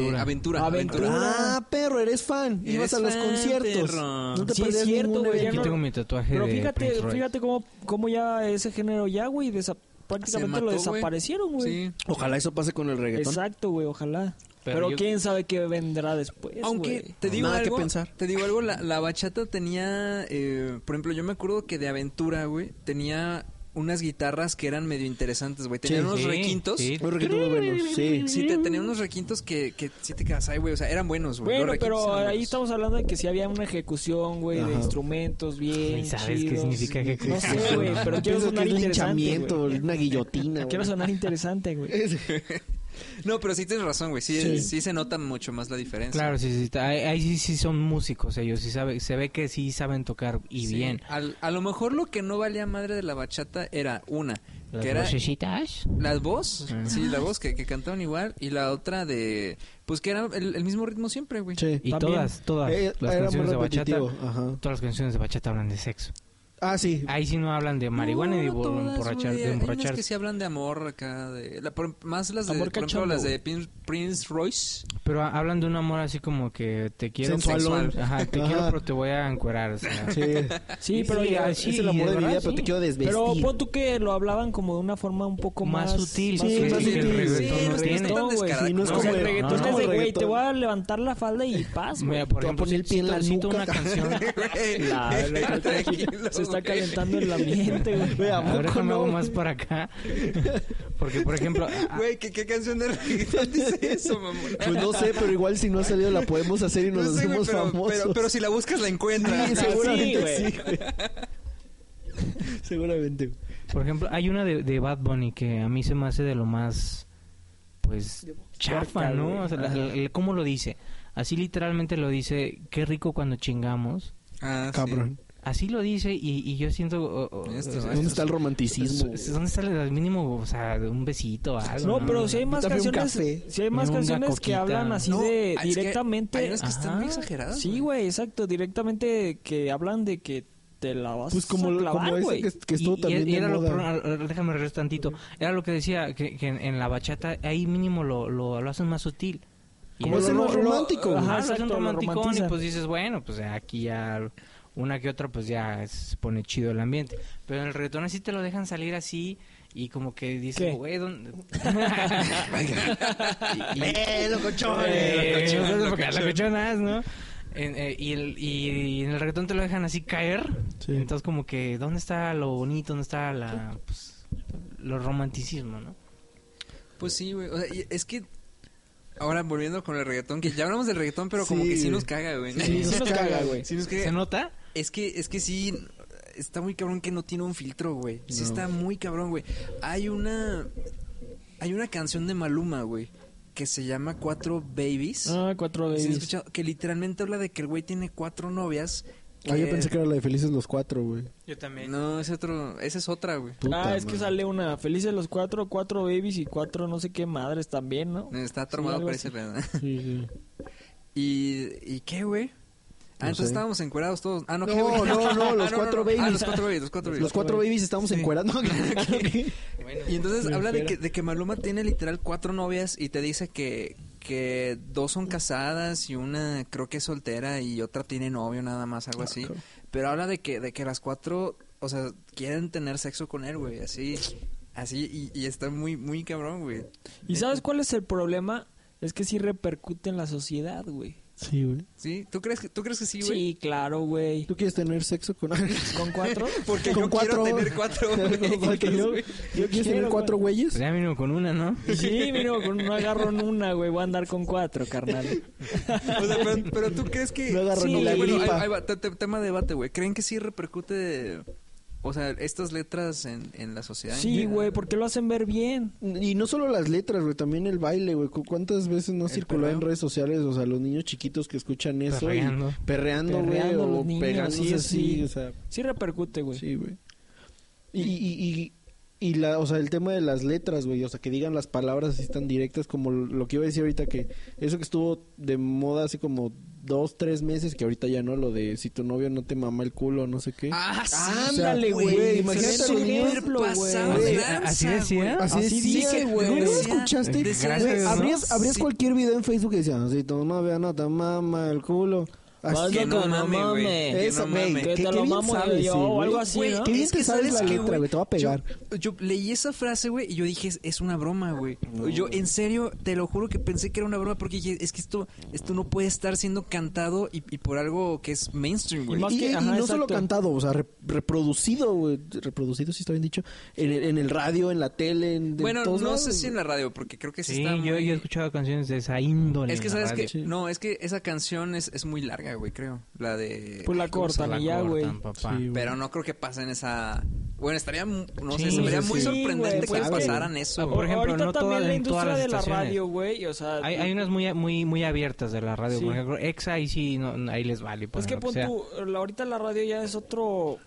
Speaker 3: aventura.
Speaker 5: Aventura.
Speaker 6: Aventura.
Speaker 4: Ah, perro, eres fan.
Speaker 3: Eres
Speaker 4: Ibas a los
Speaker 3: fan,
Speaker 4: conciertos.
Speaker 3: perro.
Speaker 4: No te
Speaker 6: Sí, es
Speaker 4: perdías
Speaker 6: cierto,
Speaker 4: ningún
Speaker 6: güey, ya
Speaker 4: evento.
Speaker 5: Aquí
Speaker 6: no-
Speaker 5: tengo mi tatuaje
Speaker 6: Pero
Speaker 5: de Prince
Speaker 6: fíjate,
Speaker 5: Royce.
Speaker 6: fíjate cómo, cómo ya ese género ya, güey, desa- prácticamente
Speaker 3: mató,
Speaker 6: lo
Speaker 3: güey.
Speaker 6: desaparecieron, güey.
Speaker 3: Sí.
Speaker 4: Ojalá eso pase con el reggaetón.
Speaker 6: Exacto, güey, ojalá.
Speaker 5: Pero
Speaker 6: Pero,
Speaker 5: yo-
Speaker 6: quién sabe qué vendrá después,
Speaker 3: Aunque
Speaker 6: güey.
Speaker 3: te digo
Speaker 2: Nada que
Speaker 3: algo,
Speaker 2: pensar.
Speaker 3: te digo algo, la, la bachata tenía, eh, por ejemplo, yo me acuerdo que de Aventura, güey, tenía unas guitarras que eran medio interesantes, güey, tenían
Speaker 5: Sí,
Speaker 3: unos
Speaker 5: sí,
Speaker 3: requintos.
Speaker 5: sí.
Speaker 4: Los reggaetón muy buenos, sí.
Speaker 3: Sí, te, tenían unos requintos que, que sí te quedas ahí, güey, o sea, eran buenos, güey.
Speaker 6: Bueno,
Speaker 3: los requintos
Speaker 6: pero
Speaker 3: eran
Speaker 6: ahí
Speaker 3: buenos.
Speaker 6: estamos hablando de que sí había una ejecución, güey, de
Speaker 4: Ajá.
Speaker 6: instrumentos bien
Speaker 5: Ni sabes qué
Speaker 6: chidos.
Speaker 5: significa
Speaker 6: No
Speaker 5: ejecución.
Speaker 6: sé, güey, pero quiero
Speaker 4: Pienso
Speaker 6: sonar
Speaker 4: que es
Speaker 6: interesante,
Speaker 4: linchamiento,
Speaker 6: güey.
Speaker 4: una guillotina.
Speaker 6: Quiero
Speaker 4: güey.
Speaker 6: sonar interesante, güey.
Speaker 3: No, pero sí tienes razón, güey, sí,
Speaker 6: Sí.
Speaker 3: sí se nota mucho más la diferencia.
Speaker 5: Claro, sí, sí, está- ahí, ahí sí, sí son músicos ellos, sí sabe, se ve que sí saben tocar y
Speaker 3: Sí.
Speaker 5: bien.
Speaker 3: Al- a lo mejor lo que no valía madre de la bachata era una,
Speaker 5: Las
Speaker 3: que era
Speaker 5: vocecitas.
Speaker 3: Las voz,
Speaker 5: Ah.
Speaker 3: sí, la voz que, que cantaban igual y la otra de, pues que era el, el mismo ritmo siempre, güey.
Speaker 4: Sí.
Speaker 5: Y
Speaker 6: También.
Speaker 5: todas, todas
Speaker 4: Eh,
Speaker 5: las
Speaker 4: era muy
Speaker 5: canciones de bachata,
Speaker 4: repetitivo. Ajá.
Speaker 5: todas las canciones de bachata hablan de sexo.
Speaker 4: Ah, sí.
Speaker 5: Ahí sí no hablan de marihuana ni de
Speaker 3: No, no todas,
Speaker 5: emborrachar,
Speaker 3: güey.
Speaker 5: de
Speaker 3: Hay unas
Speaker 5: emborrachar.
Speaker 3: que sí hablan de amor acá, de, la- por- em, más las de,
Speaker 6: Amor
Speaker 3: por ejemplo,
Speaker 6: cachondo,
Speaker 3: las de Pin- Prince Royce.
Speaker 5: Pero ha- hablan de un amor así como que te quiero,
Speaker 4: Sensualón.
Speaker 5: pero- ajá, te
Speaker 4: Ajá.
Speaker 5: quiero pero te voy a encuerar, o sea.
Speaker 4: Sí.
Speaker 6: Sí, pero
Speaker 5: Sí,
Speaker 6: ya-
Speaker 5: así,
Speaker 4: es el amor de mi
Speaker 5: ¿verdad?
Speaker 4: vida,
Speaker 5: Sí.
Speaker 4: pero te quiero desvestir.
Speaker 6: Pero pon tú que lo hablaban como de una forma un poco
Speaker 5: Más
Speaker 6: más...
Speaker 5: sutil,
Speaker 4: sí,
Speaker 5: que
Speaker 4: más
Speaker 5: que el
Speaker 4: sutil.
Speaker 5: reggaetón
Speaker 3: Sí,
Speaker 5: no
Speaker 3: no es
Speaker 5: tiene.
Speaker 3: tan
Speaker 6: güey.
Speaker 3: descarado.
Speaker 4: Sí, no es
Speaker 6: No,
Speaker 4: como
Speaker 6: o sea,
Speaker 4: el-
Speaker 6: el
Speaker 5: no,
Speaker 6: reggaetón
Speaker 5: no,
Speaker 6: es de,
Speaker 4: el
Speaker 6: güey,
Speaker 4: reggaetón.
Speaker 6: te voy a levantar la falda y paz, güey.
Speaker 5: Mira, por
Speaker 4: Te voy a
Speaker 5: ejemplo,
Speaker 4: poner el
Speaker 5: si-
Speaker 4: pie en la
Speaker 5: si cito
Speaker 4: nuca.
Speaker 5: una canción,
Speaker 6: La- la- la-
Speaker 3: Tranquilo,
Speaker 6: se está
Speaker 3: güey.
Speaker 6: calentando el ambiente, güey.
Speaker 4: Güey, ¿a
Speaker 5: ahora
Speaker 4: poco
Speaker 5: no me hago
Speaker 4: no?
Speaker 5: más para acá. Porque por ejemplo, a-
Speaker 3: Ah. Güey, ¿qué, qué canción de reggaetón dice eso, mamón?
Speaker 4: Pues no sé, pero igual si no ha salido la podemos hacer y nos
Speaker 3: No sé, güey,
Speaker 4: hacemos
Speaker 3: pero,
Speaker 4: famosos.
Speaker 3: pero, pero si la buscas la encuentras.
Speaker 4: Sí, seguramente
Speaker 6: güey.
Speaker 4: sí, güey. Seguramente. güey.
Speaker 5: Por ejemplo, hay una de, de Bad Bunny que a mí se me hace de lo más, pues, chafa,
Speaker 6: Puerca, güey.
Speaker 5: ¿no? O sea, la- la- la- ¿Cómo lo dice? Así literalmente lo dice, qué rico cuando chingamos.
Speaker 3: Ah, sí.
Speaker 4: Cabrón.
Speaker 5: Así lo dice y, y yo siento... o- o-
Speaker 3: Esto,
Speaker 5: o sea,
Speaker 3: esto.
Speaker 4: ¿Dónde está el romanticismo?
Speaker 5: s- ¿Dónde está el mínimo, o sea, de un besito o algo?
Speaker 6: No, pero si hay más
Speaker 4: Dame un
Speaker 6: canciones,
Speaker 4: café.
Speaker 6: si hay más
Speaker 5: Una
Speaker 6: canciones que
Speaker 5: coquita.
Speaker 6: hablan así
Speaker 3: No,
Speaker 6: de
Speaker 3: es que
Speaker 6: directamente.
Speaker 3: Hay unas que están muy
Speaker 5: Ajá.
Speaker 3: exageradas.
Speaker 6: Sí, güey, exacto, directamente que hablan de que te la vas
Speaker 4: Pues como,
Speaker 6: a
Speaker 4: como
Speaker 6: clavar,
Speaker 4: ese
Speaker 6: güey.
Speaker 4: que, que estuvo
Speaker 5: Y- y
Speaker 4: también de
Speaker 5: era lo-
Speaker 4: moda.
Speaker 5: perdón, déjame regresar tantito. Era lo que decía, que, que en, en la bachata ahí mínimo lo, lo, lo hacen más sutil. Y
Speaker 4: Como
Speaker 5: era-
Speaker 4: es el
Speaker 6: lo-
Speaker 4: más
Speaker 6: lo-
Speaker 4: romántico, güey.
Speaker 5: Ajá,
Speaker 6: Ajá,
Speaker 5: lo hacen
Speaker 6: exacto, lo
Speaker 5: romanticón y
Speaker 6: romantizan.
Speaker 5: pues dices, bueno, pues aquí ya una que otra pues ya se pone chido el ambiente. Pero en el reggaetón así te lo dejan salir así y como que
Speaker 6: ¿Qué?
Speaker 5: dices, güey, ¿dónde...? Y- y-
Speaker 4: ¡Eh, locochón!
Speaker 5: Eh,
Speaker 3: locochón,
Speaker 5: no sé por qué,
Speaker 3: locochón.
Speaker 5: locochonas, ¿no? En, eh, y, el, y, y en el reggaetón te lo dejan así caer.
Speaker 4: Sí.
Speaker 5: Entonces como que, ¿dónde está lo bonito? ¿Dónde está la... Pues, lo romanticismo, ¿no?
Speaker 3: Pues sí, güey. O sea, y es que ahora volviendo con el reggaetón, que ya hablamos del reggaetón, pero como
Speaker 4: Sí,
Speaker 3: que sí
Speaker 4: güey.
Speaker 3: nos caga, güey.
Speaker 6: Sí, sí nos caga, güey.
Speaker 3: Sí nos caga.
Speaker 5: ¿Se nota?
Speaker 3: Es que, es que sí, está muy cabrón que no tiene un filtro, güey. Sí está muy cabrón, güey. Hay una, hay una canción de Maluma, güey, que se llama Cuatro Babies.
Speaker 6: Ah, cuatro
Speaker 3: ¿Sí has
Speaker 6: veces.
Speaker 3: escuchado? Que literalmente habla de que el güey tiene cuatro novias.
Speaker 4: Ah, yo
Speaker 3: Eh.
Speaker 4: pensé que era la de Felices los Cuatro, güey.
Speaker 5: Yo también.
Speaker 3: No, es otro, esa es otra, güey.
Speaker 4: Puta
Speaker 6: ah, es que
Speaker 4: madre.
Speaker 6: sale una Felices los cuatro, cuatro babies y cuatro no sé qué madres también, ¿no?
Speaker 3: Está traumado
Speaker 6: algo
Speaker 3: por
Speaker 6: así.
Speaker 3: ese pedo.
Speaker 4: Sí, sí.
Speaker 3: ¿Y, ¿y qué, güey? Ah,
Speaker 4: No
Speaker 3: entonces
Speaker 4: sé.
Speaker 3: estábamos encuerados todos. Ah, no,
Speaker 4: No,
Speaker 3: ¿qué, güey?
Speaker 4: no, no, los
Speaker 3: Ah,
Speaker 4: cuatro
Speaker 3: Ah,
Speaker 4: babies.
Speaker 3: los cuatro babies, los cuatro babies.
Speaker 4: Los cuatro babies estamos
Speaker 3: Sí.
Speaker 4: encuerando.
Speaker 3: Y entonces habla de que, de que Maluma tiene literal cuatro novias y te dice que, que dos son casadas y una creo que es soltera y otra tiene novio nada más, algo así. Pero habla de que, de que las cuatro, o sea, quieren tener sexo con él, güey, así. Así, y, y está muy, muy cabrón, güey.
Speaker 6: ¿Y sabes cuál es el problema? Es que sí repercute en la sociedad, güey.
Speaker 4: sí, güey.
Speaker 3: ¿Sí? ¿Tú crees que, tú crees que sí,
Speaker 6: Sí,
Speaker 3: güey?
Speaker 6: claro, güey.
Speaker 4: ¿Tú quieres tener sexo con alguien?
Speaker 6: ¿Con cuatro?
Speaker 3: Porque
Speaker 4: Con
Speaker 3: yo
Speaker 4: cuatro-
Speaker 3: quiero tener cuatro
Speaker 4: No, porque
Speaker 3: novias,
Speaker 4: yo,
Speaker 3: güey.
Speaker 4: ¿Yo quieres tener
Speaker 6: quiero,
Speaker 4: cuatro güeyes?
Speaker 5: Pues ya mínimo con una, ¿no?
Speaker 6: Sí, mira, con- no agarro en una, güey. Voy a andar con cuatro, carnal.
Speaker 3: O sea, pero, pero tú crees que...
Speaker 4: No agarro
Speaker 6: ni la
Speaker 3: bueno,
Speaker 4: gripa.
Speaker 3: ahí- ahí va, te- te- tema de debate, güey. ¿Creen que sí repercute, o sea, estas letras en, en la sociedad? en
Speaker 6: Sí,
Speaker 3: general?
Speaker 6: güey, porque lo hacen ver bien.
Speaker 4: Y no solo las letras, güey, también el baile, güey. ¿Cu- ¿Cuántas veces no
Speaker 3: El
Speaker 4: circuló en
Speaker 3: perreo.
Speaker 4: redes sociales? O sea, los niños chiquitos que escuchan eso. y
Speaker 5: Perreando.
Speaker 4: Perreando, güey.
Speaker 6: Perreando los
Speaker 4: O
Speaker 6: niños,
Speaker 4: pegándose
Speaker 6: sí,
Speaker 4: así,
Speaker 6: sí.
Speaker 4: o sea.
Speaker 6: Sí repercute, güey.
Speaker 4: Sí, güey. Y, y, y, Y la, o sea, el tema de las letras, güey, o sea, que digan las palabras así tan directas como lo que iba a decir ahorita, que eso que estuvo de moda hace como dos, tres meses, que ahorita ya no, lo de si tu novio no te mama el culo, no sé qué.
Speaker 3: Ah, sí.
Speaker 6: Ándale,
Speaker 4: O sea,
Speaker 6: güey.
Speaker 4: güey, imagínate
Speaker 6: Ese
Speaker 4: a los niños
Speaker 6: ejemplo,
Speaker 3: pasado
Speaker 6: güey.
Speaker 3: de
Speaker 5: Güey,
Speaker 3: lanza,
Speaker 5: ¿así decía?
Speaker 3: güey.
Speaker 4: Así decía,
Speaker 3: dije,
Speaker 4: güey. ¿No lo
Speaker 3: Decía-
Speaker 4: escuchaste?
Speaker 3: decía-
Speaker 5: Gracias,
Speaker 4: Güey,
Speaker 5: ¿no?
Speaker 4: abrías abrías
Speaker 3: Sí.
Speaker 4: cualquier video en Facebook y decían, si tu novia no te mama el culo. Así,
Speaker 3: Que no mame, güey. Que
Speaker 4: Eso,
Speaker 3: no
Speaker 4: güey,
Speaker 3: mame.
Speaker 4: ¿Qué-
Speaker 6: Que
Speaker 4: qué
Speaker 6: te lo
Speaker 4: bien
Speaker 6: mamo
Speaker 4: sabes,
Speaker 6: yo,
Speaker 4: sí,
Speaker 6: o
Speaker 4: güey.
Speaker 6: algo así,
Speaker 3: Güey,
Speaker 6: ¿no?
Speaker 4: Qué bien
Speaker 3: es
Speaker 4: te
Speaker 3: que
Speaker 4: sabes
Speaker 3: ¿sabes
Speaker 4: la
Speaker 3: qué,
Speaker 4: letra,
Speaker 3: güey?
Speaker 4: güey, te va a pegar.
Speaker 3: Yo, yo leí esa frase, güey, y yo dije, es, es una broma, güey. yo, en serio, te lo juro que pensé que era una broma porque dije, es que esto, esto no puede estar siendo cantado y, y por algo que es mainstream, güey.
Speaker 6: más
Speaker 4: Y,
Speaker 6: que-
Speaker 4: y
Speaker 6: ajá,
Speaker 4: no solo
Speaker 6: exacto.
Speaker 4: cantado, o sea, re- reproducido, güey. Reproducido, si está bien dicho. En el, en el radio, en la tele, en de
Speaker 3: Bueno, no
Speaker 4: todos lados,
Speaker 3: sé si
Speaker 4: güey.
Speaker 3: en la radio, porque creo que sí,
Speaker 5: Sí,
Speaker 3: está
Speaker 5: yo,
Speaker 3: muy-
Speaker 5: yo he escuchado canciones de esa índole.
Speaker 3: Es que
Speaker 5: en la
Speaker 3: sabes
Speaker 5: radio.
Speaker 3: que... No, es que esa canción es, es muy larga, güey, creo. La de...
Speaker 6: Pues la
Speaker 3: Ay, ¿cómo se
Speaker 6: cortan
Speaker 3: llama?
Speaker 6: y ya, güey.
Speaker 5: cortan, papá.
Speaker 4: Sí, güey.
Speaker 3: Pero no creo que pasen esa... Bueno, estaría... mu- No sé,
Speaker 5: Sí,
Speaker 3: se me haría
Speaker 4: sí,
Speaker 3: muy
Speaker 4: sí,
Speaker 3: sorprendente que
Speaker 6: güey, pues
Speaker 4: es que-
Speaker 3: pasaran eso,
Speaker 5: Ah,
Speaker 3: güey.
Speaker 5: por ejemplo,
Speaker 6: ahorita
Speaker 5: no
Speaker 6: también
Speaker 5: toda-
Speaker 6: la
Speaker 5: en todas
Speaker 6: industria
Speaker 5: las
Speaker 6: de la
Speaker 5: estaciones.
Speaker 6: radio, güey, o sea,
Speaker 5: Hay, hay unas muy, muy, muy abiertas de la radio.
Speaker 6: Sí.
Speaker 5: Por ejemplo, Exa, ahí sí, no, no, ahí les vale.
Speaker 6: es
Speaker 5: poner
Speaker 6: que
Speaker 5: lo que
Speaker 6: pon
Speaker 5: sea.
Speaker 6: tú, la- ahorita la radio ya es otro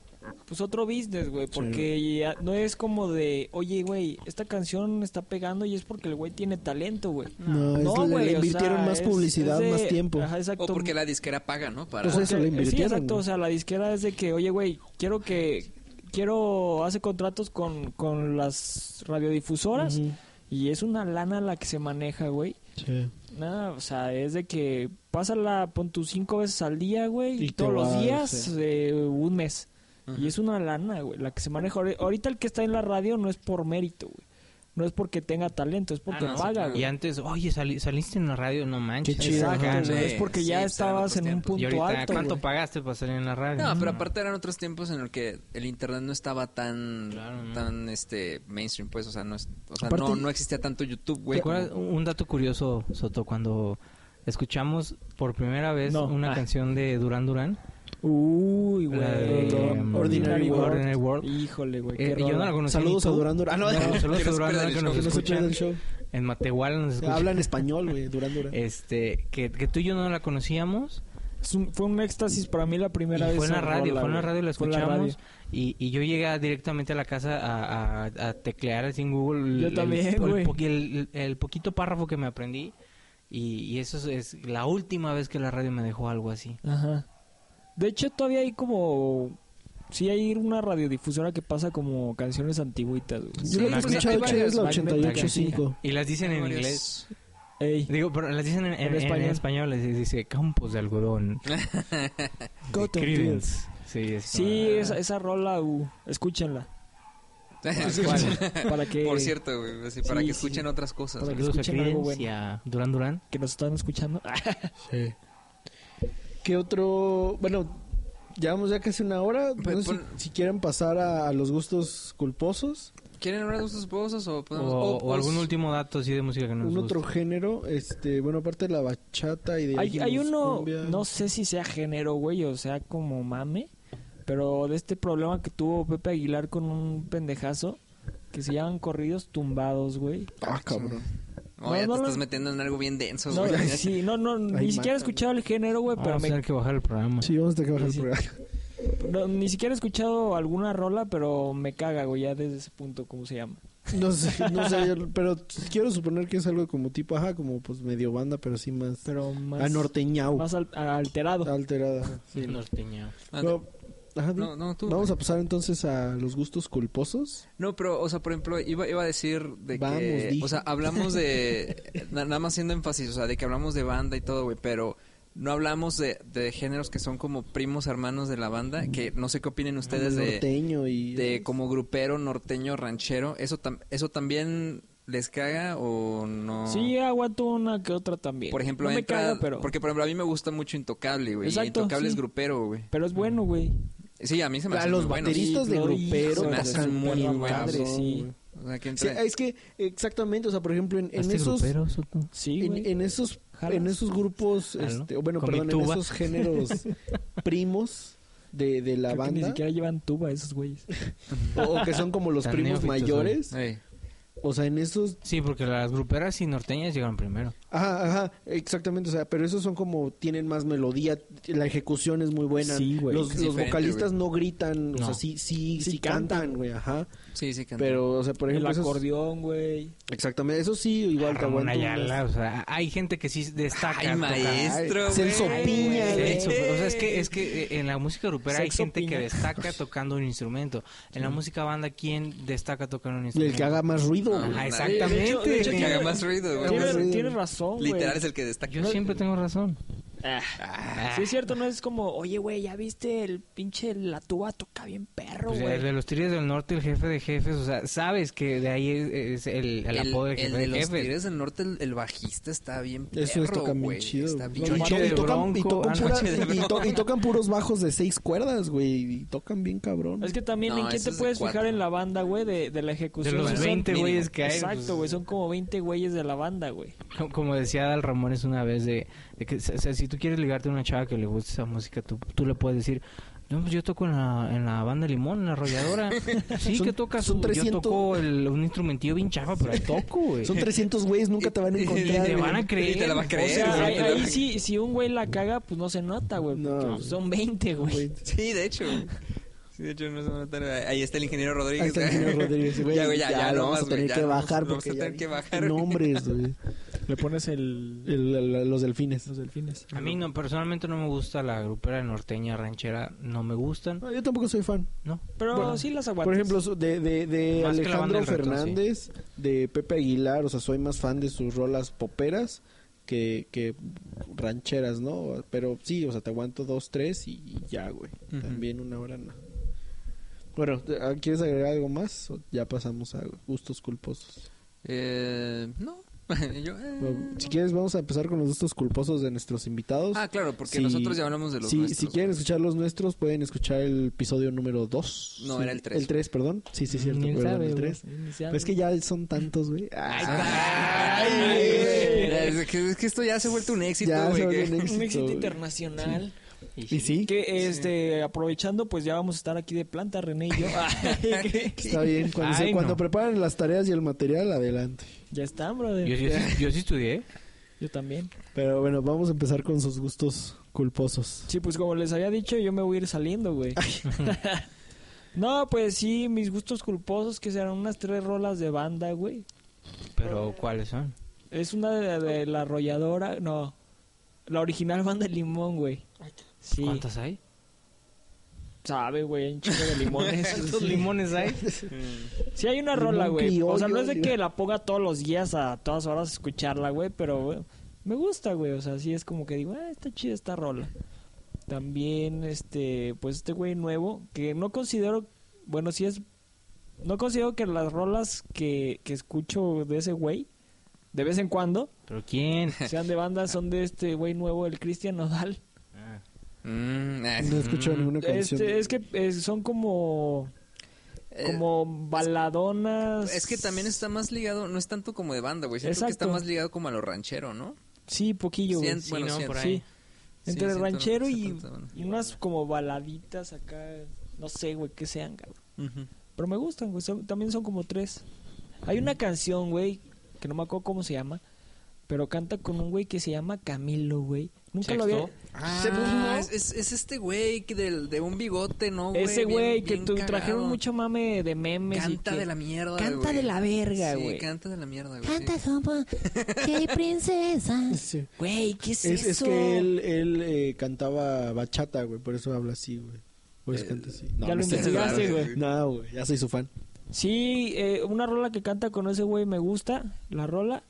Speaker 6: pues otro business, güey, porque ya no es como de, oye, güey, esta canción está pegando y es porque el güey tiene talento, güey.
Speaker 4: No, es la- le
Speaker 6: o
Speaker 4: invirtieron más
Speaker 6: es-
Speaker 4: publicidad,
Speaker 6: es de-
Speaker 4: más tiempo.
Speaker 6: Ajá, exacto.
Speaker 3: O porque la disquera paga, ¿no? Para...
Speaker 4: Pues eso, le
Speaker 6: Eh, Sí,
Speaker 4: invirtieron.
Speaker 6: exacto,
Speaker 4: güey.
Speaker 6: o sea, la disquera es de que, oye, güey, quiero que quiero hace contratos con con las radiodifusoras
Speaker 4: Ujú.
Speaker 6: y es una lana la que se maneja, güey.
Speaker 4: Sí.
Speaker 6: Nada, o sea, es de que pásala, pon tus cinco veces al día, güey,
Speaker 4: Y
Speaker 6: y
Speaker 4: te
Speaker 6: todos
Speaker 4: va,
Speaker 6: los días,
Speaker 4: sí.
Speaker 6: eh, un mes.
Speaker 3: Ajá.
Speaker 6: Y es una lana, güey, la que se maneja. Ahori- Ahorita el que está en la radio no es por mérito, güey. No es porque tenga talento, es porque
Speaker 3: Ah, no, sí,
Speaker 6: paga,
Speaker 3: claro.
Speaker 6: güey.
Speaker 5: Y antes, oye, sali- saliste en la radio, no manches.
Speaker 4: Qué chido,
Speaker 6: Exacto,
Speaker 5: Ajá.
Speaker 3: sí,
Speaker 6: güey, es porque
Speaker 3: sí,
Speaker 6: ya
Speaker 3: pues, eran
Speaker 6: estabas
Speaker 3: otros
Speaker 6: en un
Speaker 3: tiempos.
Speaker 6: punto
Speaker 5: Y ahorita,
Speaker 6: alto,
Speaker 5: ¿cuánto
Speaker 6: güey.
Speaker 5: pagaste para salir en la radio?
Speaker 3: No, pero aparte eran otros tiempos en los que el internet no estaba tan
Speaker 5: Claro, no.
Speaker 3: tan este mainstream, pues, o sea, no es- o sea,
Speaker 4: Aparte-
Speaker 3: no, no existía tanto YouTube,
Speaker 5: ¿Te
Speaker 3: güey.
Speaker 5: acuerdas un un dato curioso, Soto? Cuando escuchamos por primera vez
Speaker 6: No.
Speaker 5: una
Speaker 6: Ah.
Speaker 5: canción de Durán Durán.
Speaker 6: Uy,
Speaker 5: La
Speaker 6: güey.
Speaker 5: de,
Speaker 6: Perdón.
Speaker 5: um,
Speaker 4: Ordinary World.
Speaker 5: Ordinary World.
Speaker 6: Híjole, güey.
Speaker 5: Eh,
Speaker 6: qué
Speaker 5: yo no
Speaker 6: rola.
Speaker 5: la conocí.
Speaker 4: Saludos
Speaker 5: ni
Speaker 4: a
Speaker 5: tú.
Speaker 4: Durán Durán. Ah, no,
Speaker 5: No, saludos
Speaker 3: Que
Speaker 5: a
Speaker 3: no se
Speaker 5: Durán
Speaker 3: pierda
Speaker 5: Durán
Speaker 3: el
Speaker 5: que
Speaker 3: show,
Speaker 5: nos
Speaker 4: que no se pierda
Speaker 5: escuchan.
Speaker 4: el show.
Speaker 5: En Matehuala nos escuchan.
Speaker 4: Hablan español, güey, Durán Durán.
Speaker 6: Eh,
Speaker 5: Este, que, que tú y yo no la conocíamos.
Speaker 6: Es un- fue un éxtasis para mí la
Speaker 5: Y
Speaker 6: primera vez.
Speaker 5: fue en la
Speaker 6: esa
Speaker 5: radio,
Speaker 6: rola,
Speaker 5: fue en la
Speaker 6: güey.
Speaker 5: radio, la
Speaker 6: Fue en la
Speaker 5: escuchamos.
Speaker 6: radio.
Speaker 5: Y, y yo llegué directamente a la casa a, a- a teclear así en Google. el-
Speaker 6: Yo
Speaker 5: el-
Speaker 6: también,
Speaker 5: el,
Speaker 6: güey.
Speaker 5: poqui- el- el poquito párrafo que me aprendí. Y, y eso es, es la última vez que la radio me dejó algo así.
Speaker 6: Ajá. De hecho, todavía hay como. Sí, hay una radiodifusora que pasa como canciones antigüitas. güey.
Speaker 4: Yo
Speaker 3: pues,
Speaker 4: lo que he
Speaker 5: Magnética.
Speaker 4: escuchado chido es la
Speaker 6: Magnética.
Speaker 4: 88.5.
Speaker 5: Y las dicen en
Speaker 3: Varios-
Speaker 5: inglés.
Speaker 6: Ey.
Speaker 5: Digo, pero las dicen en, en-
Speaker 6: En
Speaker 5: en español.
Speaker 6: español.
Speaker 5: les dice campos de algodón.
Speaker 6: Cotton
Speaker 5: Creedence. Sí, es
Speaker 6: Sí, esa, esa rola, uh, escúchenla. Para que,
Speaker 3: Por cierto, güey, así, para
Speaker 6: Sí,
Speaker 3: que
Speaker 6: sí.
Speaker 3: escuchen otras cosas.
Speaker 6: Para
Speaker 3: güey.
Speaker 6: que
Speaker 5: Saludos a
Speaker 6: escuchen algo
Speaker 5: Creedence
Speaker 6: bueno.
Speaker 5: y a Duran Duran.
Speaker 6: que nos están escuchando.
Speaker 4: Sí. ¿Qué otro? Bueno, llevamos ya casi una hora. No
Speaker 3: Pues,
Speaker 4: sé si,
Speaker 3: pon-
Speaker 4: si quieren pasar a, a los gustos culposos.
Speaker 3: ¿Quieren hablar de gustos esposos o
Speaker 5: O,
Speaker 3: podemos Oh, o-
Speaker 5: o algún
Speaker 3: o-
Speaker 5: último dato así de música que nos
Speaker 4: Un
Speaker 5: guste.
Speaker 4: otro género, este, bueno, aparte de la bachata y de...
Speaker 6: hay, hay
Speaker 4: ritmos,
Speaker 6: uno,
Speaker 4: cumbia.
Speaker 6: no sé si sea género, güey, o sea, como mame, pero de este problema que tuvo Pepe Aguilar con un pendejazo que se llaman corridos tumbados, güey.
Speaker 4: Ah, cabrón.
Speaker 3: Oh, ya te
Speaker 6: No, no,
Speaker 3: estás
Speaker 6: no.
Speaker 3: metiendo en algo bien denso,
Speaker 6: No,
Speaker 3: güey.
Speaker 6: sí, no, no,
Speaker 4: Ay,
Speaker 6: ni siquiera he
Speaker 4: mata,
Speaker 6: escuchado el género, güey,
Speaker 5: Ah,
Speaker 6: pero
Speaker 5: vamos a
Speaker 6: me,
Speaker 5: tener que bajar el programa.
Speaker 4: Sí, vamos a tener que bajar
Speaker 6: Sí, sí.
Speaker 4: el programa.
Speaker 6: no, ni siquiera he escuchado alguna rola, pero me caga, güey, ya desde ese punto, ¿cómo se llama?
Speaker 4: No sé, no sé, pero quiero suponer que es algo como tipo, ajá, como pues medio banda, pero sí más...
Speaker 6: Pero más,
Speaker 4: a norteñau.
Speaker 6: más al- alterado.
Speaker 4: Alterada.
Speaker 5: Sí, norteño.
Speaker 3: Ah,
Speaker 4: Pero- ajá, di-
Speaker 3: No, no, tú.
Speaker 4: Vamos a pasar entonces a los gustos culposos.
Speaker 3: No, pero, o sea, por ejemplo, iba, iba a decir de
Speaker 4: Vamos,
Speaker 3: que...
Speaker 4: dije.
Speaker 3: O sea, hablamos de... na- nada más haciendo énfasis, o sea, de que hablamos de banda y todo, güey, pero no hablamos de, de géneros que son como primos hermanos de la banda, que no sé qué opinen ustedes de,
Speaker 4: norteño y...
Speaker 3: de como grupero, norteño, ranchero. ¿Eso, tam- eso también les caga o no?
Speaker 6: Sí, aguanto una que otra también.
Speaker 3: Por ejemplo,
Speaker 6: no me
Speaker 3: entra-
Speaker 6: caga, pero,
Speaker 3: Porque, por ejemplo, a mí me gusta mucho Intocable, güey. y
Speaker 6: Exacto,
Speaker 3: Intocable es
Speaker 6: sí.
Speaker 3: grupero, güey.
Speaker 6: pero es bueno, güey.
Speaker 3: Sí, a mí se me
Speaker 4: a
Speaker 3: hace
Speaker 4: los
Speaker 3: muy bueno.
Speaker 4: bateristas
Speaker 6: Sí,
Speaker 4: de
Speaker 6: lo
Speaker 4: grupero
Speaker 6: hizo,
Speaker 3: se me
Speaker 4: tocan
Speaker 3: hacen muy
Speaker 4: bien
Speaker 3: buenos,
Speaker 4: cabrón,
Speaker 6: sí.
Speaker 4: güey.
Speaker 3: O sea, que
Speaker 4: Sí,
Speaker 3: entra-
Speaker 4: es que exactamente, o sea, por ejemplo, en, en
Speaker 5: ¿Hazte
Speaker 4: esos
Speaker 5: grupero, Soto?
Speaker 6: Sí,
Speaker 4: en,
Speaker 6: güey.
Speaker 4: en esos
Speaker 6: ¿Jalas?
Speaker 4: en esos grupos,
Speaker 5: Ah, ¿no?
Speaker 4: este, o bueno,
Speaker 5: Con mi
Speaker 4: perdón, en
Speaker 5: tuba.
Speaker 4: esos géneros primos de, de la
Speaker 6: Creo que ni
Speaker 4: banda
Speaker 6: siquiera llevan tuba esos güeyes.
Speaker 4: o, o que son como los
Speaker 5: Tan
Speaker 4: primos
Speaker 5: neófitos,
Speaker 4: mayores,
Speaker 3: Ey.
Speaker 4: o sea, en esos
Speaker 5: Sí, porque las gruperas y norteñas llegaron primero.
Speaker 4: Ajá, ajá, exactamente, o sea, pero esos son como tienen más melodía, la ejecución es muy buena.
Speaker 6: Sí, güey.
Speaker 4: Los,
Speaker 3: Es
Speaker 4: los
Speaker 3: diferente,
Speaker 4: vocalistas no gritan, o
Speaker 5: No.
Speaker 4: sea, sí, sí,
Speaker 6: Sí
Speaker 4: sí,
Speaker 6: cantan.
Speaker 4: cantan, güey, ajá.
Speaker 3: Sí, sí, canta.
Speaker 4: Pero, o sea, por
Speaker 6: el
Speaker 4: ejemplo, esos-
Speaker 6: acordeón, güey.
Speaker 4: exactamente, eso sí, igual te
Speaker 5: Ramón
Speaker 4: aguanto
Speaker 5: Ayala, o sea, hay gente que sí destaca.
Speaker 3: Ay,
Speaker 5: tocando.
Speaker 3: maestro, güey.
Speaker 4: Celso Piña,
Speaker 3: Ay,
Speaker 4: güey.
Speaker 5: Eso, pero, o sea, es que, es que eh, en la música grupera hay
Speaker 6: Sexo
Speaker 5: gente
Speaker 6: piña.
Speaker 5: que destaca tocando un instrumento. En la música banda, ¿quién destaca tocando
Speaker 4: Y
Speaker 5: un
Speaker 4: el
Speaker 5: instrumento?
Speaker 4: que haga más ruido.
Speaker 3: Ah,
Speaker 4: güey.
Speaker 5: Ajá,
Speaker 6: De hecho-
Speaker 5: exactamente.
Speaker 6: de hecho,
Speaker 3: El que haga más ruido, güey.
Speaker 4: Tiene-
Speaker 6: Tienes,
Speaker 4: Sí.
Speaker 6: tienes razón, güey.
Speaker 3: Literal es el que destaca.
Speaker 5: Yo siempre tengo razón.
Speaker 4: Ah.
Speaker 6: Sí, es cierto, no es como, oye, güey, ya viste el pinche la tuba toca bien perro,
Speaker 5: Pues,
Speaker 6: güey.
Speaker 5: el de los Tigres del Norte, el jefe de jefes, o sea, sabes que de ahí es, es el, el apodo de jefe
Speaker 3: de
Speaker 5: de
Speaker 3: los
Speaker 5: jefes.
Speaker 3: Tigres del Norte, el, el bajista está bien perro,
Speaker 4: Eso es tocan bien
Speaker 3: güey.
Speaker 4: chido.
Speaker 3: Está
Speaker 4: güey.
Speaker 3: bien
Speaker 4: Y
Speaker 5: Chonche
Speaker 4: to-
Speaker 3: chido.
Speaker 5: de
Speaker 4: y tocan- y
Speaker 5: Bronco,
Speaker 4: tocan
Speaker 5: ah,
Speaker 4: puras-
Speaker 3: Chonche de
Speaker 4: y to-
Speaker 3: Bronco.
Speaker 4: y tocan puros bajos de seis cuerdas, güey, y tocan bien cabrón.
Speaker 6: Es que también,
Speaker 3: No,
Speaker 6: ¿en qué
Speaker 3: ese
Speaker 6: te
Speaker 3: es de
Speaker 6: puedes
Speaker 3: cuatro.
Speaker 6: fijar en la banda, güey, de, de la
Speaker 5: De
Speaker 6: ejecución?
Speaker 5: los
Speaker 3: Son
Speaker 5: 20
Speaker 3: mínimo.
Speaker 5: güeyes que hay. pues,
Speaker 6: Exacto, güey, son como 20 güeyes de la banda, güey.
Speaker 5: co- Como decía Dal Ramones una vez, de, de que o sea, si tú quieres ligarte a una chava que le gusta esa música, tú, tú le puedes decir, no, pues yo toco en la, en la banda Limón, en la arrolladora. Sí,
Speaker 4: Son-
Speaker 5: que tocas,
Speaker 4: son
Speaker 5: tú?
Speaker 4: 300.
Speaker 5: yo toco el- un instrumentillo bien chafa, pero ahí toco, güey.
Speaker 4: Son 300 güeyes, nunca te van a
Speaker 3: Y- y- y
Speaker 5: Y
Speaker 4: encontrar.
Speaker 5: te
Speaker 4: güey.
Speaker 5: van a creer.
Speaker 3: Y te la va a
Speaker 6: O
Speaker 3: creer,
Speaker 6: sea,
Speaker 3: güey,
Speaker 6: ahí,
Speaker 3: te la va
Speaker 6: ahí
Speaker 3: a-
Speaker 6: sí, si un güey la caga, pues no se nota, güey.
Speaker 4: No.
Speaker 6: porque, pues, Son 20, güey.
Speaker 4: Güey.
Speaker 3: Sí, de hecho. Sí, de hecho, no se van a notar. Ahí está el ingeniero Rodríguez.
Speaker 4: Ahí está el ingeniero Rodríguez, güey.
Speaker 3: Ya, güey, ya, ya,
Speaker 4: lo
Speaker 3: no
Speaker 4: vamos
Speaker 3: más,
Speaker 4: a
Speaker 3: güey,
Speaker 4: tener
Speaker 3: ya
Speaker 4: que
Speaker 3: no más,
Speaker 4: bajar
Speaker 3: lo vamos
Speaker 4: porque
Speaker 3: a tener
Speaker 4: ya-
Speaker 3: que bajar.
Speaker 4: Nombres, güey.
Speaker 1: Le pones el,
Speaker 4: El- el- los delfines.
Speaker 1: los delfines.
Speaker 5: A mí no, personalmente no me gusta la grupera norteña, ranchera, no me gustan.
Speaker 4: No, yo tampoco soy fan.
Speaker 5: No,
Speaker 6: Pero
Speaker 4: Bueno,
Speaker 6: sí las aguantas.
Speaker 4: Por ejemplo, su- de, de, de
Speaker 5: Más que la
Speaker 4: Alejandro
Speaker 5: banda del retro,
Speaker 4: Fernández, de Pepe Aguilar, o sea, soy más fan de sus rolas poperas que, que rancheras, ¿no? Pero sí, o sea, te aguanto dos, tres y, y ya, güey.
Speaker 3: Ujú.
Speaker 4: También una hora no. Bueno, ¿te- ah, ¿quieres agregar algo más? O ya pasamos a gustos culposos.
Speaker 3: Eh, no. Yo, eh,
Speaker 4: Bueno,
Speaker 3: no.
Speaker 4: Si quieres, vamos a empezar con los gustos culposos de nuestros invitados.
Speaker 3: Ah, claro, porque
Speaker 4: Si-
Speaker 3: nosotros ya hablamos de los
Speaker 4: si,
Speaker 3: nuestros,
Speaker 4: si quieren escuchar los nuestros, pueden escuchar el episodio número 2.
Speaker 3: No, era el tres.
Speaker 4: El 3, perdón. Sí, sí,
Speaker 5: Ni
Speaker 4: cierto.
Speaker 5: él
Speaker 4: perdón,
Speaker 5: sabe,
Speaker 4: el
Speaker 5: güey.
Speaker 4: 3. Pero es que ya son tantos, güey.
Speaker 3: Ah, Ay,
Speaker 4: güey.
Speaker 3: mira, es, que, es que esto ya se ha vuelto un éxito,
Speaker 4: Ya
Speaker 3: güey.
Speaker 4: se volvió
Speaker 3: que-
Speaker 4: un
Speaker 6: Un éxito
Speaker 4: güey.
Speaker 6: internacional.
Speaker 4: Y sí,
Speaker 6: Que este, aprovechando, pues ya vamos a estar aquí de planta, René y yo. Ay, que-
Speaker 4: está bien. Cuando, se-
Speaker 5: Ay,
Speaker 4: cuando
Speaker 5: no.
Speaker 4: preparan las tareas y el material, adelante.
Speaker 6: ya están, brother.
Speaker 5: yo,
Speaker 6: Yo,
Speaker 5: yo, sí- yo sí estudié.
Speaker 6: también.
Speaker 4: Pero bueno, vamos a empezar con sus gustos culposos.
Speaker 6: Sí, pues como les había dicho, yo me voy a ir saliendo, güey. no, pues sí, mis gustos culposos que serán unas tres rolas de banda, güey.
Speaker 5: Pero ¿cuáles son?
Speaker 6: Es una de, de la arrolladora, no. La original banda de limón, güey. Sí.
Speaker 5: ¿Cuántas hay?
Speaker 6: Sabe, güey, un chingo de limones.
Speaker 5: ¿Cuántos limones hay?
Speaker 6: sí hay una rola,
Speaker 4: Limón
Speaker 6: güey. O sea,
Speaker 4: criollo,
Speaker 6: no es de
Speaker 4: digo.
Speaker 6: que la ponga todos los días a todas horas a escucharla, güey, pero güey, me gusta, güey. O sea, sí es como que digo, ah, está chida esta rola. También, este, pues este güey nuevo, que no considero, bueno, sí es, no considero que las rolas que, que escucho de ese güey, de vez en cuando,
Speaker 5: ¿Pero quién?
Speaker 6: sean de banda, son de este güey nuevo, el Cristian Nodal.
Speaker 3: Mm, ah,
Speaker 4: No escucho
Speaker 5: Mm.
Speaker 4: ninguna canción.
Speaker 6: Este, es que eh, son como
Speaker 3: eh,
Speaker 6: como baladonas.
Speaker 3: Es que también está más ligado, no es tanto como de banda, güey. Siento que está
Speaker 6: Exacto.
Speaker 3: más ligado como a lo ranchero, ¿no?
Speaker 6: Sí, poquillo, güey.
Speaker 3: Sien-
Speaker 5: Sí,
Speaker 3: bueno,
Speaker 5: no,
Speaker 3: siento.
Speaker 5: por ahí.
Speaker 6: Sí. Entre
Speaker 3: siento-
Speaker 6: ranchero
Speaker 3: siento
Speaker 6: y,
Speaker 3: tanta banda.
Speaker 6: y unas como baladitas acá. No sé, güey, que sean, cabrón.
Speaker 3: Ujú.
Speaker 6: Pero me gustan, güey. son- también son como tres. Hay una canción, güey, que no me acuerdo cómo se llama. Pero canta con un güey que se llama Camilo, güey. Nunca lo había. Se-
Speaker 3: Ah, es, es- es este güey que del, de un bigote, ¿no? Güey?
Speaker 6: Ese
Speaker 3: Bien-
Speaker 6: güey que
Speaker 3: bien
Speaker 6: tu-
Speaker 3: cagado.
Speaker 6: trajeron mucho mame de memes. y
Speaker 3: Canta
Speaker 6: que-
Speaker 3: de la mierda, güey.
Speaker 6: Canta de la verga,
Speaker 3: Sí,
Speaker 6: güey.
Speaker 3: canta de la mierda, güey.
Speaker 7: Canta como que princesa.
Speaker 4: Sí.
Speaker 6: Güey, ¿qué es,
Speaker 4: Es,
Speaker 6: eso?
Speaker 4: es que é él, él eh, cantaba bachata, güey. Por eso habla así, güey. Por eso
Speaker 3: Eh,
Speaker 4: canta así.
Speaker 6: ya lo
Speaker 4: no sé.
Speaker 6: investigaste, güey.
Speaker 4: No, güey. Ya soy su fan.
Speaker 6: Sí, eh, una rola que canta con ese güey me gusta, la rola.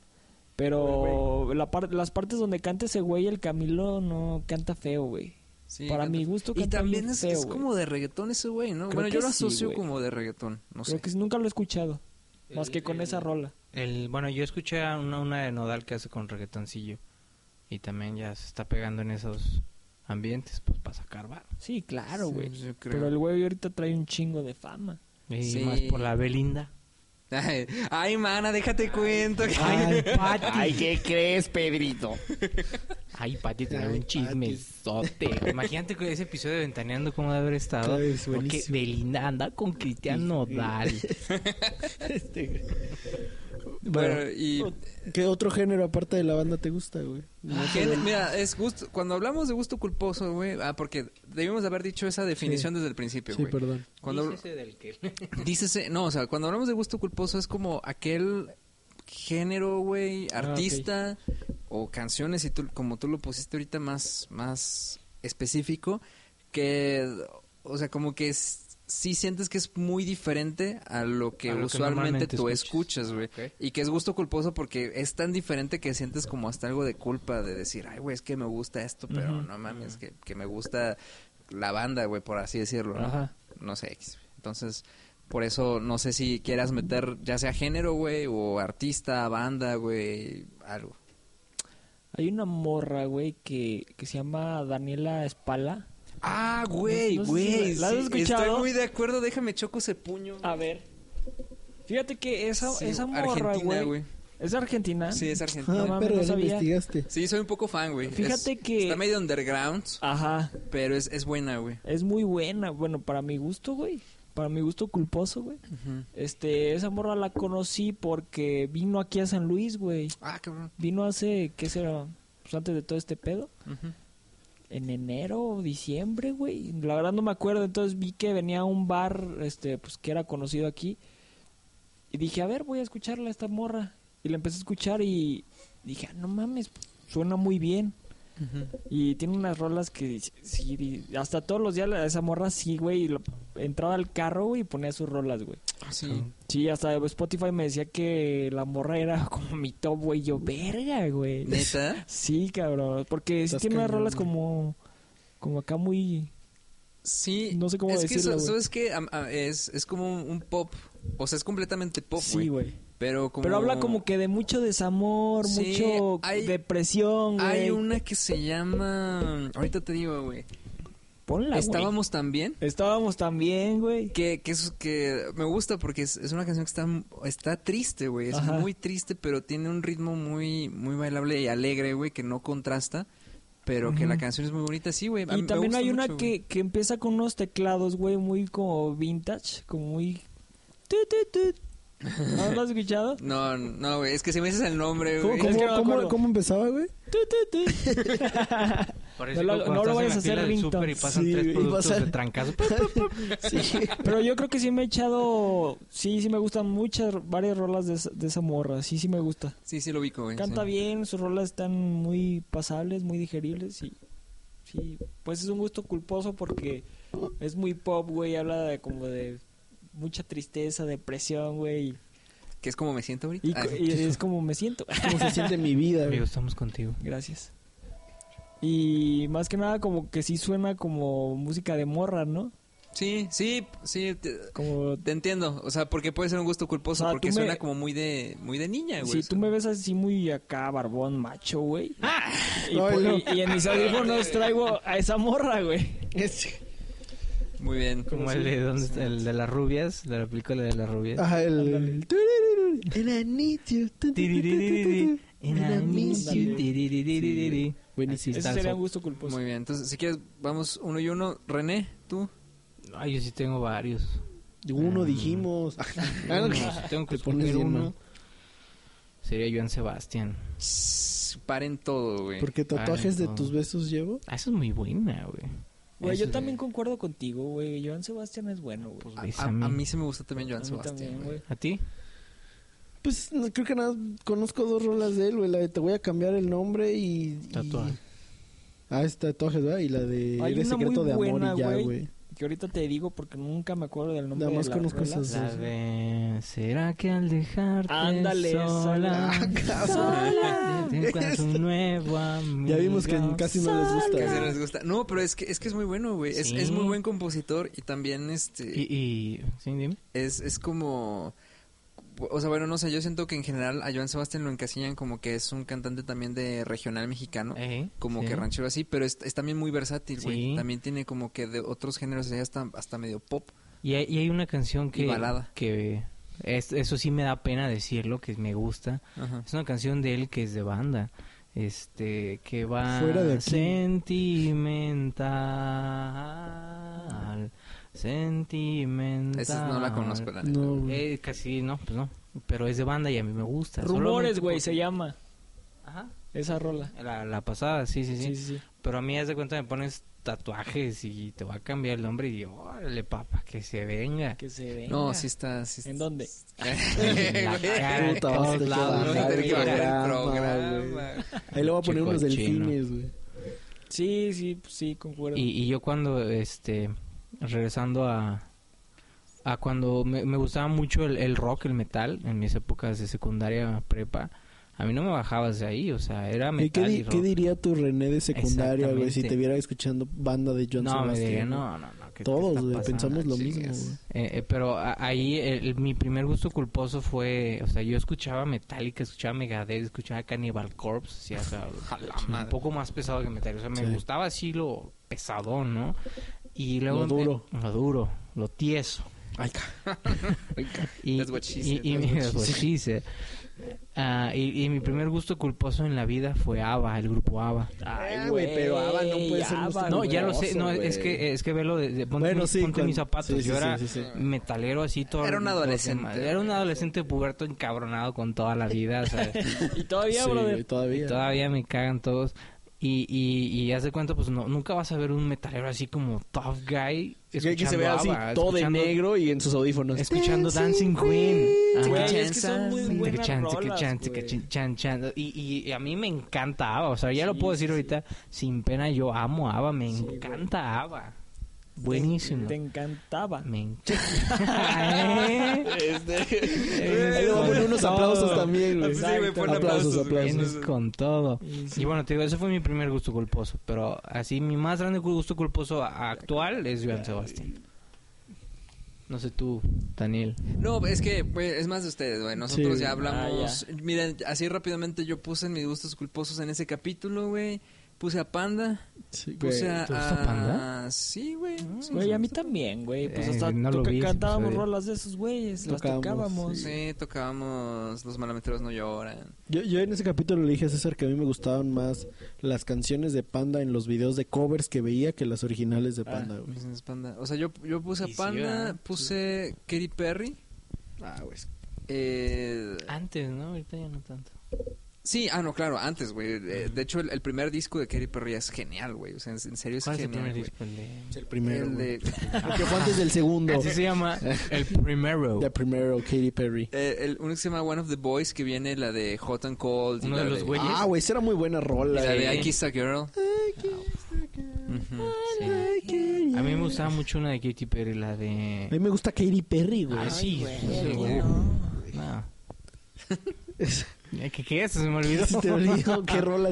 Speaker 6: Pero la par- las partes donde canta ese güey, el Camilo, no canta feo, güey.
Speaker 3: Sí,
Speaker 6: Para
Speaker 3: canta-
Speaker 6: mi gusto
Speaker 3: Y
Speaker 6: canta
Speaker 3: también
Speaker 6: bien
Speaker 3: es,
Speaker 6: feo,
Speaker 3: es
Speaker 6: güey.
Speaker 3: como de reggaetón ese güey, ¿no?
Speaker 6: Creo
Speaker 3: bueno, yo
Speaker 6: que
Speaker 3: lo
Speaker 6: sí,
Speaker 3: asocio
Speaker 6: güey.
Speaker 3: como de reggaetón, no
Speaker 6: Creo
Speaker 3: sé.
Speaker 6: que nunca lo he escuchado. Más
Speaker 5: El-
Speaker 6: que con
Speaker 5: el-
Speaker 6: esa rola.
Speaker 5: El, bueno, yo escuché a una, una de Nodal que hace con reggaetoncillo. Y también ya se está pegando en esos ambientes, pues para sacar bar.
Speaker 6: Sí, claro,
Speaker 3: Sí,
Speaker 6: güey.
Speaker 3: yo creo.
Speaker 6: pero el güey ahorita trae un chingo de fama.
Speaker 5: Y
Speaker 3: Sí.
Speaker 5: más por la Belinda.
Speaker 3: Ay, ay, mana, déjate cuento. que-
Speaker 5: Ay, Pati. Ay, ¿qué crees, Pedrito? Ay, Pati, te da
Speaker 4: Ay,
Speaker 5: un
Speaker 4: Pati.
Speaker 5: chismesote. Imagínate con ese episodio de Ventaneando cómo debe haber estado.
Speaker 4: Ay, es
Speaker 5: porque
Speaker 4: buenísimo.
Speaker 5: Belinda anda con Cristian Nodal.
Speaker 4: Este, güey.
Speaker 3: Bueno, y
Speaker 4: ¿Qué otro género aparte de la banda te gusta, güey?
Speaker 3: Gen- Mira, es gusto. Cuando hablamos de gusto culposo, güey. Ah, porque debimos de haber dicho esa definición desde el principio,
Speaker 1: Sí,
Speaker 3: güey.
Speaker 1: perdón.
Speaker 3: cuando
Speaker 5: Dícese del que...
Speaker 3: dícese, no, o sea, cuando hablamos de gusto culposo es como aquel género, güey,
Speaker 5: Ah,
Speaker 6: ok.
Speaker 3: artista o canciones, y tú, como tú lo pusiste ahorita más, más específico, que, o sea, como que es- sí sientes que es muy diferente a lo que
Speaker 5: A lo que
Speaker 3: usualmente
Speaker 5: normalmente
Speaker 3: tú
Speaker 5: escuchas.
Speaker 3: escuchas, güey.
Speaker 5: Ok.
Speaker 3: Y que es gusto culposo porque es tan diferente que sientes como hasta algo de culpa de decir, ay, güey, es que me gusta esto, pero no mames, que, que me gusta la banda, güey, por así decirlo, ¿no?
Speaker 6: Ajá.
Speaker 3: No sé, X. Entonces, por eso no sé si quieras meter ya sea género, güey, o artista, banda, güey, algo.
Speaker 6: Hay una morra, güey, que, que se llama Daniela Espala.
Speaker 3: Ah, güey,
Speaker 6: No sé si
Speaker 3: güey.
Speaker 6: la- ¿la has
Speaker 3: sí,
Speaker 6: escuchado?
Speaker 3: Estoy muy de acuerdo, déjame choco ese puño.
Speaker 6: A ver. Fíjate que Ah, esa,
Speaker 3: Sí,
Speaker 6: esa morra,
Speaker 3: Argentina,
Speaker 6: güey. ¿Es de Argentina?
Speaker 3: Sí, es
Speaker 6: Ah,
Speaker 3: argentina.
Speaker 6: mames, no sabía.
Speaker 4: investigaste.
Speaker 3: Sí, soy un poco fan, güey.
Speaker 6: Fíjate
Speaker 3: Es-
Speaker 6: que-
Speaker 3: Está medio underground,
Speaker 6: Ajá.
Speaker 3: pero es, es buena, güey.
Speaker 6: Es muy buena. Bueno, para mi gusto, güey. Para mi gusto culposo, güey.
Speaker 3: Ujú.
Speaker 6: Este, esa morra la conocí porque vino aquí a San Luis, güey.
Speaker 3: Ah, cabrón.
Speaker 6: Vino hace, ¿qué será? Pues antes de todo este pedo.
Speaker 3: Ujú.
Speaker 6: En enero o diciembre, güey. La verdad no me acuerdo. Entonces vi que venía a un bar, este, pues que era conocido aquí. Y dije, a ver, voy a escucharla a esta morra. Y la empecé a escuchar y dije, ah, no mames, suena muy bien. Y tiene unas rolas que sí, di- hasta todos los días la- esa morra sí, güey. y lo- Entraba al carro, güey, y ponía sus rolas, güey.
Speaker 3: Ah, Sí.
Speaker 6: Sí, hasta Spotify me decía que la morra era como mi top, güey. Yo, verga, güey.
Speaker 3: ¿Neta?
Speaker 6: Sí, cabrón. Porque sí
Speaker 4: Estás
Speaker 6: tiene unas
Speaker 4: cañón,
Speaker 6: rolas
Speaker 4: güey.
Speaker 6: como. Como acá muy.
Speaker 3: Sí.
Speaker 6: No sé cómo
Speaker 3: es
Speaker 6: decirlo,
Speaker 3: que,
Speaker 6: güey.
Speaker 3: so- ¿sabes qué? Am- a- es, es como un, un pop. O sea, es completamente pop, güey.
Speaker 6: Sí, güey.
Speaker 3: Pero como...
Speaker 6: Pero habla como que de mucho desamor,
Speaker 3: Sí,
Speaker 6: mucho
Speaker 3: hay-
Speaker 6: depresión, güey.
Speaker 3: Hay una que se llama... Ahorita te digo, güey.
Speaker 6: Ponla, güey.
Speaker 3: Estábamos también.
Speaker 6: Estábamos también, güey.
Speaker 3: Que, que, es, que me gusta porque es, es una canción que está, está triste, güey. Es
Speaker 6: Ajá.
Speaker 3: muy triste, pero tiene un ritmo muy, muy bailable y alegre, güey, que no contrasta. Pero que la canción es muy bonita, sí, güey. A mí
Speaker 6: Y
Speaker 3: me
Speaker 6: también
Speaker 3: gusta
Speaker 6: hay una
Speaker 3: mucho, güey.
Speaker 6: que, que empieza con unos teclados, güey, muy como vintage, como muy... Tu, tu, tu. ¿No lo has escuchado?
Speaker 3: No, no, güey. Es que si me dices el nombre,
Speaker 4: ¿Cómo,
Speaker 3: güey...
Speaker 4: cómo-
Speaker 6: Es que no me
Speaker 4: cómo-
Speaker 6: acuerdo.
Speaker 4: cómo empezaba, güey?
Speaker 6: Tu, tu, tu.
Speaker 5: Parece
Speaker 6: No
Speaker 5: que
Speaker 6: lo-
Speaker 5: cuando
Speaker 6: no lo
Speaker 5: estás en la
Speaker 6: vayas a hacer
Speaker 5: fila del
Speaker 6: ringtone.
Speaker 5: súper y pasan
Speaker 4: Sí,
Speaker 5: tres
Speaker 4: güey, y
Speaker 5: productos
Speaker 4: pasan-
Speaker 5: de trancazo. pues,
Speaker 4: Sí.
Speaker 6: Pero yo creo que sí me he echado... Sí, sí me gustan muchas, varias rolas de, esa- de esa morra. Sí, sí me gusta.
Speaker 3: Sí, sí lo ubico, güey.
Speaker 6: Canta
Speaker 3: sí.
Speaker 6: bien, sus rolas están muy pasables, muy digeribles y... Sí, pues es un gusto culposo porque es muy pop, güey, habla de como de mucha tristeza, depresión, güey.
Speaker 3: Que es como me siento ahorita.
Speaker 6: Y,
Speaker 3: Ah,
Speaker 6: co- y es como me siento.
Speaker 4: ¿Cómo se siente mi vida, güey?
Speaker 5: Amigo, estamos contigo.
Speaker 6: Gracias. Y más que nada como que sí suena como música de morra, ¿no?
Speaker 3: Sí, sí, sí. Te,
Speaker 6: Como
Speaker 3: te entiendo. O sea, porque puede ser un gusto culposo
Speaker 6: O sea,
Speaker 3: porque
Speaker 6: tú me-
Speaker 3: suena como muy de muy de niña, güey.
Speaker 6: si
Speaker 3: o sea.
Speaker 6: tú me ves así muy acá barbón macho, güey. Y,
Speaker 4: Ay,
Speaker 6: po-
Speaker 4: no.
Speaker 6: y- y en mis audífonos traigo a esa morra, güey.
Speaker 4: Es-
Speaker 3: Muy bien.
Speaker 5: Como el de, donde está- el de las rubias, de la película de las rubias.
Speaker 6: Ah.
Speaker 4: Ajá, el... And I need you.
Speaker 5: Tiriririri, and I miss
Speaker 4: Ándale.
Speaker 5: you, tiriririri.
Speaker 4: Buenísimo.
Speaker 6: Ese sería un gusto culposo.
Speaker 3: Muy bien. Entonces, si quieres, vamos uno y uno. René, tú.
Speaker 5: Ay, yo sí tengo varios.
Speaker 4: Uno dijimos.
Speaker 5: Uno,
Speaker 6: Ah.
Speaker 5: si Ah. tengo que
Speaker 6: Pues
Speaker 4: Te pones
Speaker 5: escoger
Speaker 4: bien
Speaker 5: uno.
Speaker 4: mal.
Speaker 5: Sería Joan Sebastián.
Speaker 3: Shh, Paren todo, güey.
Speaker 4: Porque tatuajes
Speaker 5: Ay,
Speaker 4: de
Speaker 5: Ah, no.
Speaker 4: tus besos llevo.
Speaker 5: Ah, eso es muy buena, güey.
Speaker 6: Güey,
Speaker 5: Eso
Speaker 6: yo
Speaker 5: es-
Speaker 6: también concuerdo contigo, güey. Joan Sebastián es bueno, güey.
Speaker 5: Pues
Speaker 3: A, a-
Speaker 5: bésame.
Speaker 3: a mí se me gusta también
Speaker 6: A
Speaker 3: Joan
Speaker 6: mí
Speaker 3: Sebastián,
Speaker 6: también,
Speaker 3: güey.
Speaker 6: güey.
Speaker 5: ¿A ti?
Speaker 4: Pues no, creo que nada, conozco dos rolas de él, güey. La de Te voy a cambiar el nombre y. y-
Speaker 5: Tatuaje.
Speaker 4: Ah, es tatuajes, ¿verdad? Y la de
Speaker 6: Hay
Speaker 4: Eres
Speaker 6: una
Speaker 4: secreto
Speaker 6: muy
Speaker 4: de amor
Speaker 6: buena,
Speaker 4: y ya,
Speaker 6: güey.
Speaker 4: güey.
Speaker 6: Que ahorita te digo porque nunca me acuerdo del nombre
Speaker 4: Nada más
Speaker 6: de la
Speaker 4: conozco
Speaker 6: rola.
Speaker 4: esas.
Speaker 5: La de... ¿Será que al dejarte
Speaker 6: Ándale, esa.
Speaker 5: sola...
Speaker 6: Ah,
Speaker 5: sola... te encuentras un nuevo amigo?
Speaker 4: Ya vimos que casi no les gusta.
Speaker 6: Ah.
Speaker 3: Casi no
Speaker 4: güey.
Speaker 3: les gusta. No, pero es que es, que es muy bueno, güey. Es,
Speaker 5: Sí.
Speaker 3: es muy buen compositor y también este
Speaker 5: Y... y... ¿Sí, dime?
Speaker 3: es, es como... O sea, bueno, no sé, yo siento que en general a Joan Sebastián lo encasillan como que es un cantante también de regional mexicano.
Speaker 5: Eh,
Speaker 3: como
Speaker 5: sí.
Speaker 3: que ranchero así, pero es, es también muy versátil, güey.
Speaker 5: Sí.
Speaker 3: También tiene como que de otros géneros, ya hasta, hasta medio pop.
Speaker 5: Y hay, y hay una canción que...
Speaker 3: balada.
Speaker 5: Que... es- eso sí me da pena decirlo, que me gusta.
Speaker 3: Ajá.
Speaker 5: Es una canción de él que es de banda. Este, que va
Speaker 4: Fuera de aquí.
Speaker 5: sentimental. Sentimental.
Speaker 3: Esa no la conozco, la neta.
Speaker 4: No, güey.
Speaker 5: Eh, casi no, pues no. pero es de banda y a mí me gusta.
Speaker 6: Rumores,
Speaker 5: solamente
Speaker 6: güey,
Speaker 5: por-
Speaker 6: se llama
Speaker 5: Ajá.
Speaker 6: esa rola.
Speaker 5: La, la pasada, sí, sí, sí.
Speaker 6: Sí, sí, sí.
Speaker 5: Pero a mí, haz de cuenta, me pones tatuajes y te va a cambiar el nombre y yo, órale, papá, que se venga.
Speaker 6: Que se ve.
Speaker 3: No, sí está. sí está-
Speaker 6: ¿En dónde?
Speaker 5: En la cara, en
Speaker 4: Puta, vas a
Speaker 5: todos
Speaker 4: tener que
Speaker 5: lados,
Speaker 3: Vamos a
Speaker 4: bajar
Speaker 3: tener que bajar el
Speaker 4: programa,
Speaker 3: programa.
Speaker 4: Ahí le voy a poner
Speaker 5: Chico
Speaker 4: unos
Speaker 5: chino.
Speaker 4: delfines, güey.
Speaker 6: Sí, sí, pues, sí, concuerdo.
Speaker 5: Y, y yo cuando, este, regresando a, a cuando me, me gustaba mucho el, el rock, el metal, en mis épocas de secundaria, prepa, a mí no me bajabas de ahí, o sea, era
Speaker 4: ¿Y qué,
Speaker 5: metal
Speaker 4: di-
Speaker 5: y rock.
Speaker 4: qué diría tu René de secundaria, güey, si
Speaker 5: Exactamente.
Speaker 4: te viera escuchando banda de John
Speaker 5: no, me
Speaker 4: Sebastián?
Speaker 5: diría,
Speaker 4: güey?
Speaker 5: no, no, no. ¿qué te
Speaker 4: Todos,
Speaker 5: está
Speaker 4: güey,
Speaker 5: pasando?
Speaker 4: pensamos lo mismo,
Speaker 3: chingas.
Speaker 4: güey.
Speaker 5: Eh, eh, pero a- ahí el- mi primer gusto culposo fue, o sea, yo escuchaba Metallica, escuchaba Megadeth, escuchaba Cannibal Corpse, sí, o sea,
Speaker 3: A la
Speaker 5: un
Speaker 3: madre.
Speaker 5: poco más pesado que Metallica, o sea, me
Speaker 4: Sí.
Speaker 5: gustaba así lo pesadón, ¿no? Y luego
Speaker 4: Lo
Speaker 5: empe-
Speaker 4: duro.
Speaker 5: lo duro, lo tieso.
Speaker 3: Ay, ca-
Speaker 5: Y,
Speaker 3: That's what she
Speaker 5: y-
Speaker 3: said,
Speaker 5: y-
Speaker 3: that's what
Speaker 5: that's what she said. Ah, y, y mi primer gusto culposo en la vida fue ABBA, el grupo ABBA.
Speaker 4: Ay, güey, pero ABBA no puede ser
Speaker 6: ABBA,
Speaker 4: nuestro-
Speaker 5: No, ya lo sé,
Speaker 4: Hermoso,
Speaker 5: no,
Speaker 4: güey.
Speaker 5: es que eh, es que velo de, de- ponte,
Speaker 4: Bueno,
Speaker 5: mis-
Speaker 4: sí,
Speaker 5: ponte
Speaker 4: cuando-
Speaker 5: mis zapatos.
Speaker 4: sí, sí,
Speaker 5: yo
Speaker 4: sí,
Speaker 5: era
Speaker 4: sí, sí.
Speaker 5: metalero así todo.
Speaker 3: Era un
Speaker 5: todo
Speaker 3: adolescente.
Speaker 5: quemado. Era un adolescente puberto encabronado con toda la vida, o sea,
Speaker 6: Y todavía,
Speaker 4: Sí,
Speaker 6: brother.
Speaker 4: güey, todavía.
Speaker 5: y todavía me cagan todos. Y, y, y haz de cuenta, pues no, nunca vas a ver un metalero así como tough guy.
Speaker 4: Es que, hay que se
Speaker 5: escuchando
Speaker 4: vea así,
Speaker 5: ABBA,
Speaker 4: todo de
Speaker 5: escuchando-
Speaker 4: negro y en sus audífonos.
Speaker 5: Escuchando Dancing Queen. Ajá.
Speaker 6: Güey, es que son muy
Speaker 5: Chan,
Speaker 6: buenas
Speaker 5: chan,
Speaker 6: rolas,
Speaker 5: chan,
Speaker 6: güey.
Speaker 5: chan, chan, chan. Y, y- y a mí me encanta ABBA. O sea, ya lo
Speaker 6: Sí,
Speaker 5: puedo decir
Speaker 6: sí,
Speaker 5: ahorita sin pena. Yo amo ABBA. Me encanta ABBA. Buenísimo.
Speaker 6: Te encantaba.
Speaker 5: Me encanta.
Speaker 3: Este,
Speaker 5: Este,
Speaker 4: Ahí le voy a poner unos aplausos también, güey.
Speaker 3: Sí,
Speaker 5: Pues,
Speaker 3: güey, pon
Speaker 4: Aplausos,
Speaker 3: aplausos, güey.
Speaker 4: aplausos.
Speaker 5: Vienes con todo.
Speaker 6: Y sí.
Speaker 5: Y bueno, te digo, ese fue mi primer gusto culposo. Pero así, mi más grande gusto culposo a- actual es Joan Sebastián. No sé tú, Daniel.
Speaker 3: No, es que güey, es más de ustedes, güey. Nosotros
Speaker 4: Sí.
Speaker 3: ya hablamos. Miren, así rápidamente yo puse mis gustos culposos en ese capítulo, güey. Puse a Panda.
Speaker 4: Sí, güey.
Speaker 3: Puse a.
Speaker 5: ¿Te gusta
Speaker 3: a-
Speaker 5: Panda?
Speaker 3: Sí, güey. Sí,
Speaker 6: Güey,
Speaker 3: sí me
Speaker 6: a mí
Speaker 3: gusta.
Speaker 6: también, güey. Pues
Speaker 5: Eh,
Speaker 6: hasta
Speaker 5: no lo
Speaker 6: toca-
Speaker 5: vi,
Speaker 6: cantábamos
Speaker 5: episodio.
Speaker 6: rolas de esos güeyes. Las
Speaker 4: Tocamos,
Speaker 6: tocábamos.
Speaker 3: Sí, tocábamos Los Malameteros No Lloran.
Speaker 4: Yo, yo en ese capítulo le dije a César que a mí me gustaban más las canciones de Panda en los videos de covers que veía que las originales de Panda, güey.
Speaker 3: Business Panda. O sea, yo, yo puse a
Speaker 5: Y sí,
Speaker 3: Panda,
Speaker 5: ¿verdad?
Speaker 3: puse Katy Perry.
Speaker 4: Ah, güey.
Speaker 3: Eh,
Speaker 5: Antes, ¿no? Ahorita ya no tanto.
Speaker 3: sí, ah, no, claro, antes, güey. Eh, de hecho, el, el primer disco de Katy Perry es genial, güey. O sea, en, en serio es
Speaker 5: ¿Cuál es el
Speaker 3: genial.
Speaker 5: primer
Speaker 3: güey.
Speaker 5: disco? El de-
Speaker 4: el primero,
Speaker 3: El
Speaker 4: güey.
Speaker 3: de-
Speaker 4: Porque fue antes del segundo.
Speaker 5: Así se llama el primero.
Speaker 4: De primero, Katy Perry.
Speaker 3: eh, el- uno que se llama One of the Boys, que viene la de Hot and Cold. y
Speaker 5: Uno de
Speaker 3: la
Speaker 5: los güeyes.
Speaker 4: Ah, güey, esa era muy buena rola. eh.
Speaker 3: La de
Speaker 5: Sí.
Speaker 3: I Kissed a Girl.
Speaker 5: Sí. A mí me gustaba mucho una de Katy Perry, la
Speaker 4: A mí
Speaker 5: de.
Speaker 4: me gusta Katy Perry, güey.
Speaker 5: Ah, sí. sí, güey. No. ¿Qué, qué es? Se me olvidó.
Speaker 4: Se te olvidó, qué rola.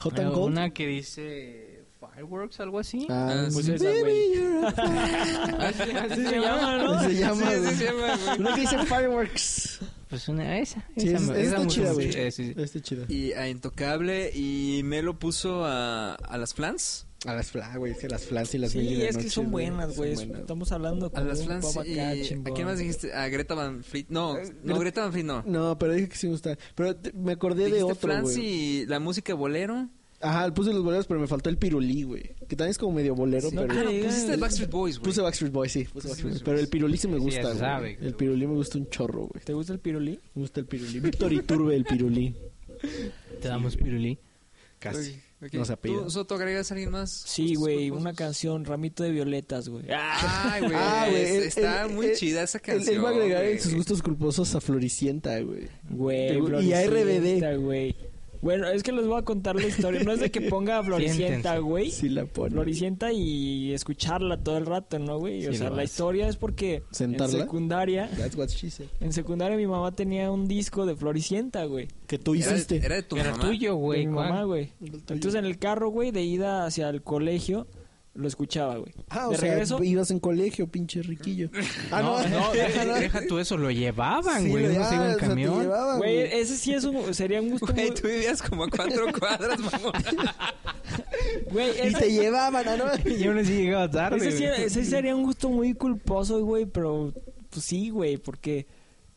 Speaker 4: Hot and Cold.
Speaker 5: Una que dice Fireworks, algo así.
Speaker 4: Ah,
Speaker 3: Ah,
Speaker 4: sí.
Speaker 3: pues
Speaker 6: esa,
Speaker 4: Baby,
Speaker 6: güey.
Speaker 4: you're a fire.
Speaker 5: Así, así
Speaker 6: Se llama, ¿no?
Speaker 4: Se llama,
Speaker 3: Sí,
Speaker 4: güey.
Speaker 3: sí, se llama, güey.
Speaker 4: Una que dice Fireworks.
Speaker 5: Pues una esa.
Speaker 4: Sí,
Speaker 5: esa
Speaker 4: es,
Speaker 5: me-
Speaker 4: es
Speaker 5: esa
Speaker 4: está
Speaker 5: me
Speaker 4: chida,
Speaker 5: gusta
Speaker 4: güey.
Speaker 5: mucho. Eh, sí, sí.
Speaker 4: Está chida.
Speaker 3: Y a Intocable. Y Melo puso a, a las Flans.
Speaker 4: A las flas, güey. Es que las flas y las mil y
Speaker 6: Sí,
Speaker 4: una
Speaker 6: es que
Speaker 4: noches,
Speaker 6: son buenas, güey.
Speaker 4: son buenas.
Speaker 6: Estamos hablando
Speaker 3: A
Speaker 6: con
Speaker 4: Uh,
Speaker 3: las
Speaker 6: un
Speaker 3: Flans.
Speaker 6: papa
Speaker 3: Y,
Speaker 6: acá,
Speaker 3: ¿A
Speaker 6: chingón.
Speaker 3: quién más dijiste? A Greta Van Fleet. No, no,
Speaker 4: Gre-
Speaker 3: Greta Van Fleet no.
Speaker 4: No, pero dije que sí me gusta. Pero te- me acordé de
Speaker 3: Dijiste
Speaker 4: otro,
Speaker 3: Flans
Speaker 4: güey.
Speaker 3: y la música bolero.
Speaker 4: Ajá, puse los boleros, pero me faltó el pirulí, güey. Que también es como medio bolero,
Speaker 6: No,
Speaker 4: pero...
Speaker 6: ah,
Speaker 3: No, pues pusiste
Speaker 6: el-
Speaker 3: Backstreet Boys, güey.
Speaker 4: Puse Backstreet Boys, sí. Puse Backstreet Boys.
Speaker 3: Backstreet
Speaker 4: Pero el pirulí sí me
Speaker 5: Sí,
Speaker 4: gusta,
Speaker 5: ya se
Speaker 4: güey.
Speaker 5: sabe.
Speaker 4: El pirulí me gusta un chorro, güey.
Speaker 6: ¿Te gusta el pirulí?
Speaker 4: Me gusta el pirulí. Víctor Iturbe, el pirulí.
Speaker 5: Te damos pirulí.
Speaker 4: Casi.
Speaker 3: Ok, ok.
Speaker 4: No se apellida.
Speaker 3: ¿Tú, Soto, agregas a alguien más?
Speaker 6: Sí,
Speaker 3: Gustos
Speaker 6: güey.
Speaker 3: culposos.
Speaker 6: Una canción, Ramito de Violetas, güey.
Speaker 3: Ay, güey.
Speaker 4: Ah, güey. él-
Speaker 3: Está
Speaker 4: él-
Speaker 3: muy
Speaker 4: él-
Speaker 3: chida esa
Speaker 4: él-
Speaker 3: canción.
Speaker 4: Él va a agregar
Speaker 3: güey.
Speaker 4: en sus gustos culposos a Floricienta, güey.
Speaker 6: Güey,
Speaker 4: Te- y
Speaker 6: Floricienta,
Speaker 4: a RBD.
Speaker 6: güey. Bueno, es que les voy a contar la historia. No es de que ponga a Floricienta,
Speaker 5: Siéntense.
Speaker 6: güey.
Speaker 4: Sí la pone.
Speaker 6: Floricienta y escucharla todo el rato, ¿no, güey? O
Speaker 5: Sí,
Speaker 6: sea,
Speaker 5: lo
Speaker 6: la
Speaker 5: hace.
Speaker 6: historia es porque
Speaker 4: Sentarla.
Speaker 6: en secundaria,
Speaker 4: That's what she said.
Speaker 6: en secundaria mi mamá tenía un disco de Floricienta, güey.
Speaker 4: Que tú
Speaker 3: Era-
Speaker 4: hiciste.
Speaker 3: Era de tu
Speaker 5: Era
Speaker 3: mamá.
Speaker 5: tuyo,
Speaker 6: De
Speaker 5: güey.
Speaker 6: mi
Speaker 5: ¿cuál?
Speaker 6: mamá, güey.
Speaker 4: El tuyo.
Speaker 6: Entonces en el carro, güey, de ida hacia el colegio, lo escuchaba, güey.
Speaker 4: Ah, o
Speaker 6: de
Speaker 4: sea,
Speaker 6: regreso,
Speaker 4: ibas en colegio, pinche riquillo. Ah,
Speaker 5: No,
Speaker 4: no.
Speaker 5: no, deja, deja tú eso. Lo llevaban,
Speaker 4: Sí,
Speaker 5: güey. Uno
Speaker 4: ah,
Speaker 5: se
Speaker 4: o
Speaker 5: iba en
Speaker 4: sea, te
Speaker 5: camión.
Speaker 4: llevaban,
Speaker 6: güey, eh,
Speaker 4: güey.
Speaker 6: ese sí es un, sería un gusto.
Speaker 3: Güey,
Speaker 6: muy-
Speaker 3: tú vivías como a cuatro cuadras, mamón.
Speaker 6: Güey,
Speaker 4: Y
Speaker 6: ese-
Speaker 4: te llevaban, ah, ¿no?
Speaker 5: Yo no sé si llegaba tarde.
Speaker 6: Ese, sí
Speaker 5: güey.
Speaker 6: era- ese sería un gusto muy culposo, güey, pero pues sí, güey, porque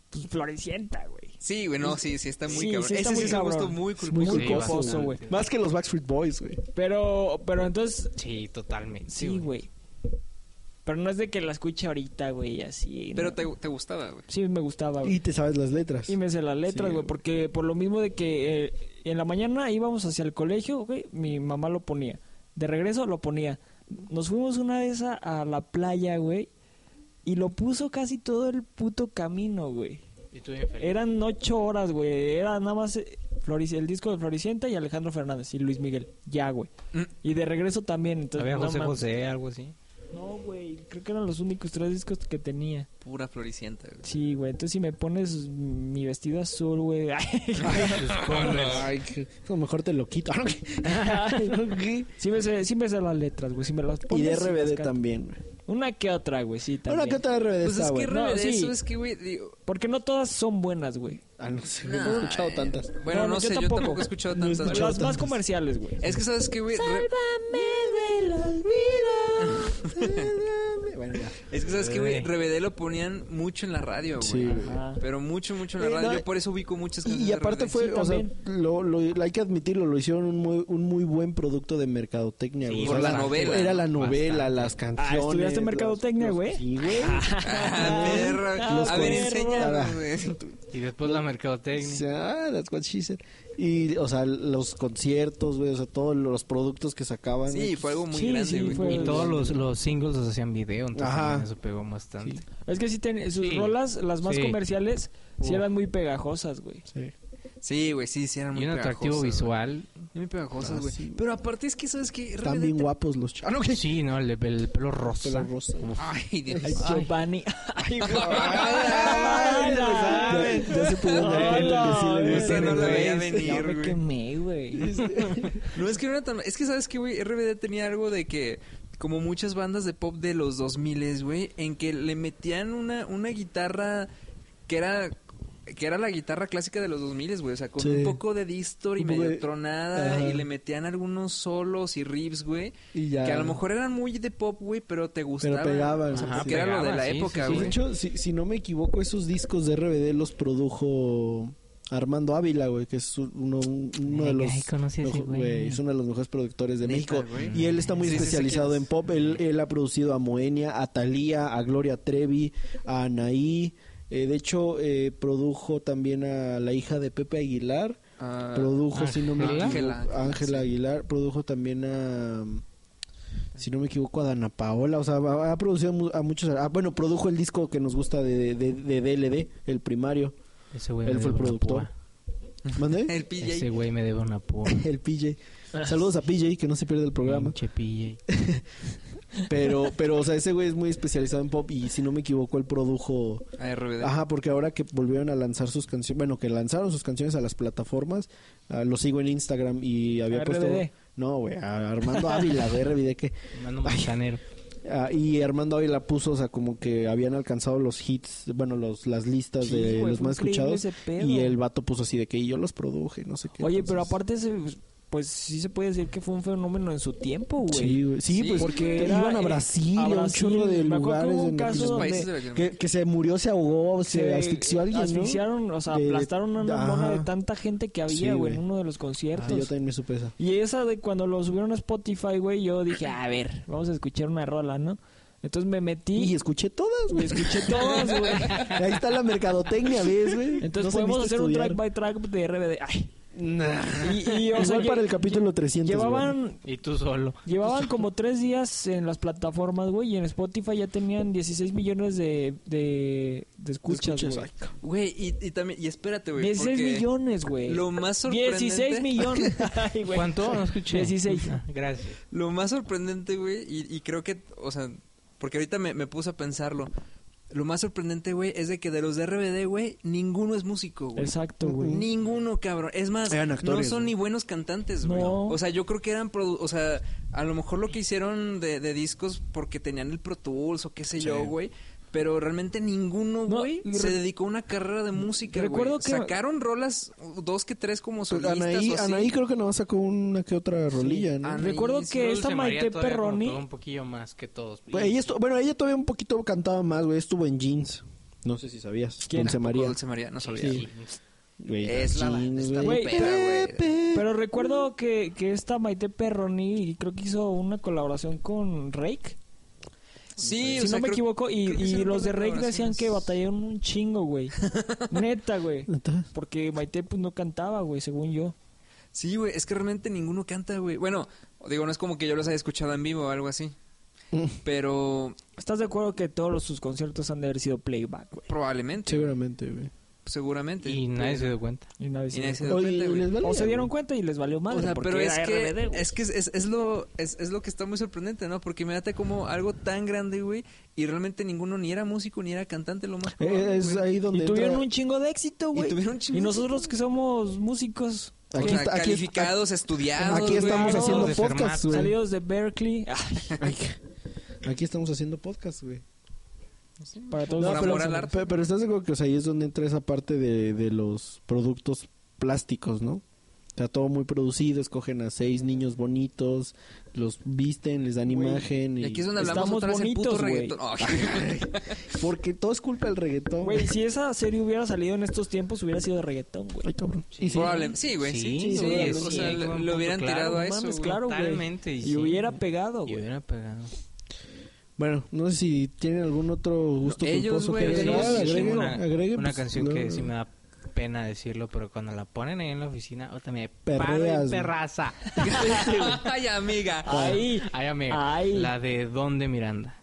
Speaker 6: pues florecienta, güey.
Speaker 3: Sí, güey, no, sí, sí, está muy
Speaker 6: Sí,
Speaker 3: cabrón.
Speaker 6: sí
Speaker 3: Ese
Speaker 6: está
Speaker 3: sí
Speaker 6: muy
Speaker 3: es un gusto
Speaker 6: cabrón.
Speaker 3: muy
Speaker 6: Es
Speaker 3: culposo.
Speaker 6: muy
Speaker 5: Sí,
Speaker 6: culposo,
Speaker 5: bastante.
Speaker 6: güey.
Speaker 4: Más que los Backstreet Boys, güey.
Speaker 6: Pero, pero entonces,
Speaker 5: Sí, totalmente.
Speaker 6: sí, güey. Pero no es de que la escuche ahorita, güey, así.
Speaker 3: Pero
Speaker 6: ¿no?
Speaker 3: te, te gustaba, güey.
Speaker 6: Sí, me gustaba, güey.
Speaker 4: Y te sabes las letras.
Speaker 6: Y me sé las letras,
Speaker 4: pues. Sí,
Speaker 6: güey,
Speaker 4: güey.
Speaker 6: porque por lo mismo de que eh, en la mañana íbamos hacia el colegio, güey, mi mamá lo ponía. De regreso lo ponía. Nos fuimos una vez a, a la playa, güey, y lo puso casi todo el puto camino, güey.
Speaker 5: Y tú bien feliz.
Speaker 6: Eran ocho horas, güey. Era nada más eh, Florici- el disco de Floricienta y Alejandro Fernández y Luis Miguel. Ya, güey.
Speaker 3: Mm.
Speaker 6: Y de regreso también. Entonces,
Speaker 5: Había
Speaker 6: no
Speaker 5: José
Speaker 6: mames.
Speaker 5: José, algo así.
Speaker 6: No, güey. Creo que eran los únicos tres discos que tenía.
Speaker 3: Pura floricienta, güey.
Speaker 6: Sí, güey. Entonces, si me pones mi vestido azul, güey.
Speaker 4: Ay, que- a lo mejor te lo quito. Ah,
Speaker 6: sí, me sé, sí me sé las letras, güey. Si me las pones.
Speaker 4: y de
Speaker 6: sí las
Speaker 4: RBD
Speaker 6: canto.
Speaker 4: también. güey.
Speaker 6: Una que otra, güey. Sí, también.
Speaker 4: Ahora que otra RBD
Speaker 3: Pues
Speaker 4: está,
Speaker 3: es que
Speaker 4: güey.
Speaker 6: bueno.
Speaker 3: re-
Speaker 6: No, sí.
Speaker 3: eso es que, güey, digo...
Speaker 6: Porque no todas son buenas, güey.
Speaker 4: Ah, no sé,
Speaker 3: nah,
Speaker 4: no he escuchado
Speaker 3: eh,
Speaker 4: tantas.
Speaker 3: Bueno,
Speaker 6: No,
Speaker 3: no,
Speaker 6: no, yo
Speaker 3: sé, yo
Speaker 6: tampoco.
Speaker 3: tampoco, he escuchado
Speaker 4: No he
Speaker 3: tantas.
Speaker 4: escuchado
Speaker 6: Las más
Speaker 4: tantas.
Speaker 6: comerciales, güey.
Speaker 3: Es que, ¿sabes qué, güey? Re-
Speaker 4: bueno, ya.
Speaker 3: Es que, ¿sabes qué, güey?
Speaker 5: Ey.
Speaker 3: RBD lo ponían mucho en la radio, güey.
Speaker 4: Sí, güey.
Speaker 6: Ajá.
Speaker 3: Pero mucho, mucho en la
Speaker 4: Eh,
Speaker 3: radio.
Speaker 4: no,
Speaker 3: Yo por eso ubico muchas
Speaker 4: Y,
Speaker 3: canciones
Speaker 4: y
Speaker 3: de
Speaker 4: aparte
Speaker 3: RBD.
Speaker 4: fue,
Speaker 6: Sí,
Speaker 4: o sea,
Speaker 6: también.
Speaker 4: lo, lo- hay que admitirlo, lo hicieron un muy, un muy buen producto de mercadotecnia.
Speaker 5: Sí,
Speaker 4: güey.
Speaker 5: por
Speaker 4: O sea,
Speaker 5: la novela,
Speaker 4: Era
Speaker 3: ¿no?
Speaker 4: la novela, las canciones.
Speaker 6: ¿estudiaste
Speaker 4: los-
Speaker 6: mercadotecnia,
Speaker 4: los-
Speaker 6: güey?
Speaker 4: Sí, güey.
Speaker 3: Ah, perro.
Speaker 6: Los
Speaker 3: a ver,
Speaker 6: perros.
Speaker 3: enséñanos, güey.
Speaker 5: Y después la
Speaker 4: O
Speaker 5: mercadotecnia.
Speaker 4: sea, ah, that's what she said. Y, o sea, los conciertos, güey, o sea, todos los productos que sacaban.
Speaker 3: Sí,
Speaker 4: güey,
Speaker 3: fue algo muy
Speaker 6: Sí,
Speaker 3: grande,
Speaker 6: sí,
Speaker 3: güey.
Speaker 6: fue-
Speaker 5: Y todos los, los singles los hacían video, entonces
Speaker 4: Ajá.
Speaker 5: también eso pegó bastante.
Speaker 6: Es que sí, ten- sus
Speaker 5: Sí.
Speaker 6: rolas, las más
Speaker 5: Sí.
Speaker 6: comerciales, sí
Speaker 4: Uf.
Speaker 6: eran muy pegajosas, güey.
Speaker 4: Sí.
Speaker 3: Sí, güey, sí, sí, eran muy
Speaker 5: Y un
Speaker 3: pegajosas,
Speaker 5: atractivo
Speaker 3: güey.
Speaker 5: visual.
Speaker 3: Muy pegajosas,
Speaker 4: Ah,
Speaker 3: güey.
Speaker 4: sí, güey.
Speaker 3: Pero aparte es que, ¿sabes qué?
Speaker 4: Están
Speaker 3: RBD
Speaker 4: bien
Speaker 3: te-
Speaker 4: guapos los chavos.
Speaker 5: Sí, no, el, el pelo rosa.
Speaker 4: Pelo rosa.
Speaker 3: Ay, Dios. Ah,
Speaker 4: Ay,
Speaker 6: Giovanni. Ay, güey.
Speaker 4: Ay,
Speaker 6: no
Speaker 4: ya,
Speaker 6: sabes.
Speaker 4: ya se pudo
Speaker 6: Hola,
Speaker 4: dar cuenta que sí le
Speaker 6: güey.
Speaker 4: gusta
Speaker 3: Ese no lo
Speaker 4: güey.
Speaker 3: veía
Speaker 6: Ya
Speaker 3: venir,
Speaker 6: me
Speaker 3: güey.
Speaker 6: quemé, güey.
Speaker 3: No, es que no era tan... Es que, ¿sabes qué, güey? RBD tenía algo de que... Como muchas bandas de pop de los 2000, güey. En que le metían una, una guitarra que era... Que era la guitarra clásica de los 2000, güey. O sea, con
Speaker 4: Sí.
Speaker 3: un poco de distor y
Speaker 4: Un poco
Speaker 3: medio
Speaker 4: de-
Speaker 3: tronada.
Speaker 4: Ajá.
Speaker 3: Y le metían algunos solos y riffs, güey.
Speaker 4: Y ya.
Speaker 3: Que a lo mejor eran muy de pop, güey, pero te gustaban.
Speaker 4: pegaban.
Speaker 3: O sea,
Speaker 5: Ajá,
Speaker 3: porque era lo de
Speaker 5: pegaban,
Speaker 3: la
Speaker 5: sí,
Speaker 3: época,
Speaker 5: sí, sí.
Speaker 4: De
Speaker 3: güey.
Speaker 4: hecho, si, si no me equivoco, esos discos de RBD los produjo Armando Ávila, güey, que es uno, uno de
Speaker 5: Ay,
Speaker 4: los...
Speaker 5: ay, conocí a ese
Speaker 4: mejo-
Speaker 5: güey.
Speaker 4: Es uno de los mejores productores de
Speaker 3: Neta,
Speaker 4: México.
Speaker 3: güey.
Speaker 4: Y él está muy
Speaker 3: Sí, sí, sé
Speaker 4: especializado
Speaker 3: quién
Speaker 4: en
Speaker 3: es.
Speaker 4: pop. Él, él ha producido a Moenia, a Thalía, a Gloria Trevi, a Anaí. Eh, de hecho, eh, produjo también a la hija de Pepe Aguilar.
Speaker 3: Ah,
Speaker 4: Produjo, si no me
Speaker 5: Ángela.
Speaker 4: equivoco,
Speaker 3: Ángela.
Speaker 4: Ángela
Speaker 3: Sí.
Speaker 4: Aguilar. Produjo también a, si no me equivoco, a Dana Paola. O sea, ha ha producido mu- a muchos. Ah, bueno, produjo el disco que nos gusta de, de, de DLD, el primario.
Speaker 5: Ese güey
Speaker 4: Él
Speaker 5: me
Speaker 4: fue el
Speaker 5: debe una
Speaker 4: productor.
Speaker 5: púa.
Speaker 4: ¿Mande?
Speaker 3: el PJ.
Speaker 5: Ese güey me debe una púa.
Speaker 4: El PJ. Saludos a PJ, que no se pierde el programa.
Speaker 5: Pinche PJ.
Speaker 4: Pero, pero, o sea, ese güey es muy especializado en pop y si no me equivoco, él produjo...
Speaker 3: Ah, RBD.
Speaker 4: Ajá, porque ahora que volvieron a lanzar sus canciones, bueno, que lanzaron sus canciones a las plataformas, ah, lo sigo en Instagram y había
Speaker 6: ¿A
Speaker 4: puesto...
Speaker 6: RBD?
Speaker 4: No, güey, a Armando Ávila de RBD que...
Speaker 5: Mando Montanero.
Speaker 4: ah, y Armando Ávila puso, o sea, como que habían alcanzado los hits, bueno, los, las listas
Speaker 6: Sí,
Speaker 4: de
Speaker 6: güey,
Speaker 4: los
Speaker 6: fue
Speaker 4: más
Speaker 6: increíble
Speaker 4: escuchados.
Speaker 6: ese pedo.
Speaker 4: Y el vato puso así de que "Y yo los produje, no sé qué.
Speaker 6: Oye, pero
Speaker 4: entonces-
Speaker 6: aparte, ese, pues, pues sí se puede decir que fue un fenómeno en su tiempo, güey.
Speaker 4: Sí, güey. Sí,
Speaker 3: Sí,
Speaker 4: pues
Speaker 6: porque
Speaker 4: porque
Speaker 6: era,
Speaker 4: iban a
Speaker 6: eh,
Speaker 4: Brasil,
Speaker 6: a
Speaker 4: a un
Speaker 6: Brasil.
Speaker 4: chorro de
Speaker 6: Me acuerdo que
Speaker 4: lugares
Speaker 6: hubo un
Speaker 4: en
Speaker 6: caso
Speaker 4: los
Speaker 6: donde-
Speaker 3: Países de
Speaker 4: que,
Speaker 3: Latinoamérica.
Speaker 4: que se murió, se ahogó, se, asfixió a alguien, ¿no?
Speaker 6: Asfixiaron, o sea,
Speaker 4: De-
Speaker 6: aplastaron a una
Speaker 4: ajá.
Speaker 6: mona de tanta gente que había,
Speaker 4: Sí,
Speaker 6: güey,
Speaker 4: güey.
Speaker 6: en uno de los
Speaker 4: Sí, Ah, yo
Speaker 6: conciertos.
Speaker 4: también me supe esa.
Speaker 6: Y esa de cuando lo subieron a Spotify, güey, yo dije, a ver, vamos a escuchar una rola, ¿no? Entonces me
Speaker 4: Y
Speaker 6: metí
Speaker 4: escuché todas,
Speaker 6: y
Speaker 4: güey.
Speaker 6: escuché todas, güey.
Speaker 4: Ahí está la mercadotecnia, ¿ves, güey?
Speaker 6: Entonces
Speaker 4: No
Speaker 6: podemos
Speaker 4: sabiste
Speaker 6: hacer un
Speaker 4: estudiar.
Speaker 6: track by track de RBD. Ay.
Speaker 4: Nah.
Speaker 6: Y, y, o sea,
Speaker 4: Igual
Speaker 6: lle-
Speaker 4: para el capítulo 300. güey.
Speaker 6: Llevaban,
Speaker 5: Y tú solo.
Speaker 6: llevaban como tres días en las plataformas, güey, y en Spotify ya tenían 16 millones de, de, de escuchas,
Speaker 4: Escuchas,
Speaker 6: güey.
Speaker 4: ay, cabrón.
Speaker 3: Güey, y, y también... Y espérate, güey.
Speaker 6: 16
Speaker 3: porque
Speaker 6: millones, güey.
Speaker 3: Lo más sorprendente...
Speaker 6: 16 millones. Ay, güey.
Speaker 5: ¿Cuánto? No escuché.
Speaker 6: 16.
Speaker 5: Ah, Gracias.
Speaker 3: Lo más sorprendente, güey, y, y creo que, o sea, porque ahorita me, me puse a pensarlo. Lo más sorprendente, güey, es de que de los de RBD, güey, ninguno es músico, güey.
Speaker 6: Exacto, güey.
Speaker 3: Ninguno, cabrón. Es más,
Speaker 4: Eran
Speaker 3: no
Speaker 4: actores,
Speaker 3: son
Speaker 4: güey.
Speaker 3: ni buenos cantantes, güey.
Speaker 6: No.
Speaker 3: O sea, yo creo que eran, produ- o sea, a lo mejor lo que hicieron de, de discos porque tenían el Pro Tools o qué sé yo, güey. Pero realmente ninguno,
Speaker 6: No,
Speaker 3: güey,
Speaker 6: y
Speaker 3: se
Speaker 6: re-
Speaker 3: dedicó a una carrera de música,
Speaker 6: Recuerdo
Speaker 3: güey.
Speaker 6: que-
Speaker 3: Sacaron rolas, uh, dos que tres como
Speaker 4: Pero
Speaker 3: solistas
Speaker 4: Pues, Anaí,
Speaker 3: o así.
Speaker 4: Anaí creo que nada más sacó una que otra rolilla,
Speaker 6: Ah,
Speaker 4: ¿no?
Speaker 3: Ana-
Speaker 6: Recuerdo
Speaker 3: Sí,
Speaker 6: que esta
Speaker 5: Dulce María
Speaker 6: Maite
Speaker 5: todavía como
Speaker 6: Perroni.
Speaker 5: todo Un poquillo más que todos.
Speaker 4: Bueno, ella Pues estu- bueno, ella todavía un poquito cantaba más, güey. Estuvo en jeans. No sé si sabías.
Speaker 6: ¿Quién?
Speaker 4: Dulce María.
Speaker 3: Dulce María, no sabía.
Speaker 4: Sí. Güey,
Speaker 3: Es la-
Speaker 4: jeans,
Speaker 3: está
Speaker 4: güey.
Speaker 6: muy perra,
Speaker 3: güey.
Speaker 4: Pepe.
Speaker 6: Pero recuerdo que, que esta Maite Perroni creo que hizo una colaboración con Rake.
Speaker 3: Sí,
Speaker 6: si
Speaker 3: o sea,
Speaker 6: no me
Speaker 3: creo-
Speaker 6: equivoco, y,
Speaker 3: creo que
Speaker 6: y
Speaker 3: hicieron
Speaker 6: los
Speaker 3: un
Speaker 6: de
Speaker 3: par
Speaker 6: Rake decían
Speaker 3: colaboraciones.
Speaker 6: que batallaron un chingo, güey. Neta, güey.
Speaker 4: Entonces,
Speaker 6: Porque Maite pues no cantaba, güey, según yo.
Speaker 3: Sí, güey, es que realmente ninguno canta, güey. Bueno, digo, no es como que yo los haya escuchado en vivo o algo así. Pero
Speaker 6: ¿Estás de acuerdo que todos los- sus conciertos han de haber sido playback, güey?
Speaker 3: probablemente,
Speaker 4: seguramente, güey.
Speaker 3: seguramente.
Speaker 5: Y nadie se dio cuenta.
Speaker 6: Y nadie se
Speaker 3: Y nadie
Speaker 6: dio
Speaker 3: se dio
Speaker 6: cuenta.
Speaker 4: Oye,
Speaker 3: cuenta,
Speaker 4: ¿y
Speaker 3: güey.
Speaker 4: les vale?
Speaker 6: O se dieron cuenta y les valió madre.
Speaker 3: O sea,
Speaker 6: porque
Speaker 3: pero es
Speaker 6: era
Speaker 3: que,
Speaker 6: RBD, güey.
Speaker 3: es que es, es- es lo es, es lo que está muy sorprendente, ¿no? Porque imagínate como algo tan grande, güey, y realmente ninguno ni era músico ni era cantante, lo más probable,
Speaker 4: Eh, es
Speaker 3: güey.
Speaker 4: ahí donde
Speaker 6: Y tuvieron
Speaker 4: entra-
Speaker 6: un chingo de éxito, güey.
Speaker 3: tuvieron un chingo
Speaker 6: Y
Speaker 3: de
Speaker 6: nosotros que somos músicos
Speaker 3: O
Speaker 4: Aquí
Speaker 3: sea,
Speaker 4: está- aquí-
Speaker 3: calificados, estudiados.
Speaker 4: Aquí estamos
Speaker 6: güey,
Speaker 4: haciendo
Speaker 5: de
Speaker 4: podcast,
Speaker 5: Fermat,
Speaker 4: güey.
Speaker 6: salidos de Berkeley ah, ay,
Speaker 4: Aquí estamos haciendo podcast, güey.
Speaker 6: para todos
Speaker 4: No,
Speaker 3: Por
Speaker 6: los-
Speaker 4: pero,
Speaker 3: amor al arte.
Speaker 4: pe- pero estás de acuerdo que o sea, ahí es donde entra esa parte de, de los productos plásticos, ¿no? O sea, todo muy producido, escogen a seis niños bonitos, los visten, les dan imagen. Y...
Speaker 3: Y aquí es donde hablamos
Speaker 6: Estamos
Speaker 3: otra vez el puto
Speaker 6: bonitos, güey.
Speaker 3: reggaetón. Oh,
Speaker 4: Porque todo es culpa del reggaetón.
Speaker 6: Güey, si esa serie hubiera salido en estos tiempos, hubiera sido de reggaetón, güey.
Speaker 4: Ay, cabrón.
Speaker 5: Sí.
Speaker 3: probable- Sí, güey, sí.
Speaker 5: Sí,
Speaker 3: sí,
Speaker 4: sí,
Speaker 3: es-
Speaker 4: sí,
Speaker 3: o sea,
Speaker 5: sí,
Speaker 3: le,
Speaker 5: como
Speaker 3: le
Speaker 5: un
Speaker 3: hubieran
Speaker 5: punto
Speaker 3: tirado
Speaker 5: claro,
Speaker 3: a eso,
Speaker 6: mames,
Speaker 3: güey.
Speaker 6: claro, güey.
Speaker 5: Totalmente.
Speaker 6: Y
Speaker 5: sí,
Speaker 6: hubiera
Speaker 5: güey.
Speaker 6: pegado,
Speaker 5: Y
Speaker 6: güey.
Speaker 5: hubiera pegado.
Speaker 4: Bueno, no sé si tienen algún otro gusto
Speaker 3: Ellos,
Speaker 4: culposo
Speaker 3: güey,
Speaker 4: que
Speaker 3: ellos
Speaker 4: agregar.
Speaker 3: sí,
Speaker 5: Yo
Speaker 4: agreguen,
Speaker 5: tengo una,
Speaker 4: agreguen,
Speaker 5: una
Speaker 4: pues,
Speaker 5: canción
Speaker 4: no,
Speaker 5: que sí me da pena decirlo, pero cuando la ponen ahí en la oficina, otra me paro
Speaker 4: Perreas,
Speaker 5: en
Speaker 4: güey.
Speaker 5: perraza.
Speaker 3: Ay, amiga.
Speaker 6: Ahí.
Speaker 5: Ay, Ah, amiga.
Speaker 6: Ay.
Speaker 5: La de Donde Miranda.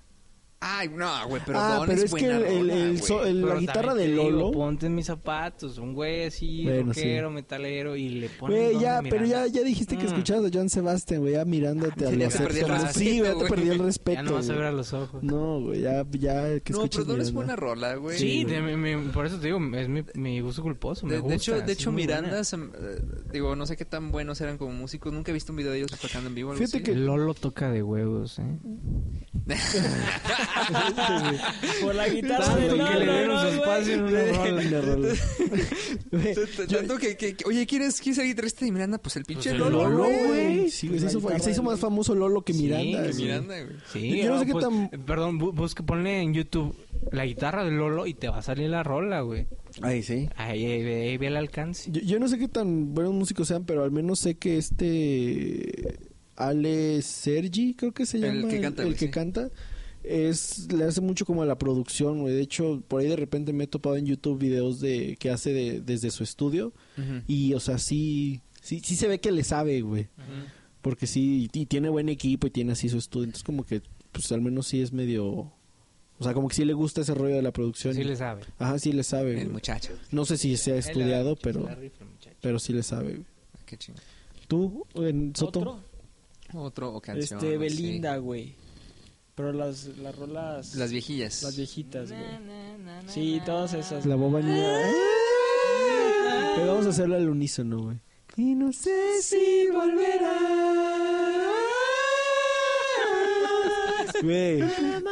Speaker 3: Ay, no, güey, pero
Speaker 4: ah,
Speaker 3: Don
Speaker 4: pero es, que
Speaker 3: buena
Speaker 4: el-
Speaker 3: rola,
Speaker 4: el
Speaker 3: güey.
Speaker 4: so- el- la
Speaker 5: Pero
Speaker 4: guitarra de
Speaker 5: también te digo,
Speaker 4: Lolo...
Speaker 5: ponte en mis zapatos, un güey así,
Speaker 4: Bueno,
Speaker 5: rockero, metalero, y le ponen
Speaker 4: Güey,
Speaker 5: Donde
Speaker 4: ya, pero
Speaker 5: Miranda.
Speaker 4: ya, ya dijiste que
Speaker 5: Mm.
Speaker 4: escuchabas a Joan Sebastián, güey, ya mirándote a
Speaker 3: Ya
Speaker 4: los
Speaker 3: te perdí el
Speaker 4: extras.
Speaker 3: respeto,
Speaker 4: Sí, güey, ya te
Speaker 3: güey.
Speaker 4: perdí el
Speaker 5: Ya no
Speaker 4: respeto.
Speaker 5: vas a
Speaker 4: güey.
Speaker 5: ver a los ojos.
Speaker 4: No, güey, ya, ya que
Speaker 3: No, pero
Speaker 4: escuches
Speaker 3: Don es
Speaker 4: Miranda.
Speaker 3: buena rola, güey.
Speaker 5: Sí, de- me- me- por eso te digo, es mi, mi gusto culposo. me
Speaker 3: De, de
Speaker 5: gusta,
Speaker 3: hecho,
Speaker 5: sí,
Speaker 3: de hecho
Speaker 5: muy buena.
Speaker 3: Miranda, se- eh, digo, no sé qué tan buenos eran como músicos. Nunca he visto un video de ellos tocando en vivo. o Algo
Speaker 4: Fíjate
Speaker 3: así.
Speaker 4: que-
Speaker 5: Lolo toca de huevos, ¿eh?
Speaker 6: Por la guitarra
Speaker 5: Tanto
Speaker 6: de
Speaker 5: que le
Speaker 6: Lalo,
Speaker 5: dieron
Speaker 6: ¿no,
Speaker 5: su
Speaker 6: güey?
Speaker 5: espacio en una rola.
Speaker 4: Una rola.
Speaker 3: Tanto- tanto que- que- que- oye, ¿quién es, quién es el guitarrista de Miranda? Pues el pinche
Speaker 5: el
Speaker 3: Lolo,
Speaker 5: Lolo,
Speaker 3: güey.
Speaker 4: güey. Sí, güey, se, hizo, se hizo más famoso Lolo que
Speaker 5: Sí,
Speaker 4: Miranda.
Speaker 5: que
Speaker 3: De
Speaker 4: güey.
Speaker 3: Miranda, güey.
Speaker 5: Sí,
Speaker 4: Yo no
Speaker 5: ah,
Speaker 4: sé qué
Speaker 5: pues,
Speaker 4: tan-
Speaker 5: Perdón, bu- busca, ponle en YouTube la guitarra de Lolo y te va a salir la rola, güey.
Speaker 4: Ahí sí.
Speaker 5: Ahí, ahí, ve- ahí ve el alcance.
Speaker 4: Yo, yo no sé qué tan buenos músicos sean, pero al menos sé que este Ale Sergi, creo que se
Speaker 3: El
Speaker 4: llama,
Speaker 3: que canta, güey,
Speaker 4: que
Speaker 3: sí.
Speaker 4: canta, es le hace mucho como a la producción, güey. De hecho, por ahí de repente me he topado en YouTube videos de que hace de- desde su estudio y o sea, sí sí sí se ve que le sabe, güey. Porque sí y tiene buen equipo y tiene así su estudio, entonces como que pues al menos sí es medio o sea, como que sí le gusta ese rollo de la producción.
Speaker 5: Sí le sabe.
Speaker 4: Ajá, sí le sabe.
Speaker 3: El
Speaker 4: güey.
Speaker 3: muchacho.
Speaker 4: No sé si se ha estudiado,
Speaker 5: Ahí la-
Speaker 4: pero
Speaker 5: la rifle, muchacho.
Speaker 4: pero sí le sabe. güey.
Speaker 3: Qué chido.
Speaker 4: ¿Tú, en Soto?
Speaker 6: Otro,
Speaker 3: Otro o canción.
Speaker 6: Este,
Speaker 3: no sé.
Speaker 6: Belinda, güey. Pero las, las rolas...
Speaker 3: Las viejillas.
Speaker 6: las viejitas, güey. Sí, todas esas.
Speaker 4: La boba niña. Pero vamos a hacerlo al unísono, güey. Y no sé si volverá. Güey,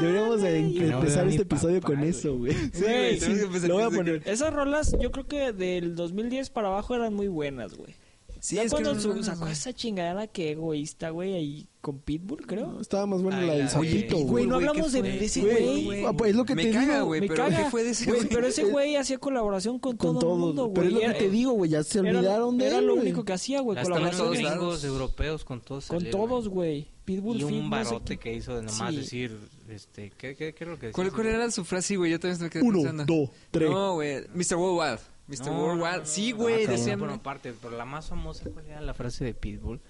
Speaker 4: deberíamos de em-
Speaker 5: Que no
Speaker 4: empezar
Speaker 5: vea
Speaker 4: este
Speaker 5: mi papá,
Speaker 4: episodio con
Speaker 5: güey.
Speaker 4: eso, güey.
Speaker 6: Güey,
Speaker 3: tenemos que empezar
Speaker 4: lo voy a
Speaker 3: desde
Speaker 4: poner.
Speaker 6: Esas rolas yo creo que del 2010 para abajo eran muy buenas, güey.
Speaker 3: que- Sí,
Speaker 6: ya
Speaker 3: es que
Speaker 6: cuando
Speaker 3: no-
Speaker 6: su-
Speaker 3: no-
Speaker 6: sacó esa chingadera que egoísta, güey, ahí con Pitbull, creo.
Speaker 4: No, estaba más buena
Speaker 5: Ay,
Speaker 4: la del
Speaker 5: la de-
Speaker 4: sapito,
Speaker 5: Oye,
Speaker 4: güey.
Speaker 6: Güey, no
Speaker 3: ¿qué
Speaker 6: hablamos de-
Speaker 3: fue?
Speaker 6: de ese güey.
Speaker 4: Ah, pues es lo que
Speaker 3: me
Speaker 4: te
Speaker 3: caga,
Speaker 4: digo.
Speaker 3: güey,
Speaker 6: Me
Speaker 3: pero
Speaker 6: caga.
Speaker 3: ¿qué fue de ese
Speaker 6: Güey,
Speaker 3: güey?
Speaker 6: Pero ese güey hacía colaboración con,
Speaker 4: Eh, Con
Speaker 6: todo
Speaker 4: todo.
Speaker 6: el mundo, güey.
Speaker 4: pero es lo que
Speaker 6: Era-
Speaker 4: te digo, güey. Ya se
Speaker 6: era lo-
Speaker 4: olvidaron de él.
Speaker 6: Era lo
Speaker 4: güey.
Speaker 6: único que hacía, güey,
Speaker 5: Hasta los
Speaker 3: colaboración
Speaker 6: colaboración
Speaker 3: en todos
Speaker 5: gringos,
Speaker 3: lados.
Speaker 5: europeos, con todos.
Speaker 6: con
Speaker 5: salieron,
Speaker 6: todos,
Speaker 5: güey.
Speaker 6: güey. Pitbull,
Speaker 5: Y un
Speaker 6: Fit, no sé
Speaker 5: barote
Speaker 6: qué.
Speaker 5: que hizo de nomás
Speaker 6: Sí.
Speaker 5: decir, este, ¿qué, qué, qué es lo que
Speaker 3: ¿Cuál,
Speaker 5: decía?
Speaker 3: ¿Cuál era su frase, güey? Yo también me quedé
Speaker 4: Uno,
Speaker 3: pensando.
Speaker 4: dos, tres.
Speaker 3: No, güey. Mr. Worldwide. Mr.
Speaker 5: No, no,
Speaker 3: Worldwide.
Speaker 5: no,
Speaker 3: Este, Sí,
Speaker 5: no,
Speaker 3: güey.
Speaker 5: no, no,
Speaker 3: decían...
Speaker 5: Por aparte, pero la más famosa, ¿cuál era la frase de Pitbull?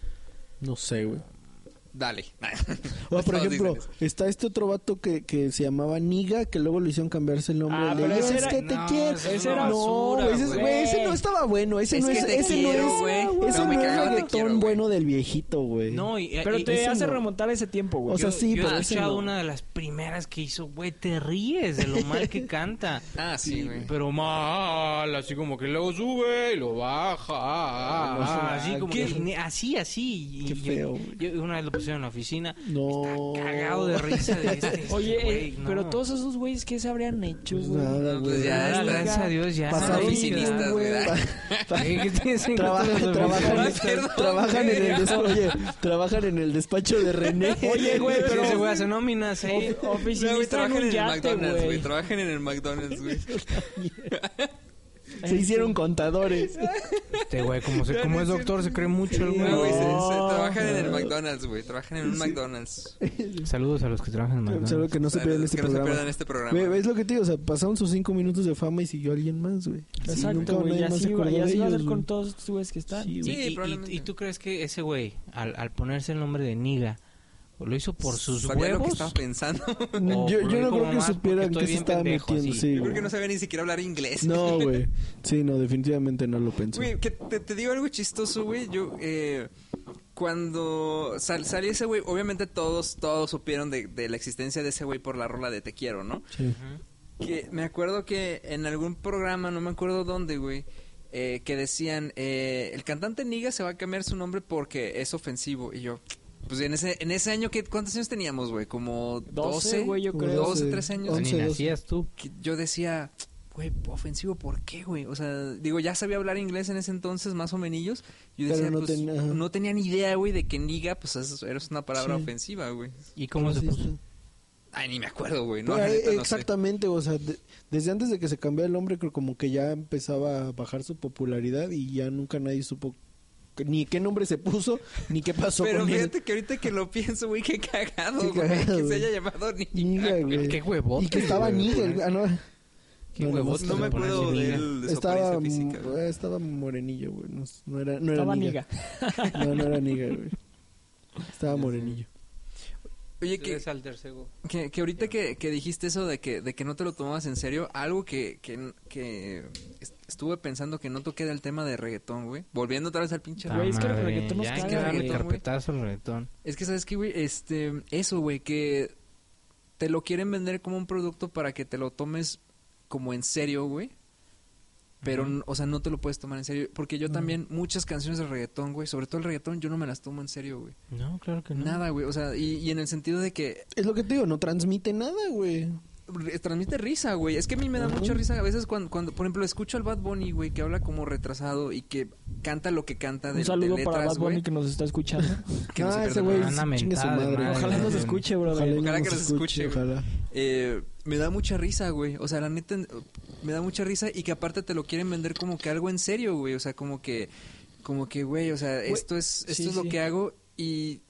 Speaker 4: No sé, güey.
Speaker 3: Dale.
Speaker 4: O, por
Speaker 3: Todos
Speaker 4: Ah, ejemplo,
Speaker 3: dicen eso.
Speaker 4: está este otro vato que, que se llamaba Niga, que luego le hicieron cambiarse el nombre.
Speaker 6: Ah,
Speaker 4: al de,
Speaker 6: pero ese
Speaker 4: "Es
Speaker 6: era-
Speaker 4: que te
Speaker 5: no,
Speaker 4: quiero".
Speaker 5: ese
Speaker 6: es una
Speaker 4: no,
Speaker 5: basura,
Speaker 4: ese, es-
Speaker 5: güey.
Speaker 4: güey, ese no estaba bueno. Ese
Speaker 3: Es
Speaker 4: no
Speaker 3: que
Speaker 4: es,
Speaker 3: te
Speaker 4: ese
Speaker 3: quiero,
Speaker 4: no
Speaker 3: güey.
Speaker 4: es, ese
Speaker 3: No,
Speaker 4: no,
Speaker 3: me
Speaker 4: es
Speaker 3: cagaba, te
Speaker 4: reggaetón
Speaker 3: quiero, güey.
Speaker 4: bueno del viejito, güey.
Speaker 5: No, y,
Speaker 6: Pero
Speaker 5: y-
Speaker 6: te
Speaker 4: ese
Speaker 6: hace
Speaker 4: no.
Speaker 6: remontar ese tiempo, güey.
Speaker 4: O sea,
Speaker 5: yo,
Speaker 4: sí,
Speaker 5: yo
Speaker 4: pero
Speaker 5: he
Speaker 4: ese
Speaker 5: escuchado
Speaker 4: no.
Speaker 5: una de las primeras que hizo, güey, te ríes de lo mal que canta.
Speaker 3: Ah, sí, güey.
Speaker 5: Pero mal, así como que luego sube y lo baja. así como que ni- así, así. Y
Speaker 4: Qué
Speaker 5: yo-
Speaker 4: feo, güey.
Speaker 5: yo una vez lo pusieron en la oficina.
Speaker 4: No.
Speaker 5: Cagado de risa de este. este
Speaker 6: Oye,
Speaker 5: güey,
Speaker 6: eh,
Speaker 5: no.
Speaker 6: pero todos esos güeyes, ¿qué se habrían hecho,
Speaker 4: Pues
Speaker 6: güey?
Speaker 4: nada,
Speaker 3: No, pues
Speaker 4: güey.
Speaker 3: ya
Speaker 5: Ah,
Speaker 3: está.
Speaker 5: gracias a Dios, ya.
Speaker 4: Pasaron
Speaker 5: son
Speaker 3: oficinistas, güey.
Speaker 5: ¿Qué qué tienes en
Speaker 4: Trabaja-
Speaker 5: contra de los
Speaker 4: trabajan,
Speaker 5: oficinistas?
Speaker 4: en- trabajan en el des- oye, trabajan en el despacho de René.
Speaker 6: Oye, güey,
Speaker 5: Sí,
Speaker 6: pero-
Speaker 5: Ese güey hace nóminas, ¿eh?
Speaker 3: No, güey,
Speaker 6: Oficinista en
Speaker 3: trabajan
Speaker 6: un
Speaker 3: en el
Speaker 6: yate,
Speaker 3: McDonald's,
Speaker 6: güey.
Speaker 3: güey. Trabajan en el McDonald's, güey.
Speaker 4: se hicieron contadores.
Speaker 5: Este güey, como, se- como es doctor, se cree mucho el
Speaker 3: No, güey, se-
Speaker 5: güey.
Speaker 3: se trabajan en el McDonald's, güey. Trabajan en un McDonald's.
Speaker 5: Saludos a los que trabajan en McDonald's.
Speaker 4: Solo que no se pierdan
Speaker 3: Que
Speaker 4: este
Speaker 3: no se
Speaker 4: programa.
Speaker 3: pierdan este programa.
Speaker 4: Ve- ¿Ves lo que te digo? O sea, pasaron sus cinco minutos de fama y siguió alguien más, güey. Así nunca
Speaker 6: Exacto, güey.
Speaker 4: nadie
Speaker 6: Y
Speaker 4: más
Speaker 6: así,
Speaker 4: se acordó
Speaker 6: y
Speaker 4: de
Speaker 6: así va a
Speaker 4: ellos, güey.
Speaker 6: ser con todos tus güeyes que están.
Speaker 4: Sí,
Speaker 5: Y,
Speaker 4: güey.
Speaker 5: y- y-
Speaker 3: probablemente.
Speaker 5: y tú crees que ese güey, al, al ponerse el nombre de Niga, lo hizo por sus
Speaker 3: Sabía lo que
Speaker 5: huevos?
Speaker 3: estaba pensando.
Speaker 5: O
Speaker 4: Yo, yo no creo
Speaker 5: por ahí como
Speaker 4: que
Speaker 5: más, porque
Speaker 4: supieran
Speaker 5: estoy
Speaker 4: que se
Speaker 5: bien
Speaker 4: estaba
Speaker 5: pendejo,
Speaker 4: metiendo.
Speaker 5: sí.
Speaker 3: Yo
Speaker 4: Sí,
Speaker 3: creo que
Speaker 4: güey.
Speaker 3: no sabía ni siquiera hablar inglés.
Speaker 4: No, güey. Sí, no, definitivamente no lo pensó.
Speaker 3: Güey, que te, te digo algo chistoso, güey. Yo, eh, cuando sal, salió ese güey, obviamente todos, todos supieron de, de la existencia de ese güey por la rola de Te Quiero, ¿no?
Speaker 4: Sí.
Speaker 3: Que me acuerdo que en algún programa, no me acuerdo dónde, güey, eh, que decían, eh, el cantante Niga se va a cambiar su nombre porque es ofensivo. Y yo, pues en ese, en ese año, ¿qué, ¿cuántos años teníamos, güey? Como 12,
Speaker 6: Doce, güey, yo
Speaker 4: Como
Speaker 6: creo.
Speaker 3: 12, 13 años.
Speaker 5: Ni
Speaker 4: Once, doce.
Speaker 5: nacías tú.
Speaker 3: que yo decía, güey, ofensivo, ¿por qué, güey? O sea, digo, ya sabía hablar inglés en ese entonces, más o menos. Yo
Speaker 4: Pero
Speaker 3: decía,
Speaker 4: no
Speaker 3: pues,
Speaker 4: tenía- ajá.
Speaker 3: no tenía ni idea, güey, de que niga, pues, eso era una palabra
Speaker 4: Sí.
Speaker 3: ofensiva, güey.
Speaker 5: ¿Y cómo se
Speaker 4: Sí,
Speaker 5: puso?
Speaker 4: está.
Speaker 3: Ay, ni me acuerdo, güey. No,
Speaker 4: Pero,
Speaker 3: la
Speaker 4: eh,
Speaker 3: neta, no sé.
Speaker 4: exactamente, o sea, de- desde antes de que se cambiara el nombre, creo como que ya empezaba a bajar su popularidad y ya nunca nadie supo que- ni qué nombre se puso, ni qué pasó
Speaker 3: Pero
Speaker 4: con él.
Speaker 3: fíjate que ahorita que lo pienso, güey, qué
Speaker 4: Qué
Speaker 3: cagado, güey,
Speaker 4: cagado,
Speaker 3: que se
Speaker 4: güey.
Speaker 3: haya llamado niga.
Speaker 6: Ah,
Speaker 4: Niga, güey.
Speaker 5: Qué huevote,
Speaker 4: Y que estaba
Speaker 5: güey,
Speaker 4: niga,
Speaker 5: por
Speaker 4: güey. Ah, no.
Speaker 5: Qué
Speaker 4: No, no,
Speaker 5: huevote
Speaker 3: No me
Speaker 5: de ponerse
Speaker 3: acuerdo
Speaker 5: Niga.
Speaker 3: del de
Speaker 4: Estaba,
Speaker 3: socorrista física.
Speaker 4: mm,
Speaker 3: güey.
Speaker 4: eh, estaba morenillo, güey. No, no era, no era
Speaker 6: Estaba
Speaker 4: niga.
Speaker 6: niga.
Speaker 4: No, no era niga, güey. Estaba morenillo.
Speaker 3: Oye, que, que, que ahorita que, que dijiste eso de que, de que no te lo tomabas en serio, algo que, que, que est- estuve pensando que no toqué del tema de reggaetón, güey. Volviendo otra vez al pinche
Speaker 5: Ta
Speaker 6: Güey, es que el
Speaker 5: madre,
Speaker 6: reggaetón nos
Speaker 5: ya hay que
Speaker 3: caga,
Speaker 5: darle
Speaker 3: güey.
Speaker 5: carpetazo al reggaetón.
Speaker 3: Es que sabes que, güey, este, eso, güey, que te lo quieren vender como un producto para que te lo tomes como en serio, güey. Pero, n- o sea, no te lo puedes tomar en serio. Porque yo también, muchas canciones de reggaetón, güey, sobre todo el reggaetón, yo no me las tomo en serio, güey.
Speaker 5: No, claro que no.
Speaker 3: Nada, güey. O sea, y, y en el sentido de que
Speaker 4: Es lo que te digo, no transmite nada, güey.
Speaker 3: re- transmite risa, güey. Es que a mí me da mucha risa a veces cuando, cuando, por ejemplo, escucho al Bad Bunny, güey, que habla como retrasado y que canta lo que canta de,
Speaker 6: Un
Speaker 3: de
Speaker 6: saludo para
Speaker 3: letras,
Speaker 6: Bad
Speaker 3: güey.
Speaker 6: Bunny que nos está escuchando.
Speaker 3: Que no se pierda
Speaker 4: ah, ese güey,
Speaker 5: nada. Una
Speaker 4: chingue su
Speaker 5: mentada de
Speaker 4: madre.
Speaker 5: madre.
Speaker 6: Ojalá nos escuche,
Speaker 4: Ojalá,
Speaker 6: brother.
Speaker 4: y
Speaker 3: Ojalá
Speaker 4: nos
Speaker 3: que nos escuche, güey.
Speaker 4: Ojalá.
Speaker 3: Eh, me da mucha risa, güey. O sea, la neta, eh, me da mucha risa y que aparte te lo quieren vender como que algo en serio, güey. O sea, como que, como que, güey, o sea, esto es, esto
Speaker 6: sí,
Speaker 3: es lo
Speaker 6: sí.
Speaker 3: que hago y,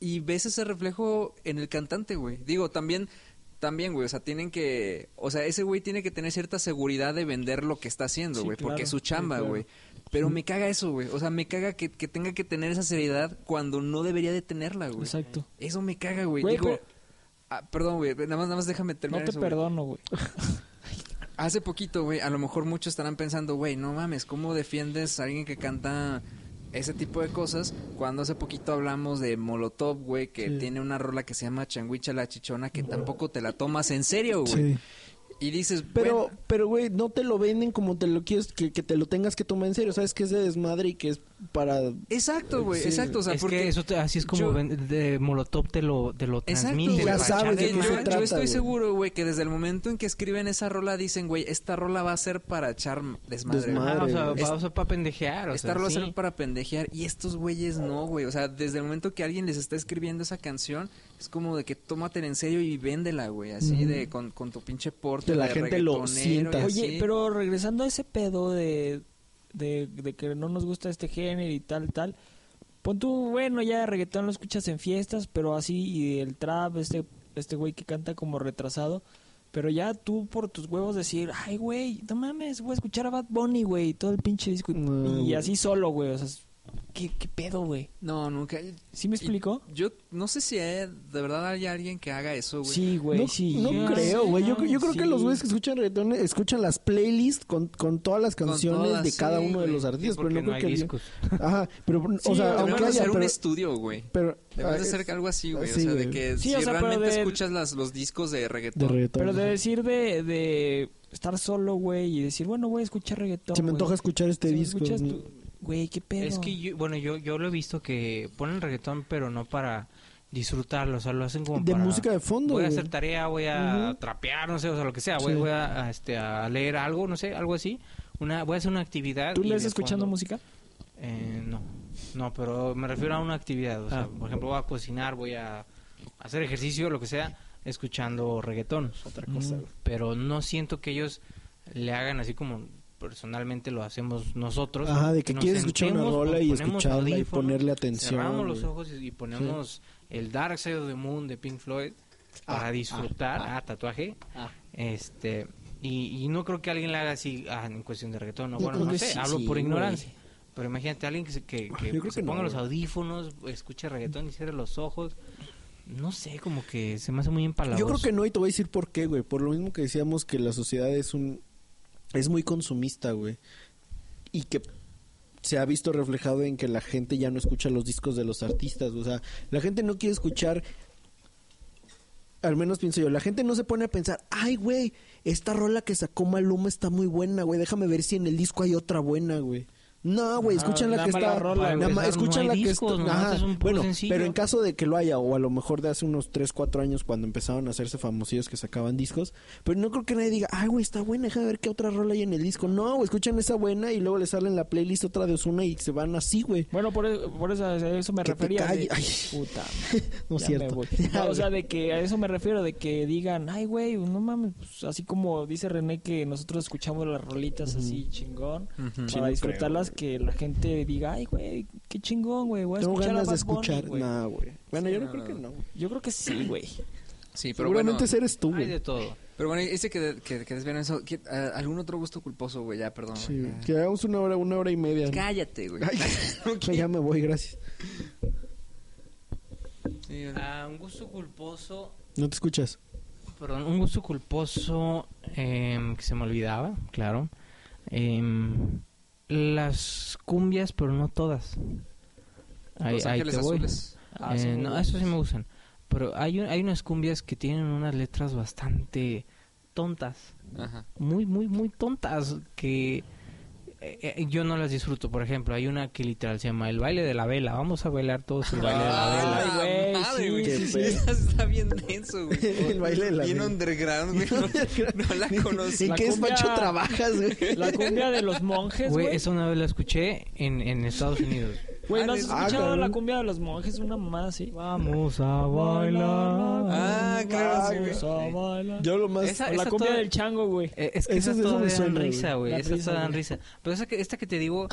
Speaker 3: y ves ese reflejo en el cantante, güey. Digo, también, también, güey, o sea, tienen que, o sea, ese güey tiene que tener cierta seguridad de vender lo que está haciendo,
Speaker 6: Sí,
Speaker 3: güey, porque
Speaker 6: claro,
Speaker 3: es su
Speaker 6: sí,
Speaker 3: chamba,
Speaker 6: claro.
Speaker 3: güey. Pero me caga eso, güey. O sea, me caga que, que tenga que tener esa seriedad cuando no debería de tenerla, güey.
Speaker 6: Exacto.
Speaker 3: Eso me caga, güey.
Speaker 6: Güey,
Speaker 3: Digo,
Speaker 6: pero-
Speaker 3: ah, perdón, güey, nada más, nada más déjame
Speaker 6: No
Speaker 3: terminar.
Speaker 6: te
Speaker 3: eso, güey.
Speaker 6: perdono, güey.
Speaker 3: Hace poquito, güey, a lo mejor muchos estarán pensando, güey, no mames, ¿cómo defiendes a alguien que canta ese tipo de cosas? Cuando hace poquito hablamos de Molotov, güey, que tiene una rola que se llama Changuicha la Chichona, que tampoco te la tomas en serio, güey.
Speaker 4: Sí.
Speaker 3: Y dices,
Speaker 4: Pero,
Speaker 3: bueno,
Speaker 4: pero, güey, no te lo venden como te lo quieres, que, que te lo tengas que tomar en serio. Sabes que es de desmadre y que es para.
Speaker 3: exacto, güey,
Speaker 4: Sí,
Speaker 3: exacto. O sea,
Speaker 5: es
Speaker 3: porque
Speaker 5: que eso te- así es como
Speaker 3: yo-
Speaker 5: ven- de Molotov te lo, te lo
Speaker 3: Exacto,
Speaker 5: transmite.
Speaker 3: güey.
Speaker 4: Ya
Speaker 5: para
Speaker 4: sabes de
Speaker 5: echarle
Speaker 4: qué
Speaker 3: yo,
Speaker 4: se
Speaker 5: más.
Speaker 3: yo
Speaker 4: trata,
Speaker 3: estoy
Speaker 4: güey.
Speaker 3: seguro, güey, que desde el momento en que escriben esa rola dicen, güey, esta rola va a ser para echar desmadre. güey.
Speaker 4: Desmadre.
Speaker 5: Ajá, o sea,
Speaker 4: güey.
Speaker 5: va- o sea, para pendejear. O sea,
Speaker 3: Estarlo
Speaker 5: sí.
Speaker 3: haciendo para pendejear. Y estos güeyes no, güey. O sea, desde el momento que alguien les está escribiendo esa canción, es como de que tómatela en serio y véndela, güey. Así de con, con tu pinche porte.
Speaker 4: Que la
Speaker 3: de
Speaker 4: gente lo
Speaker 3: reggaetonero
Speaker 4: sienta.
Speaker 3: y
Speaker 6: Oye,
Speaker 3: así.
Speaker 6: pero regresando a ese pedo de, de, de que no nos gusta este género y tal, tal. Pon tú, bueno, ya reggaetón lo escuchas en fiestas, pero así, y el trap, este este güey que canta como retrasado. Pero ya tú por tus huevos decir, ay, güey, no mames, voy a escuchar a Bad Bunny, güey, y todo el pinche disco. y-
Speaker 4: No,
Speaker 6: y
Speaker 4: güey.
Speaker 6: así solo, güey, o sea, es- ¿qué, qué pedo, güey?
Speaker 3: No, nunca.
Speaker 6: ¿Sí me explicó?
Speaker 3: Yo no sé si eh, de verdad hay alguien que haga eso, güey.
Speaker 6: Sí, güey,
Speaker 4: no
Speaker 6: sí.
Speaker 4: no
Speaker 6: yo-
Speaker 4: creo,
Speaker 6: sí,
Speaker 4: güey. Yo,
Speaker 6: no,
Speaker 4: yo creo que
Speaker 6: sí.
Speaker 4: los güeyes que escuchan reggaetón escuchan las playlists con, con todas las
Speaker 3: Con
Speaker 4: canciones
Speaker 3: todas,
Speaker 4: de cada
Speaker 3: sí,
Speaker 4: uno de
Speaker 3: güey.
Speaker 4: los
Speaker 3: Sí,
Speaker 4: artistas, pero
Speaker 5: porque
Speaker 4: no creo
Speaker 5: no hay
Speaker 4: que.
Speaker 5: discos.
Speaker 4: Ajá, pero, o
Speaker 6: Sí,
Speaker 4: sea,
Speaker 6: güey,
Speaker 4: aunque
Speaker 3: Debemos
Speaker 4: haya.
Speaker 3: hacer un
Speaker 4: pero-
Speaker 3: estudio, güey.
Speaker 4: pero-
Speaker 3: Debemos de
Speaker 4: ah,
Speaker 3: hacer algo así, güey.
Speaker 4: sí,
Speaker 3: o sea, de
Speaker 4: güey.
Speaker 3: que
Speaker 6: Sí,
Speaker 3: si
Speaker 6: o sea, pero
Speaker 3: realmente
Speaker 6: del-
Speaker 3: escuchas las, los discos de reggaetón.
Speaker 4: de reggaetón.
Speaker 6: Pero de
Speaker 4: ajá.
Speaker 6: decir de, de estar solo, güey, y decir, bueno, voy a escuchar reggaetón.
Speaker 4: Se me
Speaker 6: güey.
Speaker 4: antoja escuchar este
Speaker 6: Si me
Speaker 4: disco.
Speaker 6: escuchas
Speaker 4: ¿no?
Speaker 6: tú- Güey, qué pedo.
Speaker 5: Es que, yo, bueno, yo, yo lo he visto que ponen reggaetón, pero no para disfrutarlo. O sea, lo hacen como
Speaker 4: De
Speaker 5: para-
Speaker 4: música de fondo,
Speaker 5: Voy a
Speaker 4: güey.
Speaker 5: hacer tarea, voy a trapear, no sé, o sea, lo que sea. Voy,
Speaker 4: Sí.
Speaker 5: voy a, a, este, a leer algo, no sé, algo así. Una, voy a hacer una actividad.
Speaker 6: ¿Tú
Speaker 5: y
Speaker 6: le estás
Speaker 5: de
Speaker 6: escuchando
Speaker 5: fondo-
Speaker 6: música?
Speaker 5: Eh, no, no, pero me refiero a una actividad. O sea, por ejemplo, voy a cocinar, voy a hacer ejercicio, lo que sea, escuchando reggaetón. Otra cosa. Pero no siento que ellos le hagan así como personalmente lo hacemos nosotros.
Speaker 4: Ajá, de que
Speaker 5: nos
Speaker 4: quieres escuchar una
Speaker 5: sentemos,
Speaker 4: rola
Speaker 5: nos
Speaker 4: y
Speaker 5: ponemos
Speaker 4: escucharla y
Speaker 5: audífonos,
Speaker 4: ponerle atención,
Speaker 5: Cerramos los
Speaker 4: güey.
Speaker 5: ojos y, y ponemos el Dark Side of the Moon de Pink Floyd para disfrutar. Ah, tatuaje. Este. Y, y no creo que alguien la haga así ah, en cuestión de reggaetón. ¿no?
Speaker 4: Yo
Speaker 5: Bueno,
Speaker 4: creo
Speaker 5: no
Speaker 4: que
Speaker 5: sé,
Speaker 4: sí,
Speaker 5: hablo
Speaker 4: sí,
Speaker 5: por
Speaker 4: güey.
Speaker 5: ignorancia. Pero imagínate a alguien que se, que, que
Speaker 4: Yo creo
Speaker 5: se
Speaker 4: que no,
Speaker 5: ponga los
Speaker 4: güey.
Speaker 5: audífonos, escuche reggaetón y cierre los ojos. No sé, como que se me hace muy empalagoso.
Speaker 4: Yo creo que no, y te voy a decir por qué, güey. Por lo mismo que decíamos que la sociedad es un. es muy consumista, güey. Y que se ha visto reflejado en que la gente ya no escucha los discos de los artistas. O sea, la gente no quiere escuchar. Al menos pienso yo, la gente no se pone a pensar, ay, güey, esta rola que sacó Maluma está muy buena, güey, déjame ver si en el disco hay otra buena, güey. No, güey,
Speaker 6: Ajá,
Speaker 4: escuchan la
Speaker 6: nada
Speaker 4: que
Speaker 6: más
Speaker 4: está...
Speaker 6: la rola,
Speaker 4: nada
Speaker 5: güey.
Speaker 4: más
Speaker 5: Empezar,
Speaker 4: escuchan
Speaker 5: no
Speaker 4: la
Speaker 5: hay
Speaker 4: que
Speaker 5: discos,
Speaker 4: está-
Speaker 5: nomás
Speaker 4: ajá.
Speaker 5: es un puro
Speaker 4: Bueno,
Speaker 5: sencillo.
Speaker 4: pero en caso de que lo haya, o a lo mejor de hace unos 3, 4 años cuando empezaron a hacerse famosillos que sacaban discos, pero no creo que nadie diga, ay, güey, está buena, déjame ver qué otra rola hay en el disco. No, güey, escuchan esa buena y luego le salen la playlist otra de Ozuna y se van así, güey.
Speaker 6: Bueno, por eso, por eso, a eso me
Speaker 4: Que te
Speaker 6: refería.
Speaker 4: calle-
Speaker 6: de-
Speaker 4: Ay.
Speaker 6: Puta.
Speaker 4: No es
Speaker 6: ya me
Speaker 4: cierto.
Speaker 6: voy. No, o sea, de que a eso me refiero, de que digan, ay, güey, no mames, pues, así como dice René que nosotros escuchamos las rolitas así
Speaker 5: Mm.
Speaker 6: chingón, para
Speaker 4: Sí, no
Speaker 6: disfrutarlas, que la gente diga, ay, güey, qué chingón, güey, voy a
Speaker 4: Tengo
Speaker 6: escuchar a
Speaker 4: ganas de
Speaker 6: Bad Bunny,
Speaker 4: escuchar.
Speaker 6: güey".
Speaker 4: Nah, güey. Bueno, yo
Speaker 3: Sí,
Speaker 4: no creo
Speaker 3: no,
Speaker 4: que
Speaker 3: no.
Speaker 4: no.
Speaker 6: Yo creo que sí, güey.
Speaker 3: Sí, pero
Speaker 4: Seguramente
Speaker 3: bueno.
Speaker 4: ese eres tú,
Speaker 5: Hay
Speaker 4: güey.
Speaker 5: de todo.
Speaker 3: Pero bueno, ese que, que, que desviaron eso. ¿qué- a- ¿Algún otro gusto culposo, güey? Ya, perdón.
Speaker 4: Sí,
Speaker 3: güey.
Speaker 4: güey. que hagamos una hora, una hora y media. ¿no?
Speaker 3: Cállate, güey.
Speaker 4: Ay,
Speaker 3: No quiero.
Speaker 4: ya me voy, gracias.
Speaker 3: Sí, bueno.
Speaker 5: Ah, un gusto culposo.
Speaker 4: No te escuchas.
Speaker 5: Perdón, un gusto culposo em, que se me olvidaba, claro. Em, las cumbias, pero no todas. Ahí-
Speaker 3: Los
Speaker 5: ahí
Speaker 3: Ángeles
Speaker 5: te voy.
Speaker 3: Azules.
Speaker 6: Ah,
Speaker 5: Eh,
Speaker 6: sí,
Speaker 5: no,
Speaker 6: güey.
Speaker 5: eso sí me gustan. Pero hay, un- hay unas cumbias que tienen unas letras bastante tontas.
Speaker 3: Ajá.
Speaker 5: Muy, muy, muy tontas. Que eh, eh, yo no las disfruto. Por ejemplo, hay una que literal se llama El baile de la vela. Vamos a bailar todos el baile de
Speaker 3: Ah,
Speaker 5: la vela.
Speaker 6: Ay, güey,
Speaker 3: madre,
Speaker 6: sí,
Speaker 3: güey.
Speaker 4: qué
Speaker 3: Sí,
Speaker 4: feo.
Speaker 3: esa Está bien denso, güey.
Speaker 4: El baile de la
Speaker 3: Bien
Speaker 4: vela.
Speaker 3: underground, güey. No, no la conocí.
Speaker 4: ¿En
Speaker 6: La
Speaker 4: qué
Speaker 6: cumbia-
Speaker 4: despacho trabajas, güey?
Speaker 6: La cumbia de los monjes,
Speaker 5: Güey,
Speaker 6: güey.
Speaker 5: esa una vez la escuché en, en Estados Unidos.
Speaker 6: Güey, ¿no has
Speaker 3: Ah,
Speaker 6: escuchado
Speaker 4: cabrón.
Speaker 6: la cumbia de los monjes? Una mamá así.
Speaker 5: Vamos a bailar.
Speaker 3: Ah, claro, sí, güey.
Speaker 6: Vamos a bailar.
Speaker 4: Yo lo más...
Speaker 5: Esa-
Speaker 6: O la
Speaker 5: esa
Speaker 6: cumbia
Speaker 5: toda-
Speaker 6: del chango, güey.
Speaker 5: Eh, es que
Speaker 4: Esa-
Speaker 5: esas
Speaker 4: esa me
Speaker 5: todas dan
Speaker 4: suena, güey.
Speaker 5: risa, güey.
Speaker 6: Dan
Speaker 5: Esas
Speaker 6: risa,
Speaker 5: todas dan
Speaker 6: güey.
Speaker 5: risa. Pero esa que, esta que te digo,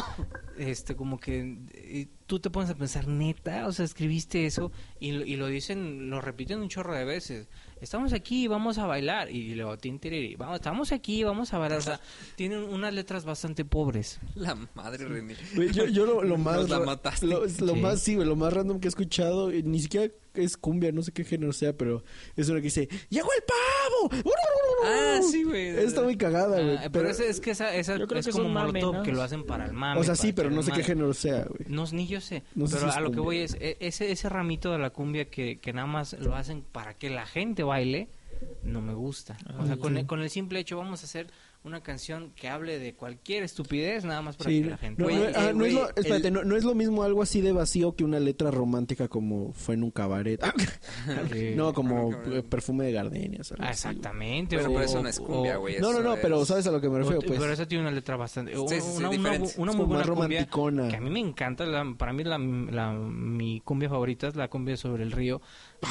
Speaker 5: este, como que eh, tú te pones a pensar, neta, o sea, escribiste eso y, lo- y lo dicen, lo repiten un chorro de veces. Estamos aquí, vamos a bailar. Y luego, tin, tiriri, vamos, estamos aquí, vamos a bailar. O sea, tienen unas letras bastante pobres.
Speaker 3: La madre, René.
Speaker 4: Güey, Yo, yo lo, lo
Speaker 3: Nos
Speaker 4: más...
Speaker 3: la
Speaker 4: ra-
Speaker 3: mataste.
Speaker 4: Lo, lo
Speaker 5: Sí.
Speaker 4: más, sí, güey, lo más random que he escuchado, eh, ni siquiera es cumbia, no sé qué género sea, pero es una que dice, ¡Llegó el pavo!
Speaker 3: Ah, sí, güey.
Speaker 4: Está muy cagada, güey.
Speaker 5: Ah,
Speaker 4: pero,
Speaker 5: pero esa- es que esa, esa
Speaker 6: Yo creo
Speaker 5: es
Speaker 6: que es
Speaker 5: como
Speaker 6: un mame,
Speaker 5: molotov
Speaker 6: ¿no?
Speaker 5: que lo hacen para el mame.
Speaker 4: o sea,
Speaker 5: para
Speaker 4: sí, pero
Speaker 5: echar
Speaker 4: no sé qué
Speaker 5: desmadre.
Speaker 4: género sea, güey.
Speaker 5: No, ni yo sé.
Speaker 4: No sé
Speaker 5: pero
Speaker 4: si es
Speaker 5: a lo que
Speaker 4: cumbia.
Speaker 5: voy es, e- ese, ese ramito de la cumbia que, que nada más lo hacen para que la gente baile, no me gusta. O
Speaker 4: Ah,
Speaker 5: sea, con el, con el simple hecho, vamos a hacer una canción que hable de cualquier estupidez, nada más para
Speaker 4: Sí,
Speaker 5: que
Speaker 4: no,
Speaker 5: la gente
Speaker 4: no,
Speaker 3: Güey,
Speaker 4: no,
Speaker 3: eh,
Speaker 4: ah, no es
Speaker 3: güey,
Speaker 4: lo, espérate,
Speaker 3: el-
Speaker 4: no, no es lo mismo algo así de vacío que una letra romántica como fue en un cabaret. Ah,
Speaker 5: baile.
Speaker 4: no, como
Speaker 3: Fue en un cabaret.
Speaker 4: eh, perfume de gardenias. algo
Speaker 5: Ah,
Speaker 4: así, güey.
Speaker 5: exactamente.
Speaker 3: Pero,
Speaker 5: o-
Speaker 3: pero eso no es
Speaker 5: o-
Speaker 3: cumbia, güey.
Speaker 4: No, no,
Speaker 3: eso
Speaker 4: no,
Speaker 3: es-
Speaker 4: pero sabes a lo que me
Speaker 5: o-
Speaker 4: refiero, pues.
Speaker 5: Pero esa tiene una letra bastante. o-
Speaker 3: Sí, sí, sí,
Speaker 5: una, una-
Speaker 3: diferente.
Speaker 5: una
Speaker 4: Es
Speaker 5: muy
Speaker 4: como
Speaker 5: buena
Speaker 4: más
Speaker 5: cumbia.
Speaker 4: romanticona.
Speaker 5: Que a mí me encanta. la- para mí, la, la- mi cumbia favorita es la cumbia sobre el río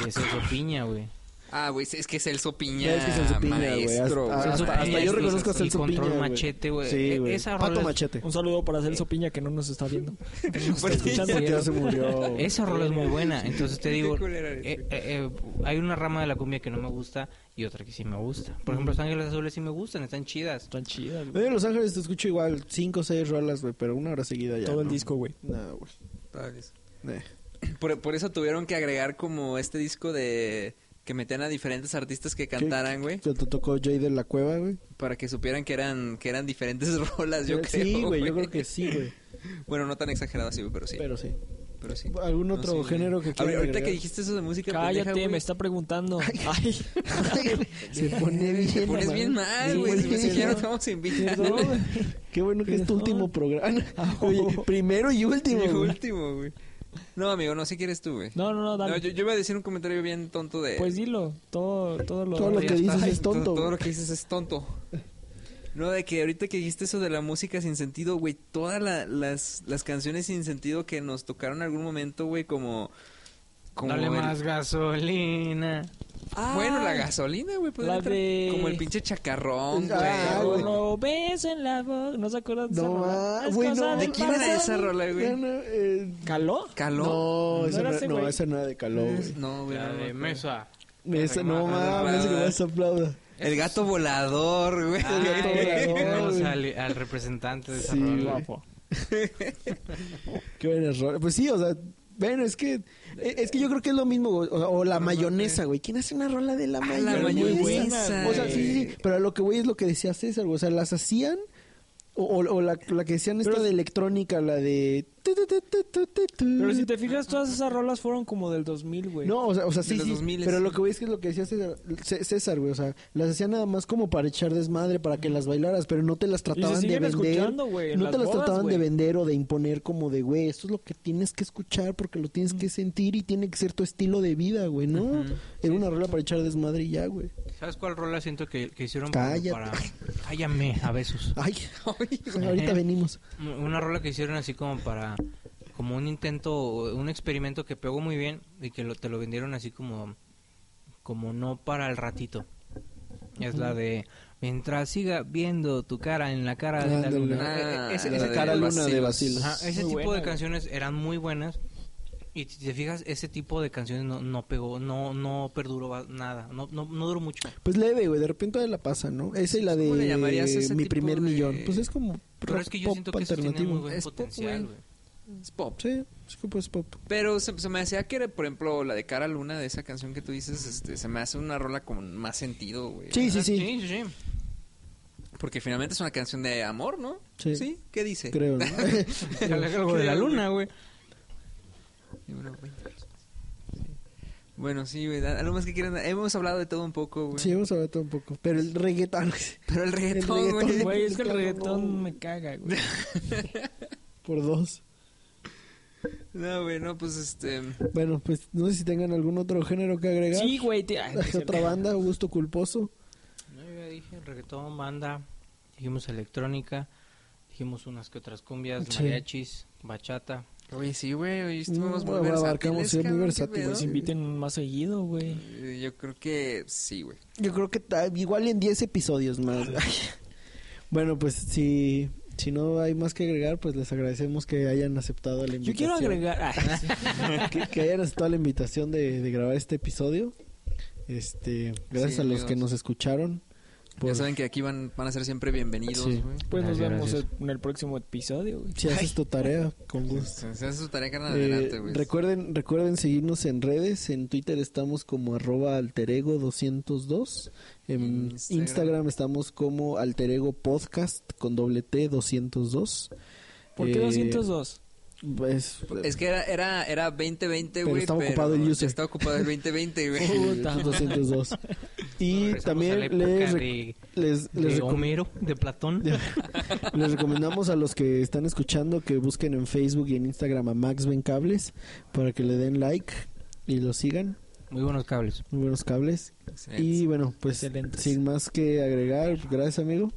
Speaker 5: de Celso Piña, güey.
Speaker 3: Ah, güey, es que es Celso Piña.
Speaker 4: Ya es que Celso Piña, güey,
Speaker 3: maestro,
Speaker 4: hasta-
Speaker 3: güey.
Speaker 5: Celso
Speaker 4: hasta
Speaker 5: Piña,
Speaker 4: yo
Speaker 5: sí,
Speaker 4: reconozco a
Speaker 5: sí, sí,
Speaker 4: Celso
Speaker 5: Control
Speaker 4: Piña, güey.
Speaker 5: Machete, güey.
Speaker 4: Sí,
Speaker 5: E-
Speaker 4: güey.
Speaker 5: Esa rola
Speaker 4: Pato
Speaker 5: es-
Speaker 4: Machete.
Speaker 6: Un saludo para Celso Piña que no nos está viendo. Nos está
Speaker 3: Porque ya
Speaker 6: escuchando.
Speaker 4: Ya se
Speaker 3: Oh,
Speaker 4: murió.
Speaker 5: Esa rola es muy buena, entonces te digo,
Speaker 3: Qué culera eres,
Speaker 5: eh, eh, eh, hay una rama de la cumbia que no me gusta y otra que sí me gusta. Por ejemplo, Los Ángeles Azules sí me gustan, están chidas.
Speaker 6: Están chidas, güey.
Speaker 4: Yo de Los Ángeles te escucho igual cinco o seis rolas, güey, pero una hora seguida ya.
Speaker 6: Todo el
Speaker 4: ¿no?
Speaker 6: disco, güey.
Speaker 4: No, güey. Eh.
Speaker 3: Por, por eso tuvieron que agregar como este disco de que metían a diferentes artistas que cantaran, güey,
Speaker 4: Te te tocó Jay de la Cueva, güey.
Speaker 3: para que supieran que eran que eran diferentes rolas, yo creo.
Speaker 4: Sí, güey, yo creo que sí, güey.
Speaker 3: Bueno, no tan exagerado así, güey, pero sí. Pero,
Speaker 4: Pero sí.
Speaker 3: sí.
Speaker 4: ¿Algún
Speaker 3: No,
Speaker 4: otro
Speaker 3: sí, güey.
Speaker 4: género que
Speaker 3: Ahor-
Speaker 4: quieras
Speaker 3: Ahorita que
Speaker 4: agregar?
Speaker 3: dijiste eso de música pendeja,
Speaker 6: Cállate,
Speaker 3: güey,
Speaker 6: me está preguntando. Ay,
Speaker 4: Se pone bien.
Speaker 3: Te pones
Speaker 4: mal.
Speaker 3: bien mal, güey.
Speaker 4: Sí,
Speaker 3: se me hace que ya no te vamos a invitar.
Speaker 4: Perdón, güey. Qué bueno que es tu
Speaker 6: Perdón.
Speaker 4: último programa.
Speaker 6: Ah,
Speaker 4: Oye,
Speaker 6: oh.
Speaker 4: primero y último.
Speaker 3: Y
Speaker 4: güey.
Speaker 3: último, güey. No, amigo, no sé quién eres tú, güey.
Speaker 6: no, no,
Speaker 3: No,
Speaker 6: no, dame.
Speaker 3: yo, yo iba a decir un comentario bien tonto de...
Speaker 6: Pues dilo. Todo, todo lo.
Speaker 4: Todo lo
Speaker 3: Ya
Speaker 4: que dices
Speaker 3: está.
Speaker 4: es
Speaker 3: Todo,
Speaker 4: tonto,
Speaker 3: todo
Speaker 4: güey.
Speaker 3: lo que dices es tonto. No, de que ahorita que dijiste eso de la música sin sentido, güey, todas la- las, las canciones sin sentido que nos tocaron en algún momento, güey, como... como
Speaker 5: Dale
Speaker 3: el-
Speaker 5: más gasolina.
Speaker 6: Ah,
Speaker 3: Bueno, la gasolina, güey. podría
Speaker 6: La
Speaker 3: entrar
Speaker 6: de-
Speaker 3: Como el pinche chacarrón, güey.
Speaker 4: Ah,
Speaker 6: Luego
Speaker 4: güey.
Speaker 6: no beso en la boca. ¿No se acuerdan de esa
Speaker 4: No,
Speaker 6: rola?
Speaker 4: ma-
Speaker 6: Es
Speaker 4: güey,
Speaker 6: cosa
Speaker 4: no,
Speaker 6: del
Speaker 3: ¿De quién era
Speaker 6: pasado.
Speaker 3: esa rola,
Speaker 4: Ya
Speaker 3: güey?
Speaker 4: no, eh,
Speaker 6: ¿Caló?
Speaker 3: ¿Caló?
Speaker 4: No, esa
Speaker 6: era
Speaker 4: no,
Speaker 6: ese,
Speaker 4: no,
Speaker 6: güey.
Speaker 4: esa no era de calor, güey.
Speaker 3: No, güey. no, no, no.
Speaker 5: mesa.
Speaker 4: Esa no
Speaker 3: Remada.
Speaker 4: mames, que más aplauda.
Speaker 3: El gato volador, güey.
Speaker 4: Ah,
Speaker 5: Tenemos al, al representante de esa
Speaker 4: Sí,
Speaker 5: rola.
Speaker 4: guapo. Qué buen error. Pues sí, o sea, bueno, es que es que yo creo que es lo mismo güey. o, o la mayonesa, güey. ¿Quién hace una rola de la
Speaker 3: Ah,
Speaker 4: mayonesa?
Speaker 3: la mayonesa.
Speaker 4: O sea, sí, sí, sí, pero a lo que voy es lo que decía César, güey. O sea, las hacían o, o- o la, la que decían esta
Speaker 6: Pero-
Speaker 4: de electrónica, la de
Speaker 6: Pero si te fijas, todas esas rolas fueron como del 2000, güey.
Speaker 4: No, o sea, o sea, sí,
Speaker 3: los
Speaker 4: sí,
Speaker 3: 2000s.
Speaker 4: pero lo que voy es que es lo que decía César, C- César, güey, o sea, las hacían nada más como para echar desmadre, para que las bailaras, pero no te las trataban de
Speaker 6: siguen
Speaker 4: vender,
Speaker 6: escuchando, güey, en
Speaker 4: no
Speaker 6: las
Speaker 4: te las
Speaker 6: bodas,
Speaker 4: trataban de
Speaker 6: güey.
Speaker 4: vender o de imponer como de, güey, esto es lo que tienes que escuchar porque lo tienes
Speaker 6: Mm.
Speaker 4: que sentir y tiene que ser tu estilo de vida, güey, ¿no?
Speaker 5: Ujú.
Speaker 4: Era una rola para echar desmadre y ya, güey.
Speaker 5: ¿Sabes cuál rola siento que, que hicieron como
Speaker 4: Cállate.
Speaker 5: para... Cállame, a besos.
Speaker 4: Ay,
Speaker 3: Ay,
Speaker 4: ahorita venimos.
Speaker 5: Una rola que hicieron así como para... Como un intento, un experimento que pegó muy bien y que lo, te lo vendieron así como... Como no para el ratito. Es la de... Mientras siga viendo tu cara en la cara de la
Speaker 4: Ándale.
Speaker 5: luna.
Speaker 3: Ah,
Speaker 4: e,
Speaker 5: Eh, eh, ese-
Speaker 3: la
Speaker 5: ese
Speaker 3: de
Speaker 5: tipo
Speaker 4: cara
Speaker 5: de-
Speaker 4: luna de
Speaker 3: Bacilos.
Speaker 4: Bacilos.
Speaker 5: Ajá, ese
Speaker 6: Muy
Speaker 5: tipo
Speaker 6: buena,
Speaker 5: de
Speaker 6: güey.
Speaker 5: canciones eran muy buenas. Y si te fijas, ese tipo de canciones no, no pegó, no no perduró ba- nada, no, no, no duró mucho.
Speaker 4: Pues leve, güey, de repente la pasa, ¿no? Esa y la de
Speaker 3: ¿Cómo le llamarías a ese
Speaker 4: Mi
Speaker 3: tipo
Speaker 4: primer
Speaker 3: de-
Speaker 4: millón. Pues es como
Speaker 5: Pero
Speaker 4: rock
Speaker 5: es que yo
Speaker 4: pop
Speaker 5: siento que eso tiene muy buen
Speaker 3: Es pop,
Speaker 5: potencial,
Speaker 3: güey.
Speaker 5: güey.
Speaker 3: Es pop.
Speaker 4: Sí, es que pues pop.
Speaker 3: Pero se, se me hacía que, era, por ejemplo, la de Cara Luna, de esa canción que tú dices, este, se me hace una rola con más sentido, güey.
Speaker 4: Sí, sí,
Speaker 5: Ah,
Speaker 4: sí.
Speaker 5: sí, sí, sí.
Speaker 3: Porque finalmente es una canción de amor, ¿no?
Speaker 4: Sí.
Speaker 3: ¿Qué dice?
Speaker 4: Creo, ¿no?
Speaker 5: Algo de la luna, güey.
Speaker 3: Y bueno, 20 pesos. Sí. Bueno, sí, güey. da- Algo más que quieran. Hemos hablado de todo un poco, güey.
Speaker 4: Sí, hemos hablado un poco. Pero el reggaetón,
Speaker 3: Pero el reggaetón,
Speaker 4: El
Speaker 3: güey.
Speaker 4: reggaetón.
Speaker 6: Güey, es que el
Speaker 4: Claro,
Speaker 6: reggaetón
Speaker 4: no.
Speaker 6: me caga, güey.
Speaker 4: por dos.
Speaker 3: No, güey, no, pues este.
Speaker 4: Bueno, pues no sé si tengan algún otro género que agregar.
Speaker 6: Sí, güey. te- ay, no es cierto.
Speaker 4: Otra banda, gusto culposo.
Speaker 5: No, yo ya dije reggaetón, banda, dijimos electrónica, dijimos unas que otras cumbias,
Speaker 4: Sí.
Speaker 5: mariachis, bachata.
Speaker 3: Oye, sí, güey. Hoy estuvimos
Speaker 4: No,
Speaker 3: muy
Speaker 4: güey,
Speaker 3: versátiles.
Speaker 4: abarcamos, sí, muy
Speaker 3: cabrón, ¿qué
Speaker 4: versátiles,
Speaker 3: pedo?
Speaker 6: Nos inviten más seguido, güey.
Speaker 3: Eh, Yo creo que sí, güey.
Speaker 4: Yo creo que ta- igual en 10 episodios más. bueno, pues si, si no hay más que agregar, pues les agradecemos que hayan aceptado la
Speaker 6: Yo
Speaker 4: invitación.
Speaker 6: quiero agregar. ay,
Speaker 4: que, que hayan aceptado la invitación de, de grabar este episodio. Este, gracias
Speaker 3: Sí,
Speaker 4: a los
Speaker 3: amigos.
Speaker 4: que nos escucharon.
Speaker 3: Ya
Speaker 4: Por-
Speaker 3: saben que aquí van, van a ser siempre bienvenidos,
Speaker 4: Sí.
Speaker 3: güey.
Speaker 6: Pues nos
Speaker 5: Gracias,
Speaker 6: vemos
Speaker 5: gracias.
Speaker 6: en el próximo episodio, güey.
Speaker 4: si haces tu tarea, con gusto.
Speaker 3: Se hace su tarea carnal
Speaker 4: Eh,
Speaker 3: adelante, güey.
Speaker 4: recuerden, recuerden seguirnos en redes. En Twitter estamos como arroba alterego202. En
Speaker 3: En
Speaker 4: Instagram.
Speaker 3: Instagram.
Speaker 4: estamos como alterego podcast con doble T 202.
Speaker 6: ¿Por qué
Speaker 4: Eh,
Speaker 6: 202?
Speaker 4: pues,
Speaker 3: Es que era, era, era 2020,
Speaker 4: Pero
Speaker 3: güey.
Speaker 4: estaba ocupado el
Speaker 3: ya
Speaker 4: user.
Speaker 3: Estaba ocupado el 2020, güey.
Speaker 4: eh, 202. Y
Speaker 5: Regresamos a la
Speaker 4: también
Speaker 5: época
Speaker 4: les, rec-
Speaker 5: de,
Speaker 4: les,
Speaker 5: de
Speaker 4: les recom-
Speaker 5: Homero, de Platón.
Speaker 4: les recomendamos a los que están escuchando que busquen en Facebook y en Instagram a Max Ben Cables para que le den like y lo sigan.
Speaker 5: Muy buenos cables.
Speaker 4: Muy buenos cables. Y bueno, pues
Speaker 6: Excelentes.
Speaker 4: sin más que agregar, gracias amigo.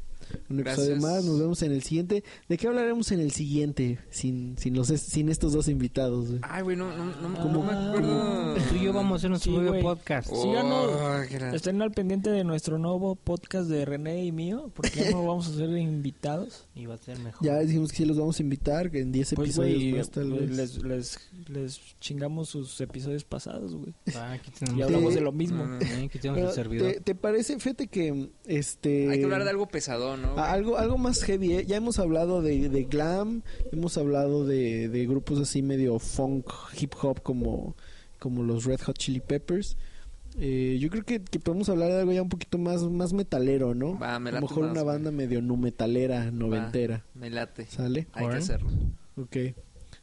Speaker 4: Un episodio
Speaker 3: Gracias.
Speaker 4: más, nos vemos en el siguiente. ¿De qué hablaremos en el siguiente? Sin, sin, los, es- sin estos dos invitados. güey?
Speaker 3: Ay, güey, no, no, no, no
Speaker 4: Como-
Speaker 3: me
Speaker 4: Ah,
Speaker 3: acuerdo.
Speaker 5: Tú y yo vamos a hacer
Speaker 6: Sí,
Speaker 5: nuestro propio
Speaker 6: güey.
Speaker 5: podcast.
Speaker 3: Oh,
Speaker 6: Síganos.
Speaker 3: qué la-
Speaker 6: Estén al pendiente de nuestro nuevo podcast de René y mío, porque ya no vamos a ser invitados.
Speaker 5: Y va a ser mejor.
Speaker 4: Ya dijimos que sí los vamos a invitar, que en 10
Speaker 6: Pues,
Speaker 4: episodios
Speaker 6: güey,
Speaker 4: más tal vez.
Speaker 6: les, les, les chingamos sus episodios pasados, güey.
Speaker 5: Ah, aquí
Speaker 6: Y
Speaker 5: tenemos,
Speaker 6: hablamos
Speaker 4: Te-
Speaker 6: de lo mismo.
Speaker 3: No, no.
Speaker 5: eh, aquí tenemos
Speaker 4: Pero,
Speaker 5: el servidor.
Speaker 4: ¿te, te parece? Fíjate que este
Speaker 3: Hay que hablar de algo pesadón, ¿no? güey?
Speaker 4: a- Ah, algo, algo más heavy, ¿eh? ya hemos hablado de, de glam, hemos hablado de, de grupos así medio funk, hip hop como, como los Red Hot Chili Peppers. Eh, yo creo que, que podemos hablar de algo ya un poquito más, más metalero, ¿no?
Speaker 3: Va, me
Speaker 4: a lo
Speaker 3: late
Speaker 4: mejor
Speaker 3: más,
Speaker 4: una
Speaker 3: güey.
Speaker 4: banda medio nu metalera, noventera,
Speaker 3: Me late.
Speaker 4: ¿sale?
Speaker 3: Hay que
Speaker 5: Corn.
Speaker 3: hacerlo.
Speaker 4: Ok.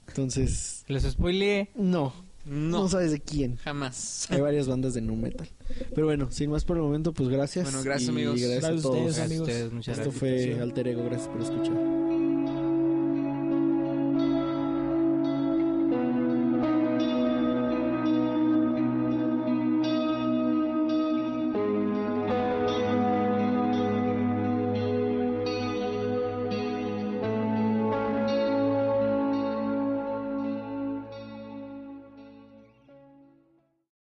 Speaker 4: Entonces,
Speaker 5: Les spoileé.
Speaker 4: no, no,
Speaker 3: No,
Speaker 4: sabes de quién.
Speaker 3: jamás.
Speaker 4: Hay varias bandas de nu metal. Pero bueno, sin más por el momento, pues gracias.
Speaker 3: Bueno, gracias,
Speaker 4: y
Speaker 3: amigos.
Speaker 4: Gracias,
Speaker 6: Gracias
Speaker 4: a
Speaker 6: a
Speaker 4: todos.
Speaker 6: ustedes, amigos.
Speaker 5: ustedes, muchas
Speaker 4: Esto
Speaker 5: gracias.
Speaker 4: fue Alter Ego, gracias por escuchar.